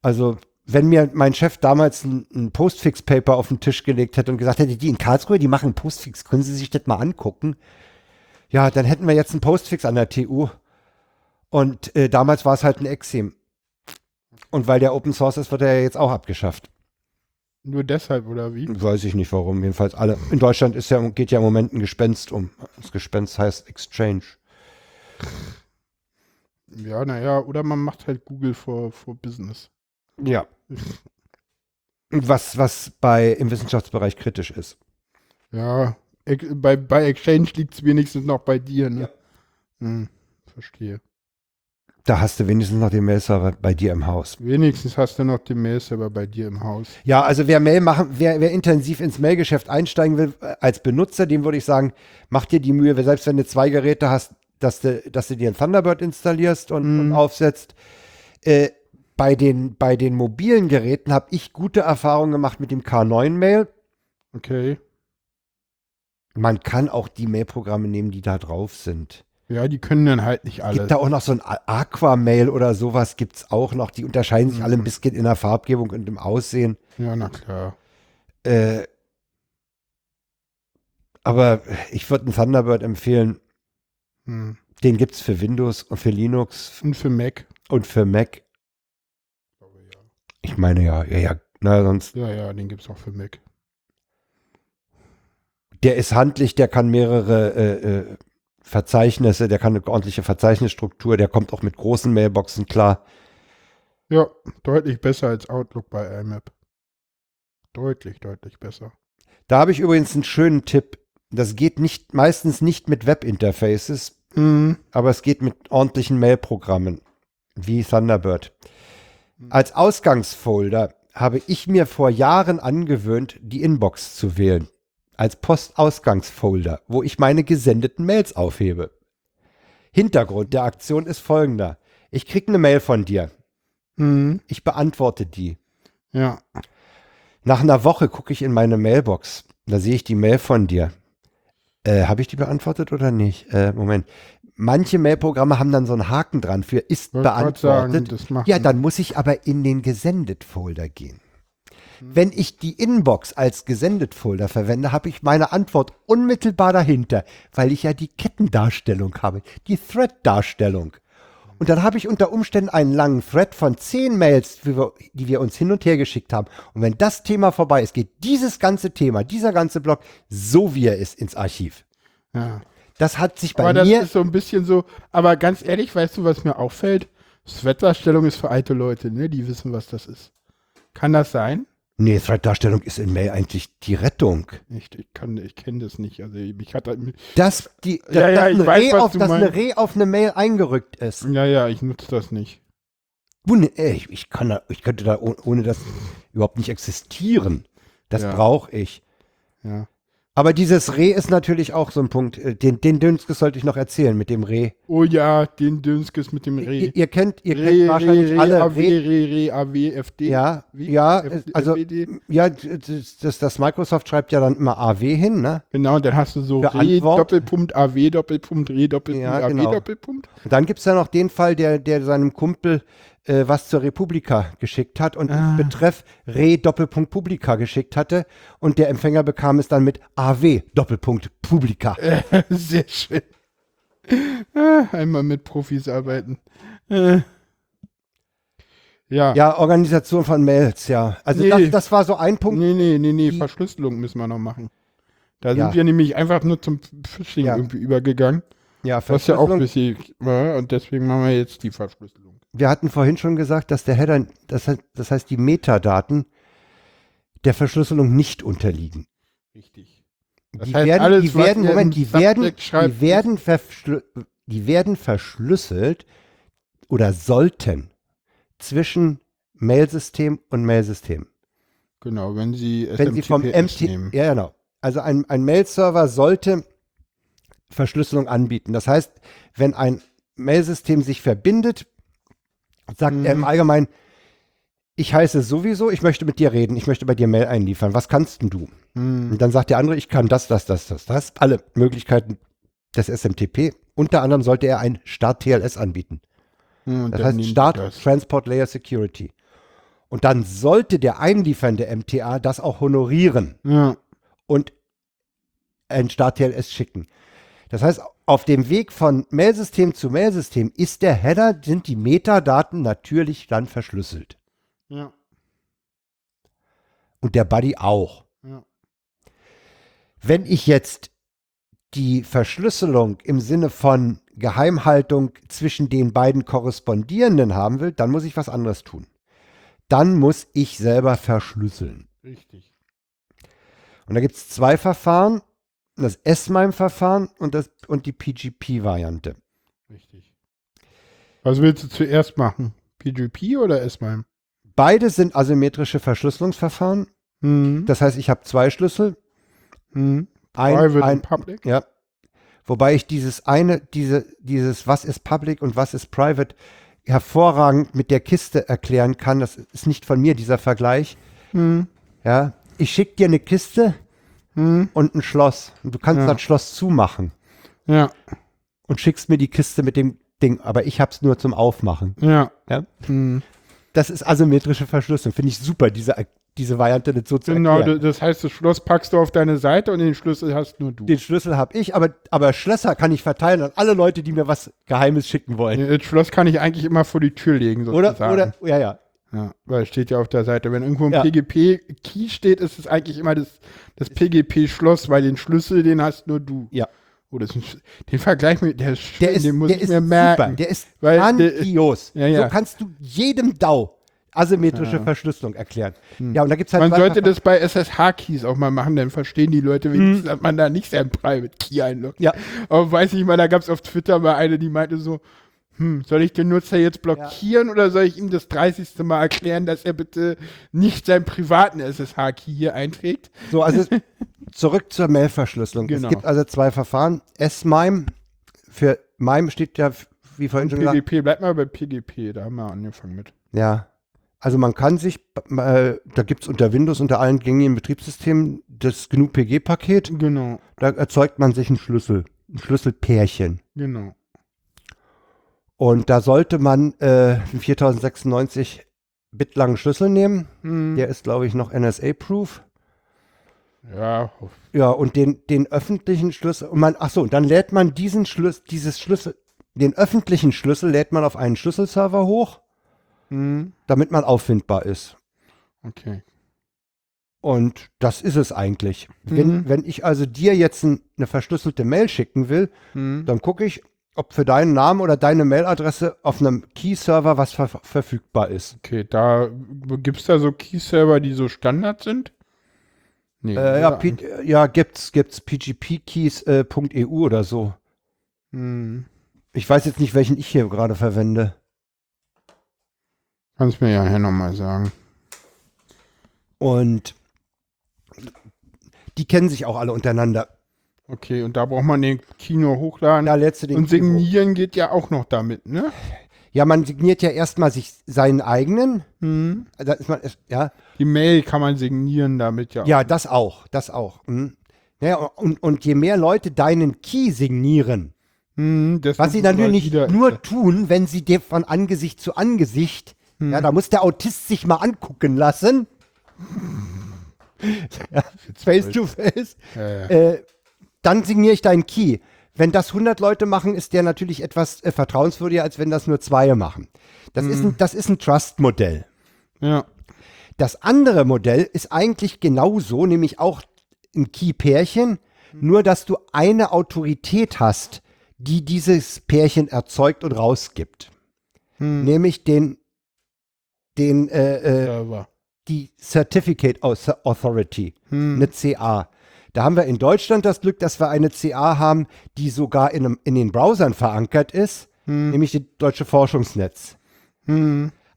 B: Also, wenn mir mein Chef damals ein, ein Postfix-Paper auf den Tisch gelegt hätte und gesagt hätte, die in Karlsruhe, die machen Postfix, können Sie sich das mal angucken? Ja, dann hätten wir jetzt einen Postfix an der TU. Und äh, damals war es halt ein Exim. Und weil der Open Source ist, wird er ja jetzt auch abgeschafft.
A: Nur deshalb, oder wie?
B: Weiß ich nicht warum. Jedenfalls alle. In Deutschland ist ja, geht ja im Moment ein Gespenst um. Das Gespenst heißt Exchange.
A: Ja, naja, oder man macht halt Google for, for Business.
B: Ja. Was, was bei im Wissenschaftsbereich kritisch ist.
A: Ja, ex- bei, bei Exchange liegt es wenigstens noch bei dir, ne? Hm, verstehe.
B: Da hast du wenigstens noch den Mail-Server bei dir im Haus.
A: Wenigstens hast du noch den Mail-Server bei dir im Haus.
B: Ja, also wer Mail machen, wer, wer intensiv ins Mailgeschäft einsteigen will äh, als Benutzer, dem würde ich sagen, mach dir die Mühe, weil selbst wenn du zwei Geräte hast, dass du, dass du dir ein Thunderbird installierst und, und aufsetzt. Äh, bei, den, bei den mobilen Geräten habe ich gute Erfahrungen gemacht mit dem K9 Mail.
A: Okay.
B: Man kann auch die Mail-Programme nehmen, die da drauf sind.
A: Ja, die können dann halt nicht alle.
B: Gibt da auch noch so ein A- Aquamail oder sowas gibt's auch noch. Die unterscheiden sich alle ein bisschen in der Farbgebung und im Aussehen.
A: Ja, na klar.
B: Äh, aber ich würde einen Thunderbird empfehlen.
A: Hm.
B: Den gibt's für Windows und für Linux
A: Und für Mac.
B: und für Mac. Ich meine ja, ja, ja. Na, sonst,
A: Ja, ja, den gibt es auch für Mac.
B: der ist handlich, der kann mehrere äh, äh, Verzeichnisse, der kann eine ordentliche Verzeichnisstruktur, der kommt auch mit großen Mailboxen klar.
A: Ja, deutlich besser als Outlook bei IMAP. Deutlich, deutlich besser.
B: Da habe ich übrigens einen schönen Tipp. Das geht nicht, meistens nicht mit Webinterfaces,
A: Mhm.
B: aber es geht mit ordentlichen Mailprogrammen wie Thunderbird. Als Ausgangsfolder habe ich mir vor Jahren angewöhnt, die Inbox zu wählen. Als Postausgangsfolder, wo ich meine gesendeten Mails aufhebe. Hintergrund der Aktion ist folgender. Ich kriege eine Mail von dir.
A: Mhm.
B: Ich beantworte die.
A: Ja.
B: Nach einer Woche gucke ich in meine Mailbox. Da sehe ich die Mail von dir. Äh, habe ich die beantwortet oder nicht? Äh, Moment. Manche Mailprogramme haben dann so einen Haken dran für ist
A: Wollte grad
B: beantwortet.
A: das macht
B: ja, dann muss ich aber in den Gesendet-Folder gehen. Wenn ich die Inbox als Gesendet-Folder verwende, habe ich meine Antwort unmittelbar dahinter, weil ich ja die Kettendarstellung habe, die Thread-Darstellung. Und dann habe ich unter Umständen einen langen Thread von zehn Mails, die wir, die wir uns hin und her geschickt haben. Und wenn das Thema vorbei ist, geht dieses ganze Thema, dieser ganze Block, so wie er ist, ins Archiv.
A: ja.
B: Das hat sich bei
A: Aber das
B: mir
A: ist so ein bisschen so, aber ganz ehrlich, weißt du, was mir auffällt? Sweatdarstellung ist für alte Leute, ne? Die wissen, was das ist. Kann das sein?
B: Nee, Thread-Darstellung ist in Mail eigentlich die Rettung.
A: Ich, ich kann, ich kenne das nicht. Also mich hat
B: Dass, die, dass,
A: Ja, ja,
B: dass,
A: ich
B: eine,
A: weiß,
B: Reh
A: was
B: auf,
A: du
B: dass eine
A: meinst.
B: Reh auf eine Mail eingerückt ist.
A: ja, ja, ich nutze das nicht.
B: Wun- ey, äh, Ich, ich, kann da, ich könnte da oh- ohne das überhaupt nicht existieren. Das
A: Ja.
B: brauche ich.
A: Ja.
B: Aber dieses Reh ist natürlich auch so ein Punkt. äh, Den, den Dünskes sollte ich noch erzählen mit dem Reh.
A: Oh ja, den Dünskes mit dem Reh.
B: Ihr, ihr kennt, ihr
A: Reh,
B: kennt wahrscheinlich
A: Reh, Reh,
B: alle
A: AW,
B: Reh.
A: Reh, Reh, AW, FD.
B: Ja,
A: Wie?
B: ja,
A: F-
B: also
A: FD?
B: ja, das, das, das Microsoft schreibt ja dann immer AW hin, ne?
A: Genau, dann hast du so
B: Für
A: Reh,
B: Antwort.
A: Doppelpunkt, AW, Doppelpunkt, Reh, Doppelpunkt,
B: Ja,
A: AW,
B: genau.
A: Doppelpunkt.
B: Und dann gibt es ja noch den Fall, der, der seinem Kumpel äh, was zur Republika geschickt hat und
A: Ah.
B: ins Betreff Re Doppelpunkt Publika geschickt hatte und der Empfänger bekam es dann mit AW Doppelpunkt Publika.
A: Sehr schön. Ah, Einmal mit Profis arbeiten. Äh. Ja.
B: Ja, Organisation von Mails, ja. Also
A: Nee.
B: das, das war so ein Punkt.
A: Nee, nee, nee, nee, Verschlüsselung müssen wir noch machen. Da
B: Ja.
A: sind wir nämlich einfach nur zum Phishing
B: Ja.
A: irgendwie übergegangen.
B: Ja,
A: Was ja auch
B: Verschlüsselung.
A: ein bisschen war. Und deswegen machen wir jetzt die Verschlüsselung.
B: wir hatten vorhin schon gesagt, dass der Header, das, heißt- das heißt die Metadaten der Verschlüsselung nicht unterliegen.
A: Richtig. Das
B: Die
A: heißt,
B: werden,
A: alles,
B: die
A: was
B: werden,
A: ihr im
B: Moment, die
A: Subject
B: werden, die
A: schreibt,
B: werden, verschlü- die werden verschlüsselt oder sollten zwischen Mailsystem und Mailsystem.
A: Genau, wenn Sie
B: Wenn Sie vom
A: SMTPS
B: MT, ja genau. Also ein, ein Mail-Server sollte Verschlüsselung anbieten. Das heißt, wenn ein Mail-System sich verbindet, sagt
A: Mhm.
B: er im Allgemeinen, ich heiße sowieso, ich möchte mit dir reden, ich möchte bei dir Mail einliefern. Was kannst denn du?
A: Hm,
B: Und dann sagt der andere, ich kann das, das, das, das, das. Alle Möglichkeiten des SMTP. Unter anderem sollte er ein Start-TLS anbieten.
A: hm,
B: Das
A: dann
B: heißt
A: nimmt
B: Start
A: das.
B: Transport Layer Security. Und dann sollte der einliefernde MTA das auch honorieren
A: Ja,
B: und ein Start-TLS schicken. Das heißt, auf dem Weg von Mailsystem zu Mailsystem ist der Header, sind die Metadaten natürlich dann verschlüsselt.
A: ja,
B: Und der Buddy auch.
A: ja.
B: Wenn ich jetzt die Verschlüsselung im Sinne von Geheimhaltung zwischen den beiden Korrespondierenden haben will, dann muss ich was anderes tun. Dann muss ich selber verschlüsseln.
A: Richtig.
B: Und da gibt es zwei Verfahren, das S-MIME-Verfahren und, das, und die PGP-Variante.
A: Richtig. Was willst du zuerst machen? PGP oder S-MIME?
B: Beide sind asymmetrische Verschlüsselungsverfahren.
A: Hm,
B: Das heißt, ich habe zwei Schlüssel.
A: hm.
B: Ein,
A: Private
B: ein,
A: und Public?
B: Ja. Wobei ich dieses eine, diese, dieses was ist public und was ist private hervorragend mit der Kiste erklären kann. Das ist nicht von mir, dieser Vergleich.
A: Hm,
B: Ja. Ich schicke dir eine Kiste
A: hm,
B: und ein Schloss. Und du kannst
A: Ja.
B: das Schloss zumachen
A: ja,
B: und schickst mir die Kiste mit dem Ding. Aber ich hab's nur zum Aufmachen.
A: ja.
B: Ja.
A: Hm.
B: Das ist asymmetrische Verschlüsselung. Finde ich super, diese, äh, diese Variante das so zu
A: Genau,
B: erklären.
A: d- das heißt, das Schloss packst du auf deine Seite und den Schlüssel hast nur du.
B: Den Schlüssel habe ich, aber, aber Schlösser kann ich verteilen an alle Leute, die mir was Geheimes schicken wollen.
A: Das Schloss kann ich eigentlich immer vor die Tür legen,
B: Oder,
A: sozusagen.
B: oder, ja, ja.
A: Ja, weil es steht ja auf der Seite. Wenn irgendwo ein
B: Ja.
A: PGP-Key steht, ist es eigentlich immer das, das PGP-Schloss, weil den Schlüssel, den hast nur du.
B: Ja.
A: Oh, das ist ein, Sch- den Vergleich mit, der ist schön,
B: Der ist,
A: den muss
B: der
A: ich
B: ist
A: mir merken.
B: super. Der ist
A: Weil der-
B: grandios.
A: Ja, ja.
B: So kannst du jedem DAO asymmetrische Verschlüsselung erklären. Ja, und da gibt's halt
A: Hm. man
B: zwei
A: sollte
B: Verfahren.
A: das bei SSH-Keys auch mal machen, dann verstehen die Leute
B: Mhm.
A: wenigstens, dass man da nicht seinen Private Key einloggt.
B: Ja.
A: Aber weiß ich mal, da gab es auf Twitter mal eine, die meinte so, hm, soll ich den Nutzer jetzt blockieren oder soll ich ihm das 30. Mal erklären, dass er bitte nicht seinen privaten SSH-Key hier einträgt?
B: So, also zurück zur Mailverschlüsselung.
A: Genau.
B: Es gibt also zwei Verfahren. S-MIME, für MIME E steht ja, wie vorhin schon gesagt,
A: PGP, bleib mal bei PGP, da haben wir angefangen mit.
B: Ja. Also man kann sich, äh, da gibt's unter Windows, unter allen gängigen Betriebssystemen das GNU-PG-Paket,
A: Genau,
B: da erzeugt man sich einen Schlüssel, ein Schlüsselpärchen.
A: genau.
B: Und da sollte man äh, einen 4096 Bit langen Schlüssel nehmen.
A: Hm.
B: Der ist, glaube ich, noch NSA-proof.
A: Ja, hoff-
B: Ja, und den, den öffentlichen Schlüssel, und man, ach so, und dann lädt man diesen Schlüssel, dieses Schlüssel, den öffentlichen Schlüssel lädt man auf einen Schlüsselserver hoch,
A: hm.
B: damit man auffindbar ist.
A: okay.
B: Und das ist es eigentlich.
A: Mhm.
B: Wenn, wenn ich also dir jetzt ein, eine verschlüsselte Mail schicken will,
A: Hm.
B: dann gucke ich, ob für deinen Namen oder deine Mailadresse auf einem Key-Server was ver verfügbar ist.
A: Okay, da gibt es da so Key-Server, die so Standard sind? Nee.
B: Äh, ja,
A: oder?
B: P ja, gibt's, gibt's pgpkeys.eu äh, Punkt EU oder so.
A: Hm.
B: Ich weiß jetzt nicht, welchen ich hier gerade verwende.
A: Kannst mir ja hier nochmal sagen.
B: Und die kennen sich auch alle untereinander.
A: Okay, und da braucht man den Kino hochladen.
B: Da lädst du den
A: und
B: Key hoch.
A: signieren geht ja auch noch damit, ne?
B: Ja, man signiert ja erstmal sich seinen eigenen.
A: Hm.
B: Da ist man, ja,
A: Die Mail kann man signieren damit ja. auch.
B: Ja, das auch, das auch. Mhm. Naja, und, und je mehr Leute deinen Key signieren,
A: Hm, das
B: was sie
A: machen
B: natürlich nicht
A: wieder-
B: nur tun, wenn sie dir von Angesicht zu Angesicht,
A: Mhm.
B: ja, da muss der Autist sich mal angucken lassen, face to face,
A: Äh,
B: äh, dann signiere ich deinen Key. Wenn das 100 Leute machen, ist der natürlich etwas äh, vertrauenswürdiger, als wenn das nur zwei machen. Das ist ein, das ist ein Trust-Modell.
A: ja.
B: Das andere Modell ist eigentlich genauso, nämlich auch ein Key-Pärchen, nur dass du eine Autorität hast, die dieses Pärchen erzeugt und rausgibt. Nämlich den, den, äh, äh,
A: Server.
B: die Certificate Au- Authority, eine CA. Da haben wir in Deutschland das Glück, dass wir eine CA haben, die sogar in, einem, in den Browsern verankert ist, nämlich das Deutsche Forschungsnetz.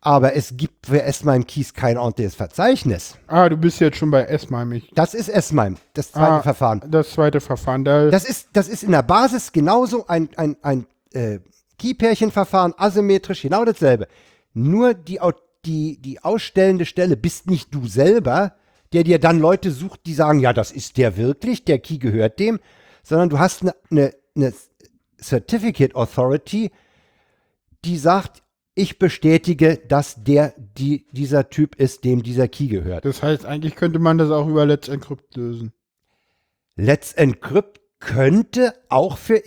B: Aber es gibt für S-MIME Keys kein ordentliches Verzeichnis.
A: Ah, du bist jetzt schon bei S-MIME. Ich-
B: Das ist S-MIME, das zweite
A: Ah,
B: Verfahren.
A: Das zweite Verfahren. Da,
B: Das ist, das ist in der Basis genauso ein, ein, ein äh, Key-Pärchen-Verfahren, asymmetrisch, genau dasselbe. Nur die, au- die, die ausstellende Stelle bist nicht du selber, der dir dann Leute sucht, die sagen, ja, das ist der wirklich, der Key gehört dem, sondern du hast eine, eine, eine Certificate Authority, die sagt, ich bestätige, dass der die, dieser Typ ist, dem dieser Key gehört.
A: das heißt, eigentlich könnte man das auch über Let's Encrypt lösen.
B: Let's Encrypt könnte auch für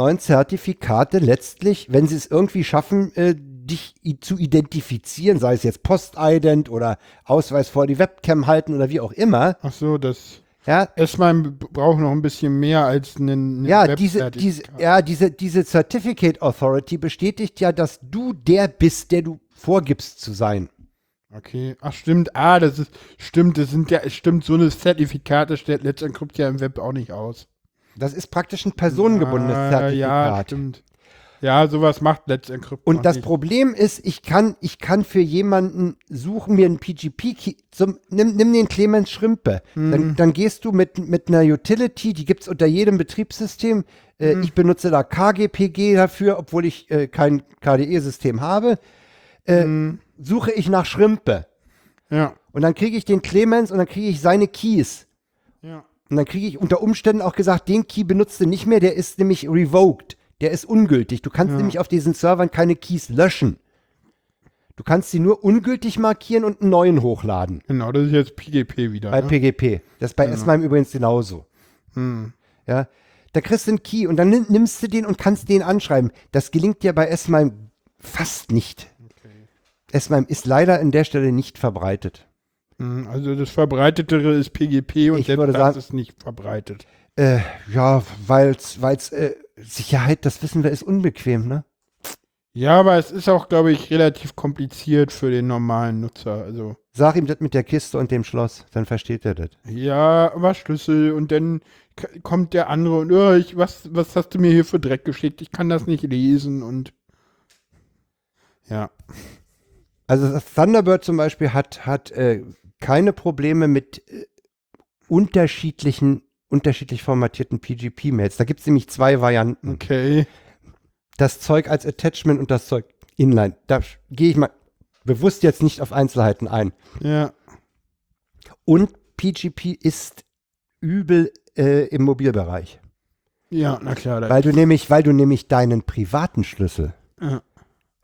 B: X509-Zertifikate letztlich, wenn sie es irgendwie schaffen, äh, dich i- zu identifizieren, sei es jetzt Postident oder Ausweis vor die Webcam halten oder wie auch immer,
A: Ach so, das
B: ja,
A: S-MIME b- braucht noch ein bisschen mehr als einen.
B: ja, diese, diese, ja, diese, diese Certificate Authority bestätigt ja, dass du der bist, der du vorgibst zu sein.
A: Okay, ach stimmt, ah, das ist, stimmt, das sind ja, stimmt, so eine Zertifikate stellt Let's Encrypt ja im Web auch nicht aus.
B: Das ist praktisch ein personengebundenes
A: Ah, Ja,
B: Zertifikat.
A: stimmt. Ja, sowas macht Let's Encrypt noch
B: Und das
A: nicht.
B: Problem ist, ich kann, ich kann für jemanden suchen, mir einen PGP-Key, zum, nimm, nimm den Clemens Schrimpe. Dann, dann gehst du mit, mit einer Utility, die gibt's unter jedem Betriebssystem. Äh, Ich benutze da KGPG dafür, obwohl ich äh, kein KDE-System habe. Äh, Suche ich nach Schrimpe.
A: Ja,
B: Und dann kriege ich den Clemens und dann kriege ich seine Keys.
A: ja.
B: Und dann kriege ich unter Umständen auch gesagt, den Key benutzt du nicht mehr, der ist nämlich revoked. Der ist ungültig. Du kannst nämlich auf diesen Servern keine Keys löschen. Du kannst sie nur ungültig markieren und einen neuen hochladen.
A: Genau, das ist jetzt PGP wieder.
B: Bei
A: ne?
B: PGP. Das ist bei S-MIME übrigens genauso. Ja. Da kriegst du einen Key und dann nimm- nimmst du den und kannst den anschreiben. Das gelingt dir bei S-MIME fast nicht. S-MIME ist leider an der Stelle nicht verbreitet.
A: Mhm, Also das Verbreitetere ist PGP und
B: Ich
A: selbst
B: würde
A: das
B: sagen-
A: ist nicht verbreitet.
B: Äh, ja, weil's, weil's, äh, Sicherheit, das wissen wir, ist unbequem, ne?
A: Ja, aber es ist auch, glaube ich, relativ kompliziert für den normalen Nutzer. Also
B: Sag ihm das mit der Kiste und dem Schloss, dann versteht er das.
A: ja, aber Schlüssel und dann k- kommt der andere und oh, ich, was, was hast du mir hier für Dreck geschickt? Ich kann das nicht lesen und ja.
B: Also das Thunderbird zum Beispiel hat, hat äh, keine Probleme mit äh, unterschiedlichen, unterschiedlich formatierten PGP-Mails. Da gibt es nämlich zwei Varianten.
A: Okay.
B: Das Zeug als Attachment und das Zeug inline. Da sch- gehe ich mal bewusst jetzt nicht auf Einzelheiten ein.
A: Ja.
B: Und PGP ist übel äh, im Mobilbereich.
A: Ja, na klar. Da,
B: Weil du nämlich, weil du nämlich deinen privaten Schlüssel
A: Ja.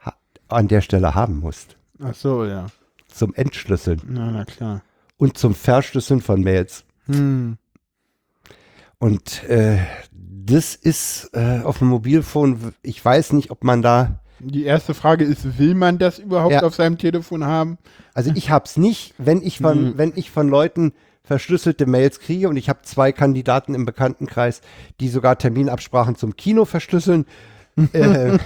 B: ha- an der Stelle haben musst.
A: ach so, ja.
B: Zum Entschlüsseln.
A: Na, na klar.
B: und zum Verschlüsseln von Mails.
A: Hm.
B: Und äh, das ist äh, auf dem Mobilfon, w- ich weiß nicht, ob man da,
A: Die erste Frage ist, will man das überhaupt
B: Ja.
A: auf seinem Telefon haben?
B: also ich hab's nicht, wenn ich von,
A: Mhm.
B: wenn ich von Leuten verschlüsselte Mails kriege und ich habe zwei Kandidaten im Bekanntenkreis, die sogar Terminabsprachen zum Kino verschlüsseln, äh,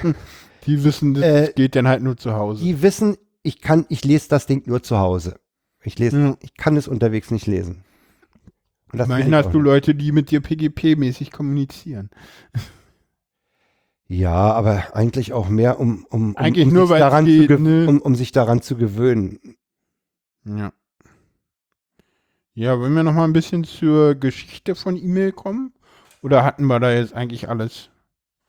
A: Die wissen, das
B: Äh,
A: geht dann halt nur zu Hause.
B: die wissen, ich kann, ich lese das Ding nur zu Hause. Ich lese,
A: Ja.
B: ich kann es unterwegs nicht lesen. Und das will
A: Immerhin
B: ich
A: hast
B: auch
A: du
B: nicht.
A: Leute, die mit dir PGP-mäßig kommunizieren.
B: Ja, aber eigentlich auch mehr, um, um, um,
A: Eigentlich
B: um,
A: nur,
B: sich
A: weil's
B: daran
A: geht,
B: zu gew-
A: ne?
B: um, um sich daran zu gewöhnen.
A: Ja. Ja, wollen wir noch mal ein bisschen zur Geschichte von E-Mail kommen? Oder hatten wir da jetzt eigentlich alles?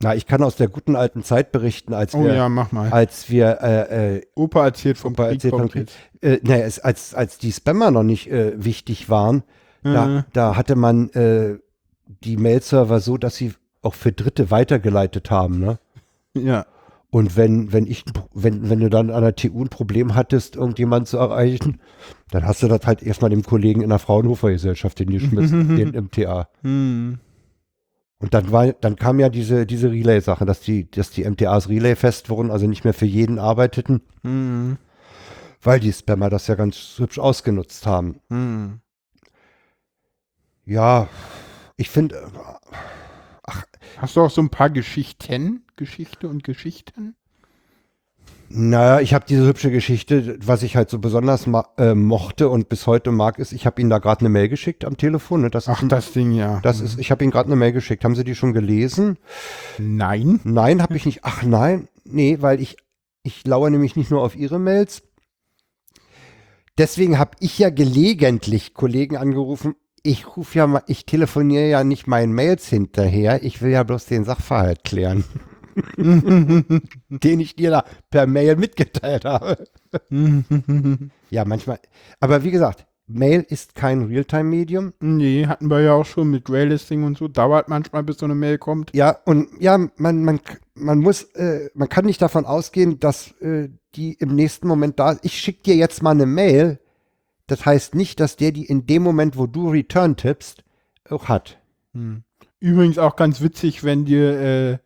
B: Na, ich kann aus der guten alten Zeit berichten, als
A: Oh
B: wir,
A: ja, mach mal.
B: als wir, äh, äh,
A: Opa erzählt vom
B: Opa
A: Krieg.
B: erzählt
A: vom
B: vom Krieg. äh, naja, es- als, als die Spammer noch nicht äh, wichtig waren,
A: Mhm.
B: da, da hatte man äh, die Mailserver so, dass sie auch für Dritte weitergeleitet haben, ne?
A: Äh, Ja.
B: Und wenn, wenn ich, wenn, wenn du dann an der TU ein Problem hattest, irgendjemanden zu erreichen, dann hast du das halt erstmal dem Kollegen in der Fraunhofer Gesellschaft hingeschmissen, den MTA.
A: Hm.
B: Und dann war, dann kam ja diese, diese Relay-Sache, dass die, dass die MTAs Relay-fest wurden, also nicht mehr für jeden arbeiteten,
A: Hm.
B: weil die Spammer das ja ganz hübsch ausgenutzt haben.
A: Hm.
B: Ja, ich finde,
A: Hast du auch so ein paar Geschichten? Geschichte und Geschichten?
B: naja, ich habe diese hübsche Geschichte, was ich halt so besonders ma- äh, mochte und bis heute mag, ist, ich habe Ihnen da gerade eine Mail geschickt am Telefon. Ne? Das,
A: Ach,
B: ist,
A: das Ding ja. Hm.
B: das ist, ich habe Ihnen gerade eine Mail geschickt. Haben Sie die schon gelesen?
A: Nein.
B: Nein, habe ich nicht. Ach nein, nee, weil ich Ich lauere nämlich nicht nur auf Ihre Mails. Deswegen habe ich ja gelegentlich Kollegen angerufen. Ich rufe ja mal, ich telefoniere ja nicht meinen Mails hinterher. Ich will ja bloß den Sachverhalt klären, den ich dir da per Mail mitgeteilt habe. ja, manchmal. Aber wie gesagt, Mail ist kein Realtime-Medium.
A: Nee, hatten wir ja auch schon mit Raylisting und so. Dauert manchmal, bis so eine Mail kommt.
B: Ja, und ja, man, man, man muss, äh, man kann nicht davon ausgehen, dass äh, die im nächsten Moment da ist. Ich schicke dir jetzt mal eine Mail. Das heißt nicht, dass der die in dem Moment, wo du Return tippst, auch hat.
A: Hm. Übrigens auch ganz witzig, wenn dir, äh,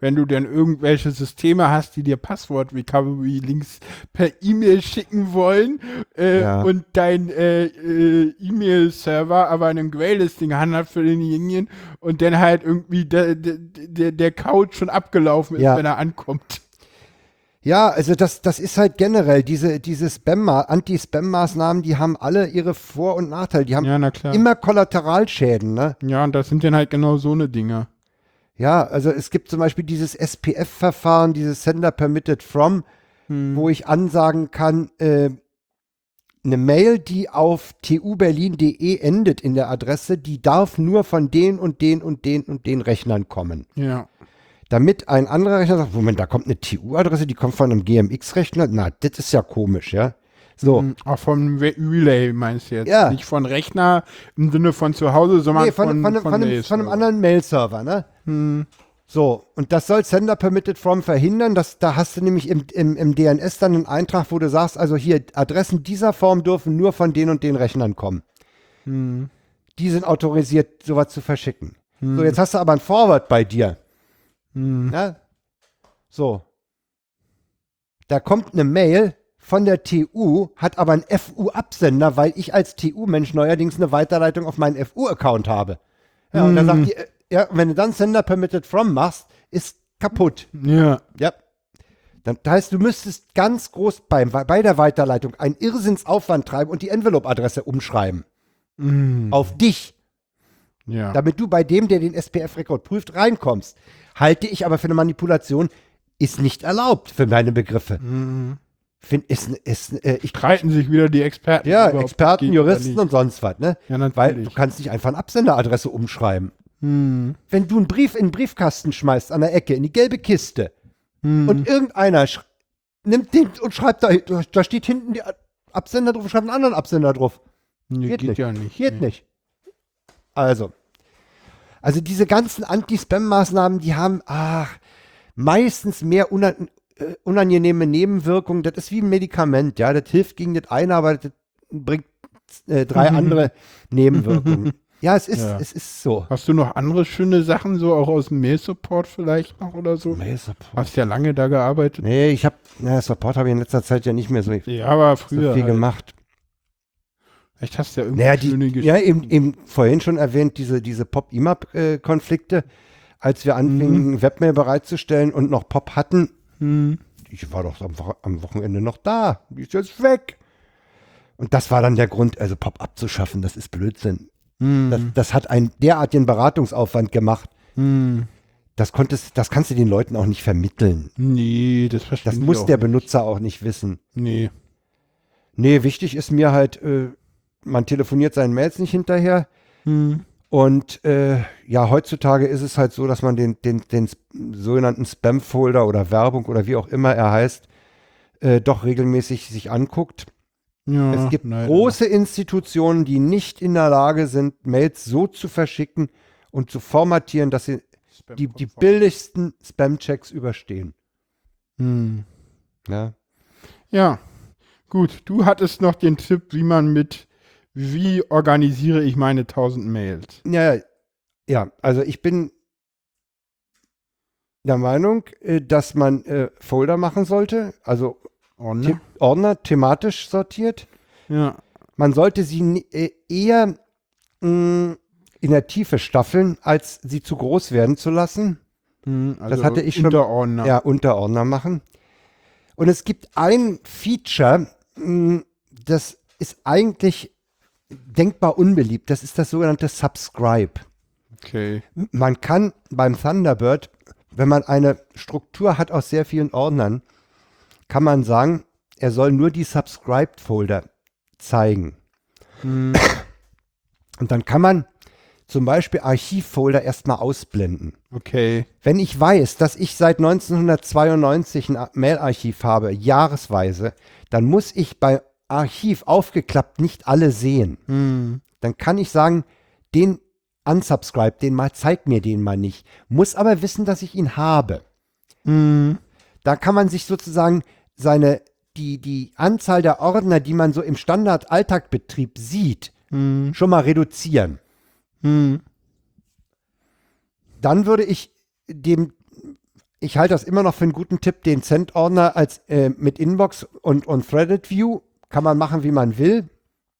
A: wenn du dann irgendwelche Systeme hast, die dir Passwort Recovery Links per E-Mail schicken wollen äh,
B: Ja.
A: und dein äh, äh, E-Mail Server aber einen Graylisting handelt für denjenigen und dann halt irgendwie der, der, der, der Couch schon abgelaufen ist,
B: Ja.
A: wenn er ankommt.
B: Ja, also das, das ist halt generell, diese, diese Spam, Anti-Spam-Maßnahmen, die haben alle ihre Vor- und Nachteile. Die haben
A: Ja, na klar.
B: immer Kollateralschäden, ne?
A: Ja, und das sind dann halt genau so eine Dinger.
B: Ja, also es gibt zum Beispiel dieses SPF-Verfahren, dieses Sender Permitted From, wo ich ansagen kann, äh, eine Mail, die auf tuberlin.de E endet in der Adresse, die darf nur von den und den und den und den Rechnern kommen.
A: Ja.
B: Damit ein anderer Rechner sagt, Moment, da kommt eine TU-Adresse, die kommt von einem GMX-Rechner. Na, das ist ja komisch, ja. So,
A: Hm, Auch vom Re Relay meinst du jetzt.
B: Ja.
A: Nicht von Rechner im Sinne von zu Hause, sondern
B: nee, von,
A: von,
B: von, einem- von, einem,
A: Mails
B: von einem
A: oder Hm.
B: anderen Mail-Server, ne? So, und das soll Sender Permitted From verhindern. Dass, da hast du nämlich im, im, im DNS dann einen Eintrag, wo du sagst, also hier, Adressen dieser Form dürfen nur von den und den Rechnern kommen.
A: Hm.
B: Die sind autorisiert, sowas zu verschicken. So, jetzt hast du aber einen Forward bei dir.
A: Hm.
B: Ne? So. Da kommt eine Mail von der TU, hat aber einen FU-Absender, weil ich als TU-Mensch neuerdings eine Weiterleitung auf meinen FU-Account habe. Ja, und dann sagt die, äh, ja, und wenn du dann Sender Permitted From machst, ist kaputt.
A: so. Ja.
B: Ja. Dann, das heißt, du müsstest ganz groß beim, bei der Weiterleitung einen Irrsinnsaufwand treiben und die Envelope-Adresse umschreiben. Auf dich,
A: Ja.
B: damit du bei dem, der den SPF-Rekord prüft, reinkommst. Halte ich aber für eine Manipulation, ist nicht erlaubt für meine Begriffe. Find, ist, ist, äh, ich,
A: streiten sich wieder die Experten.
B: ja,
A: darüber, ob das
B: Experten,
A: geht oder
B: Juristen
A: nicht.
B: und sonst was, ne?
A: Ja,
B: Weil du
A: natürlich.
B: kannst nicht einfach eine Absenderadresse umschreiben. Wenn du einen Brief in den Briefkasten schmeißt, an der Ecke, in die gelbe Kiste,
A: Hm.
B: und irgendeiner sch- nimmt den und schreibt da, da da steht hinten der Absender drauf, und schreibt einen anderen Absender drauf.
A: nee, geht ja nicht.
B: Geht
A: nee.
B: nicht. Also. Also diese ganzen Anti-Spam-Maßnahmen, die haben ach, meistens mehr unan äh, unangenehme Nebenwirkungen. Das ist wie ein Medikament, ja. Das hilft gegen das eine, aber das bringt äh, drei andere Nebenwirkungen. Ja, es ist,
A: Mhm. Ja.
B: es ist so.
A: Hast du noch andere schöne Sachen, so auch aus dem Mail-Support vielleicht noch oder so? Hast ja lange da gearbeitet.
B: Nee, ich habe, na, Support habe ich in letzter Zeit ja nicht mehr so, so
A: Ja, aber früher.
B: viel
A: halt.
B: gemacht.
A: Vielleicht hast du ja irgendwie
B: Naja,
A: schöne
B: die,
A: Gesch-
B: ja eben, eben vorhin schon erwähnt, diese, diese Pop-IMAP-Konflikte, als wir anfingen,
A: Mhm.
B: Webmail bereitzustellen und noch Pop hatten. Ich war doch am, Wo- am Wochenende noch da. Die ist jetzt weg. Und das war dann der Grund, also Pop abzuschaffen, das ist Blödsinn.
A: Mhm.
B: Das, das hat einen derartigen Beratungsaufwand gemacht.
A: Mhm.
B: Das, konntest, das kannst du den Leuten auch nicht vermitteln.
A: Nee, das verstehe
B: Das
A: ich
B: muss
A: auch
B: der
A: nicht.
B: Benutzer auch nicht wissen.
A: Nee.
B: Nee, wichtig ist mir halt, äh, man telefoniert seinen Mails nicht hinterher. Hm. Und äh, ja, heutzutage ist es halt so, dass man den, den, den sp- sogenannten Spam-Folder oder Werbung oder wie auch immer er heißt, äh, doch regelmäßig sich anguckt.
A: Ja,
B: es gibt
A: leider.
B: große Institutionen, die nicht in der Lage sind, Mails so zu verschicken und zu formatieren, dass sie die, die billigsten Spam-Checks überstehen.
A: Hm.
B: Ja.
A: Ja, gut. Du hattest noch den Tipp, wie man mit, wie organisiere ich meine 1000 Mails?
B: Ja, ja, also ich bin der Meinung, äh, dass man äh, Folder machen sollte, also
A: Oh,
B: The
A: ne?
B: Ordner thematisch sortiert.
A: Ja.
B: Man sollte sie ni- äh, eher mh, in der Tiefe staffeln, als sie zu groß werden zu lassen.
A: Hm, also
B: hatte ich schon-
A: Unterordner.
B: Ja, Unterordner machen. Und es gibt ein Feature, mh, das ist eigentlich denkbar unbeliebt. Das ist das sogenannte Subscribe.
A: Okay.
B: Man kann beim Thunderbird, wenn man eine Struktur hat aus sehr vielen Ordnern, kann man sagen, er soll nur die Subscribed-Folder zeigen.
A: Hm.
B: Und dann kann man zum Beispiel Archivfolder erstmal ausblenden.
A: Okay.
B: Wenn ich weiß, dass ich seit 1992 ein Mail-Archiv habe, jahresweise, dann muss ich bei Archiv aufgeklappt nicht alle sehen.
A: Hm.
B: Dann kann ich sagen, den unsubscribe, den mal, zeig mir den mal nicht. Muss aber wissen, dass ich ihn habe.
A: Hm.
B: Da kann man sich sozusagen seine, die, die Anzahl der Ordner, die man so im Standard-Alltagbetrieb sieht,
A: Hm.
B: schon mal reduzieren.
A: Hm.
B: Dann würde ich dem, ich halte das immer noch für einen guten Tipp, den Send-Ordner als äh, mit Inbox und, und Threaded View. Kann man machen, wie man will.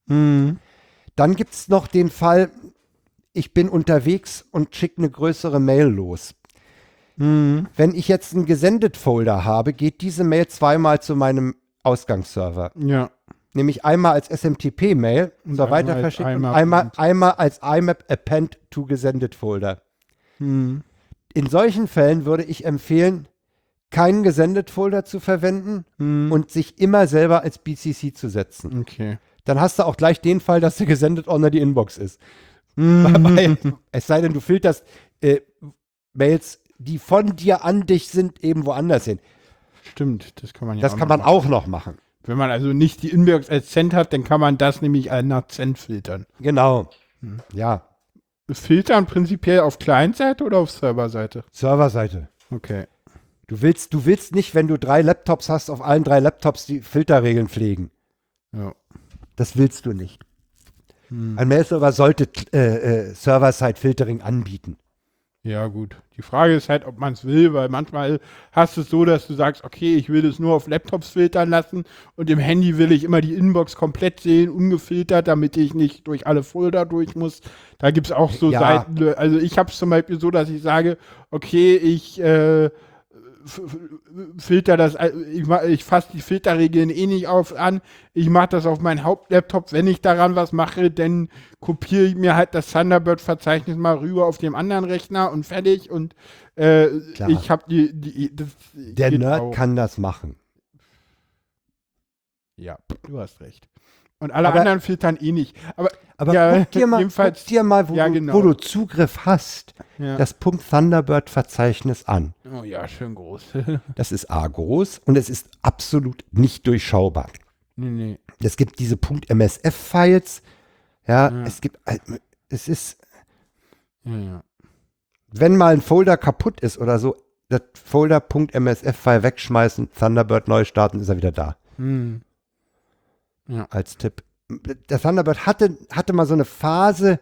A: Hm.
B: Dann gibt es noch den Fall, ich bin unterwegs und schicke eine größere Mail los.
A: Hm.
B: Wenn ich jetzt einen Gesendet-Folder habe, geht diese Mail zweimal zu meinem Ausgangsserver.
A: Ja.
B: Nämlich einmal als SMTP-Mail und so
A: einmal
B: weiter
A: als
B: verschickt und
A: IMAP
B: einmal,
A: Append.
B: einmal als IMAP Append to Gesendet-Folder.
A: Hm.
B: In solchen Fällen würde ich empfehlen, keinen Gesendet-Folder zu verwenden
A: Hm.
B: und sich immer selber als BCC zu setzen.
A: Okay.
B: Dann hast du auch gleich den Fall, dass der Gesendet-Ordner die Inbox ist. Weil, es sei denn, du filterst äh, Mails, die von dir an dich sind, eben woanders hin.
A: Stimmt, das kann man ja
B: Das
A: auch
B: kann
A: noch
B: man auch noch machen.
A: machen. Wenn man also nicht die Inbox als Cent hat, dann kann man das nämlich all nach Cent filtern.
B: Genau. Ja,
A: Filtern prinzipiell auf Client-Seite oder auf Server-Seite?
B: Serverseite.
A: Okay.
B: Du willst, du willst nicht, wenn du drei Laptops hast, auf allen drei Laptops die Filterregeln pflegen.
A: Ja.
B: Das willst du nicht.
A: Hm.
B: Ein Mail-Server sollte äh, äh, Server-Side-Filtering anbieten.
A: Ja, gut. Die Frage ist halt, ob man es will, weil manchmal hast du es so, dass du sagst, okay, ich will das nur auf Laptops filtern lassen und im Handy will ich immer die Inbox komplett sehen, ungefiltert, damit ich nicht durch alle Folder durch muss. Da gibt es auch so
B: Ja.
A: Seiten. Also ich habe es zum Beispiel so, dass ich sage, okay, ich äh, f- f- filter das, äh, ich, ma- ich fasse die Filterregeln eh nicht auf an. Ich mache das auf meinen Hauptlaptop. Wenn ich daran was mache, dann kopiere ich mir halt das Thunderbird-Verzeichnis mal rüber auf dem anderen Rechner und fertig. Und äh,
B: Klar.
A: ich habe die, die das
B: Der
A: geht
B: Nerd
A: auch.
B: kann das machen.
A: Ja, du hast recht. Und alle
B: Aber-
A: anderen filtern eh nicht. Aber,
B: Aber
A: ja,
B: guck dir mal,
A: jedenfalls,
B: guck dir mal wo,
A: ja,
B: du-
A: genau.
B: wo du Zugriff hast,
A: Ja.
B: das Punkt Thunderbird-Verzeichnis an.
A: oh ja, schön groß.
B: Das ist A groß und es ist absolut nicht durchschaubar.
A: nee, nee.
B: Es gibt diese .msf-Files. Ja,
A: Ja.
B: es gibt, es ist,
A: Ja, ja.
B: wenn mal ein Folder kaputt ist oder so, das Folder.msf-File wegschmeißen, Thunderbird neu starten, ist er wieder da.
A: Hm.
B: Als Tipp. Der Thunderbird hatte, hatte mal so eine Phase,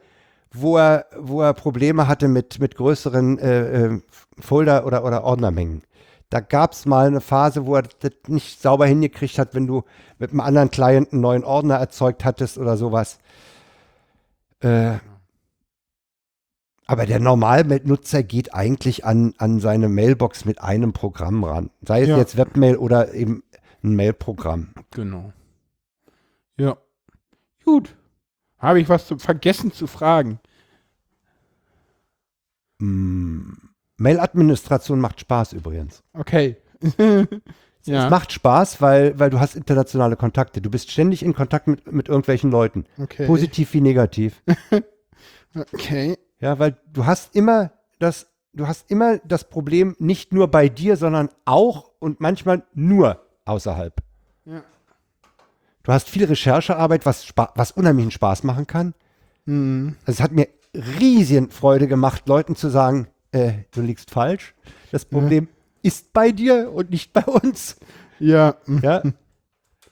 B: wo er, wo er Probleme hatte mit, mit größeren äh, äh, Folder- oder, oder Ordnermengen. Da gab es mal eine Phase, wo er das nicht sauber hingekriegt hat, wenn du mit einem anderen Client einen neuen Ordner erzeugt hattest oder sowas. Äh, aber der Normalnutzer geht eigentlich an, an seine Mailbox mit einem Programm ran. Sei es
A: Ja.
B: jetzt Webmail oder eben ein Mailprogramm.
A: Genau. Ja. Gut. Habe ich was zu, vergessen zu fragen?
B: Mm. Mail-Administration macht Spaß übrigens.
A: Okay.
B: Es
A: ja,
B: macht Spaß, weil, weil du hast internationale Kontakte. Du bist ständig in Kontakt mit, mit irgendwelchen Leuten.
A: okay.
B: Positiv wie negativ.
A: okay.
B: ja, weil du hast immer das, du hast immer das Problem nicht nur bei dir, sondern auch und manchmal nur außerhalb.
A: Ja.
B: Du hast viel Recherchearbeit, was, spa was unheimlichen Spaß machen kann.
A: Hm.
B: Also es hat mir riesen Freude gemacht, Leuten zu sagen, äh, du liegst falsch. Das Problem ist bei dir und nicht bei uns.
A: Ja, hm,
B: Ja,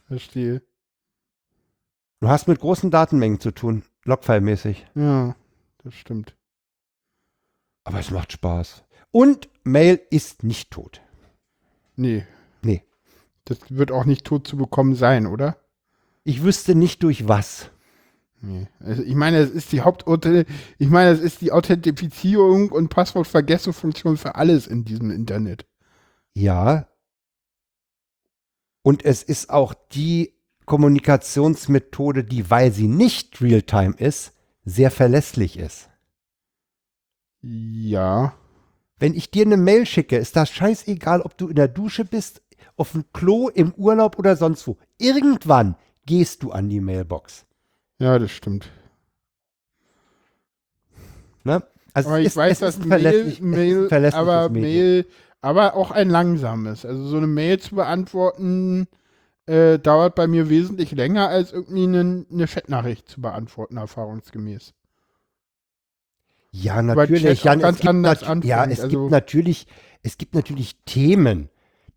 A: verstehe.
B: du hast mit großen Datenmengen zu tun, Logfile-mäßig.
A: Ja, das stimmt.
B: Aber es macht Spaß. Und Mail ist nicht tot.
A: Nee.
B: Nee.
A: Das wird auch nicht tot zu bekommen sein, oder?
B: Ich wüsste nicht durch was.
A: Nee. Also ich meine, es ist die Hauptauthent ich meine, es ist die Authentifizierung und Passwortvergessenfunktion für alles in diesem Internet.
B: Ja. Und es ist auch die Kommunikationsmethode, die, weil sie nicht Realtime ist, sehr verlässlich ist.
A: Ja.
B: Wenn ich dir eine Mail schicke, ist das scheißegal, ob du in der Dusche bist, auf dem Klo, im Urlaub oder sonst wo. Irgendwann gehst du an die Mailbox.
A: Ja, das stimmt.
B: Ne? Also
A: Aber
B: es
A: ich
B: ist-
A: weiß,
B: es
A: dass
B: ist ein
A: Mail,
B: verlässlich- es ist ein
A: Mail,
B: verlässliches
A: aber
B: Medium.
A: Mail, aber auch ein langsames. Also so eine Mail zu beantworten äh, dauert bei mir wesentlich länger als irgendwie eine, eine Chatnachricht zu beantworten, erfahrungsgemäß.
B: Ja,
A: Weil Chat
B: natürlich.
A: auch
B: Jan,
A: ganz
B: es gibt
A: anders
B: nat- ja,
A: anfängt,
B: es
A: also-
B: gibt natürlich, es gibt natürlich Themen,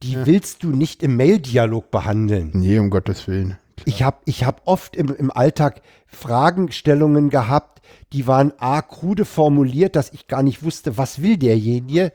B: die
A: Ja.
B: willst du nicht im Mail-Dialog behandeln.
A: Nee, um Gottes Willen.
B: Ich habe ich hab oft im, im Alltag Fragestellungen gehabt, die waren a krude formuliert, dass ich gar nicht wusste, was will derjenige.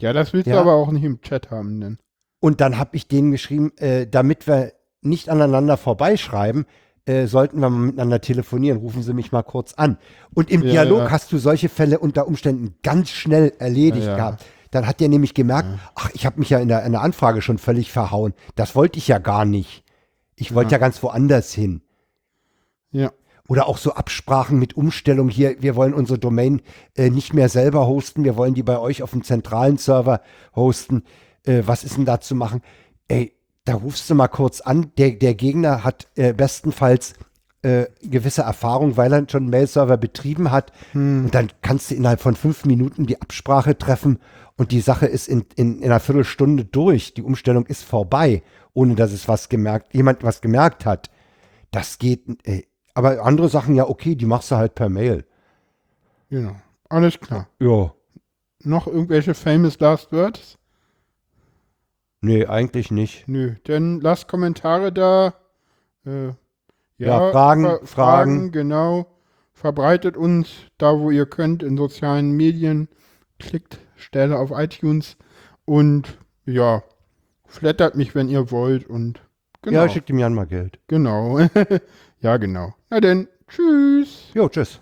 A: Ja, das willst du
B: Ja.
A: aber auch nicht im Chat haben, denn.
B: Und dann habe ich denen geschrieben, äh, damit wir nicht aneinander vorbeischreiben, äh, sollten wir mal miteinander telefonieren, rufen Sie mich mal kurz an. Und im
A: Ja,
B: Dialog
A: ja.
B: hast du solche Fälle unter Umständen ganz schnell erledigt
A: Ja, ja.
B: gehabt. Dann hat der nämlich gemerkt, ach, ich habe mich ja in der, in der Anfrage schon völlig verhauen. Das wollte ich ja gar nicht. Ich wollte ja. ganz woanders hin.
A: Ja.
B: Oder auch so Absprachen mit Umstellung hier, wir wollen unsere Domain äh, nicht mehr selber hosten, wir wollen die bei euch auf dem zentralen Server hosten. Äh, was ist denn da zu machen? Ey, da rufst du mal kurz an, der, der Gegner hat äh, bestenfalls äh, gewisse Erfahrung, weil er schon einen Mail-Server betrieben hat. Und dann kannst du innerhalb von fünf Minuten die Absprache treffen und die Sache ist in, in, in einer Viertelstunde durch. Die Umstellung ist vorbei, ohne dass es was gemerkt, jemand was gemerkt hat. Das geht. Ey. Aber andere Sachen, ja, okay, die machst du halt per Mail.
A: Genau. Alles klar.
B: Ja.
A: Noch irgendwelche famous last words?
B: Nee, eigentlich nicht.
A: Nö, dann lasst Kommentare da. Äh,
B: Ja, Fragen, Fragen.
A: genau. Verbreitet uns da, wo ihr könnt, in sozialen Medien. Klickt Sterne auf iTunes und ja, flattert mich, wenn ihr wollt und genau.
B: Ja, schickt dem Jan mal Geld.
A: genau. ja, genau. Na denn, tschüss.
B: Jo, tschüss.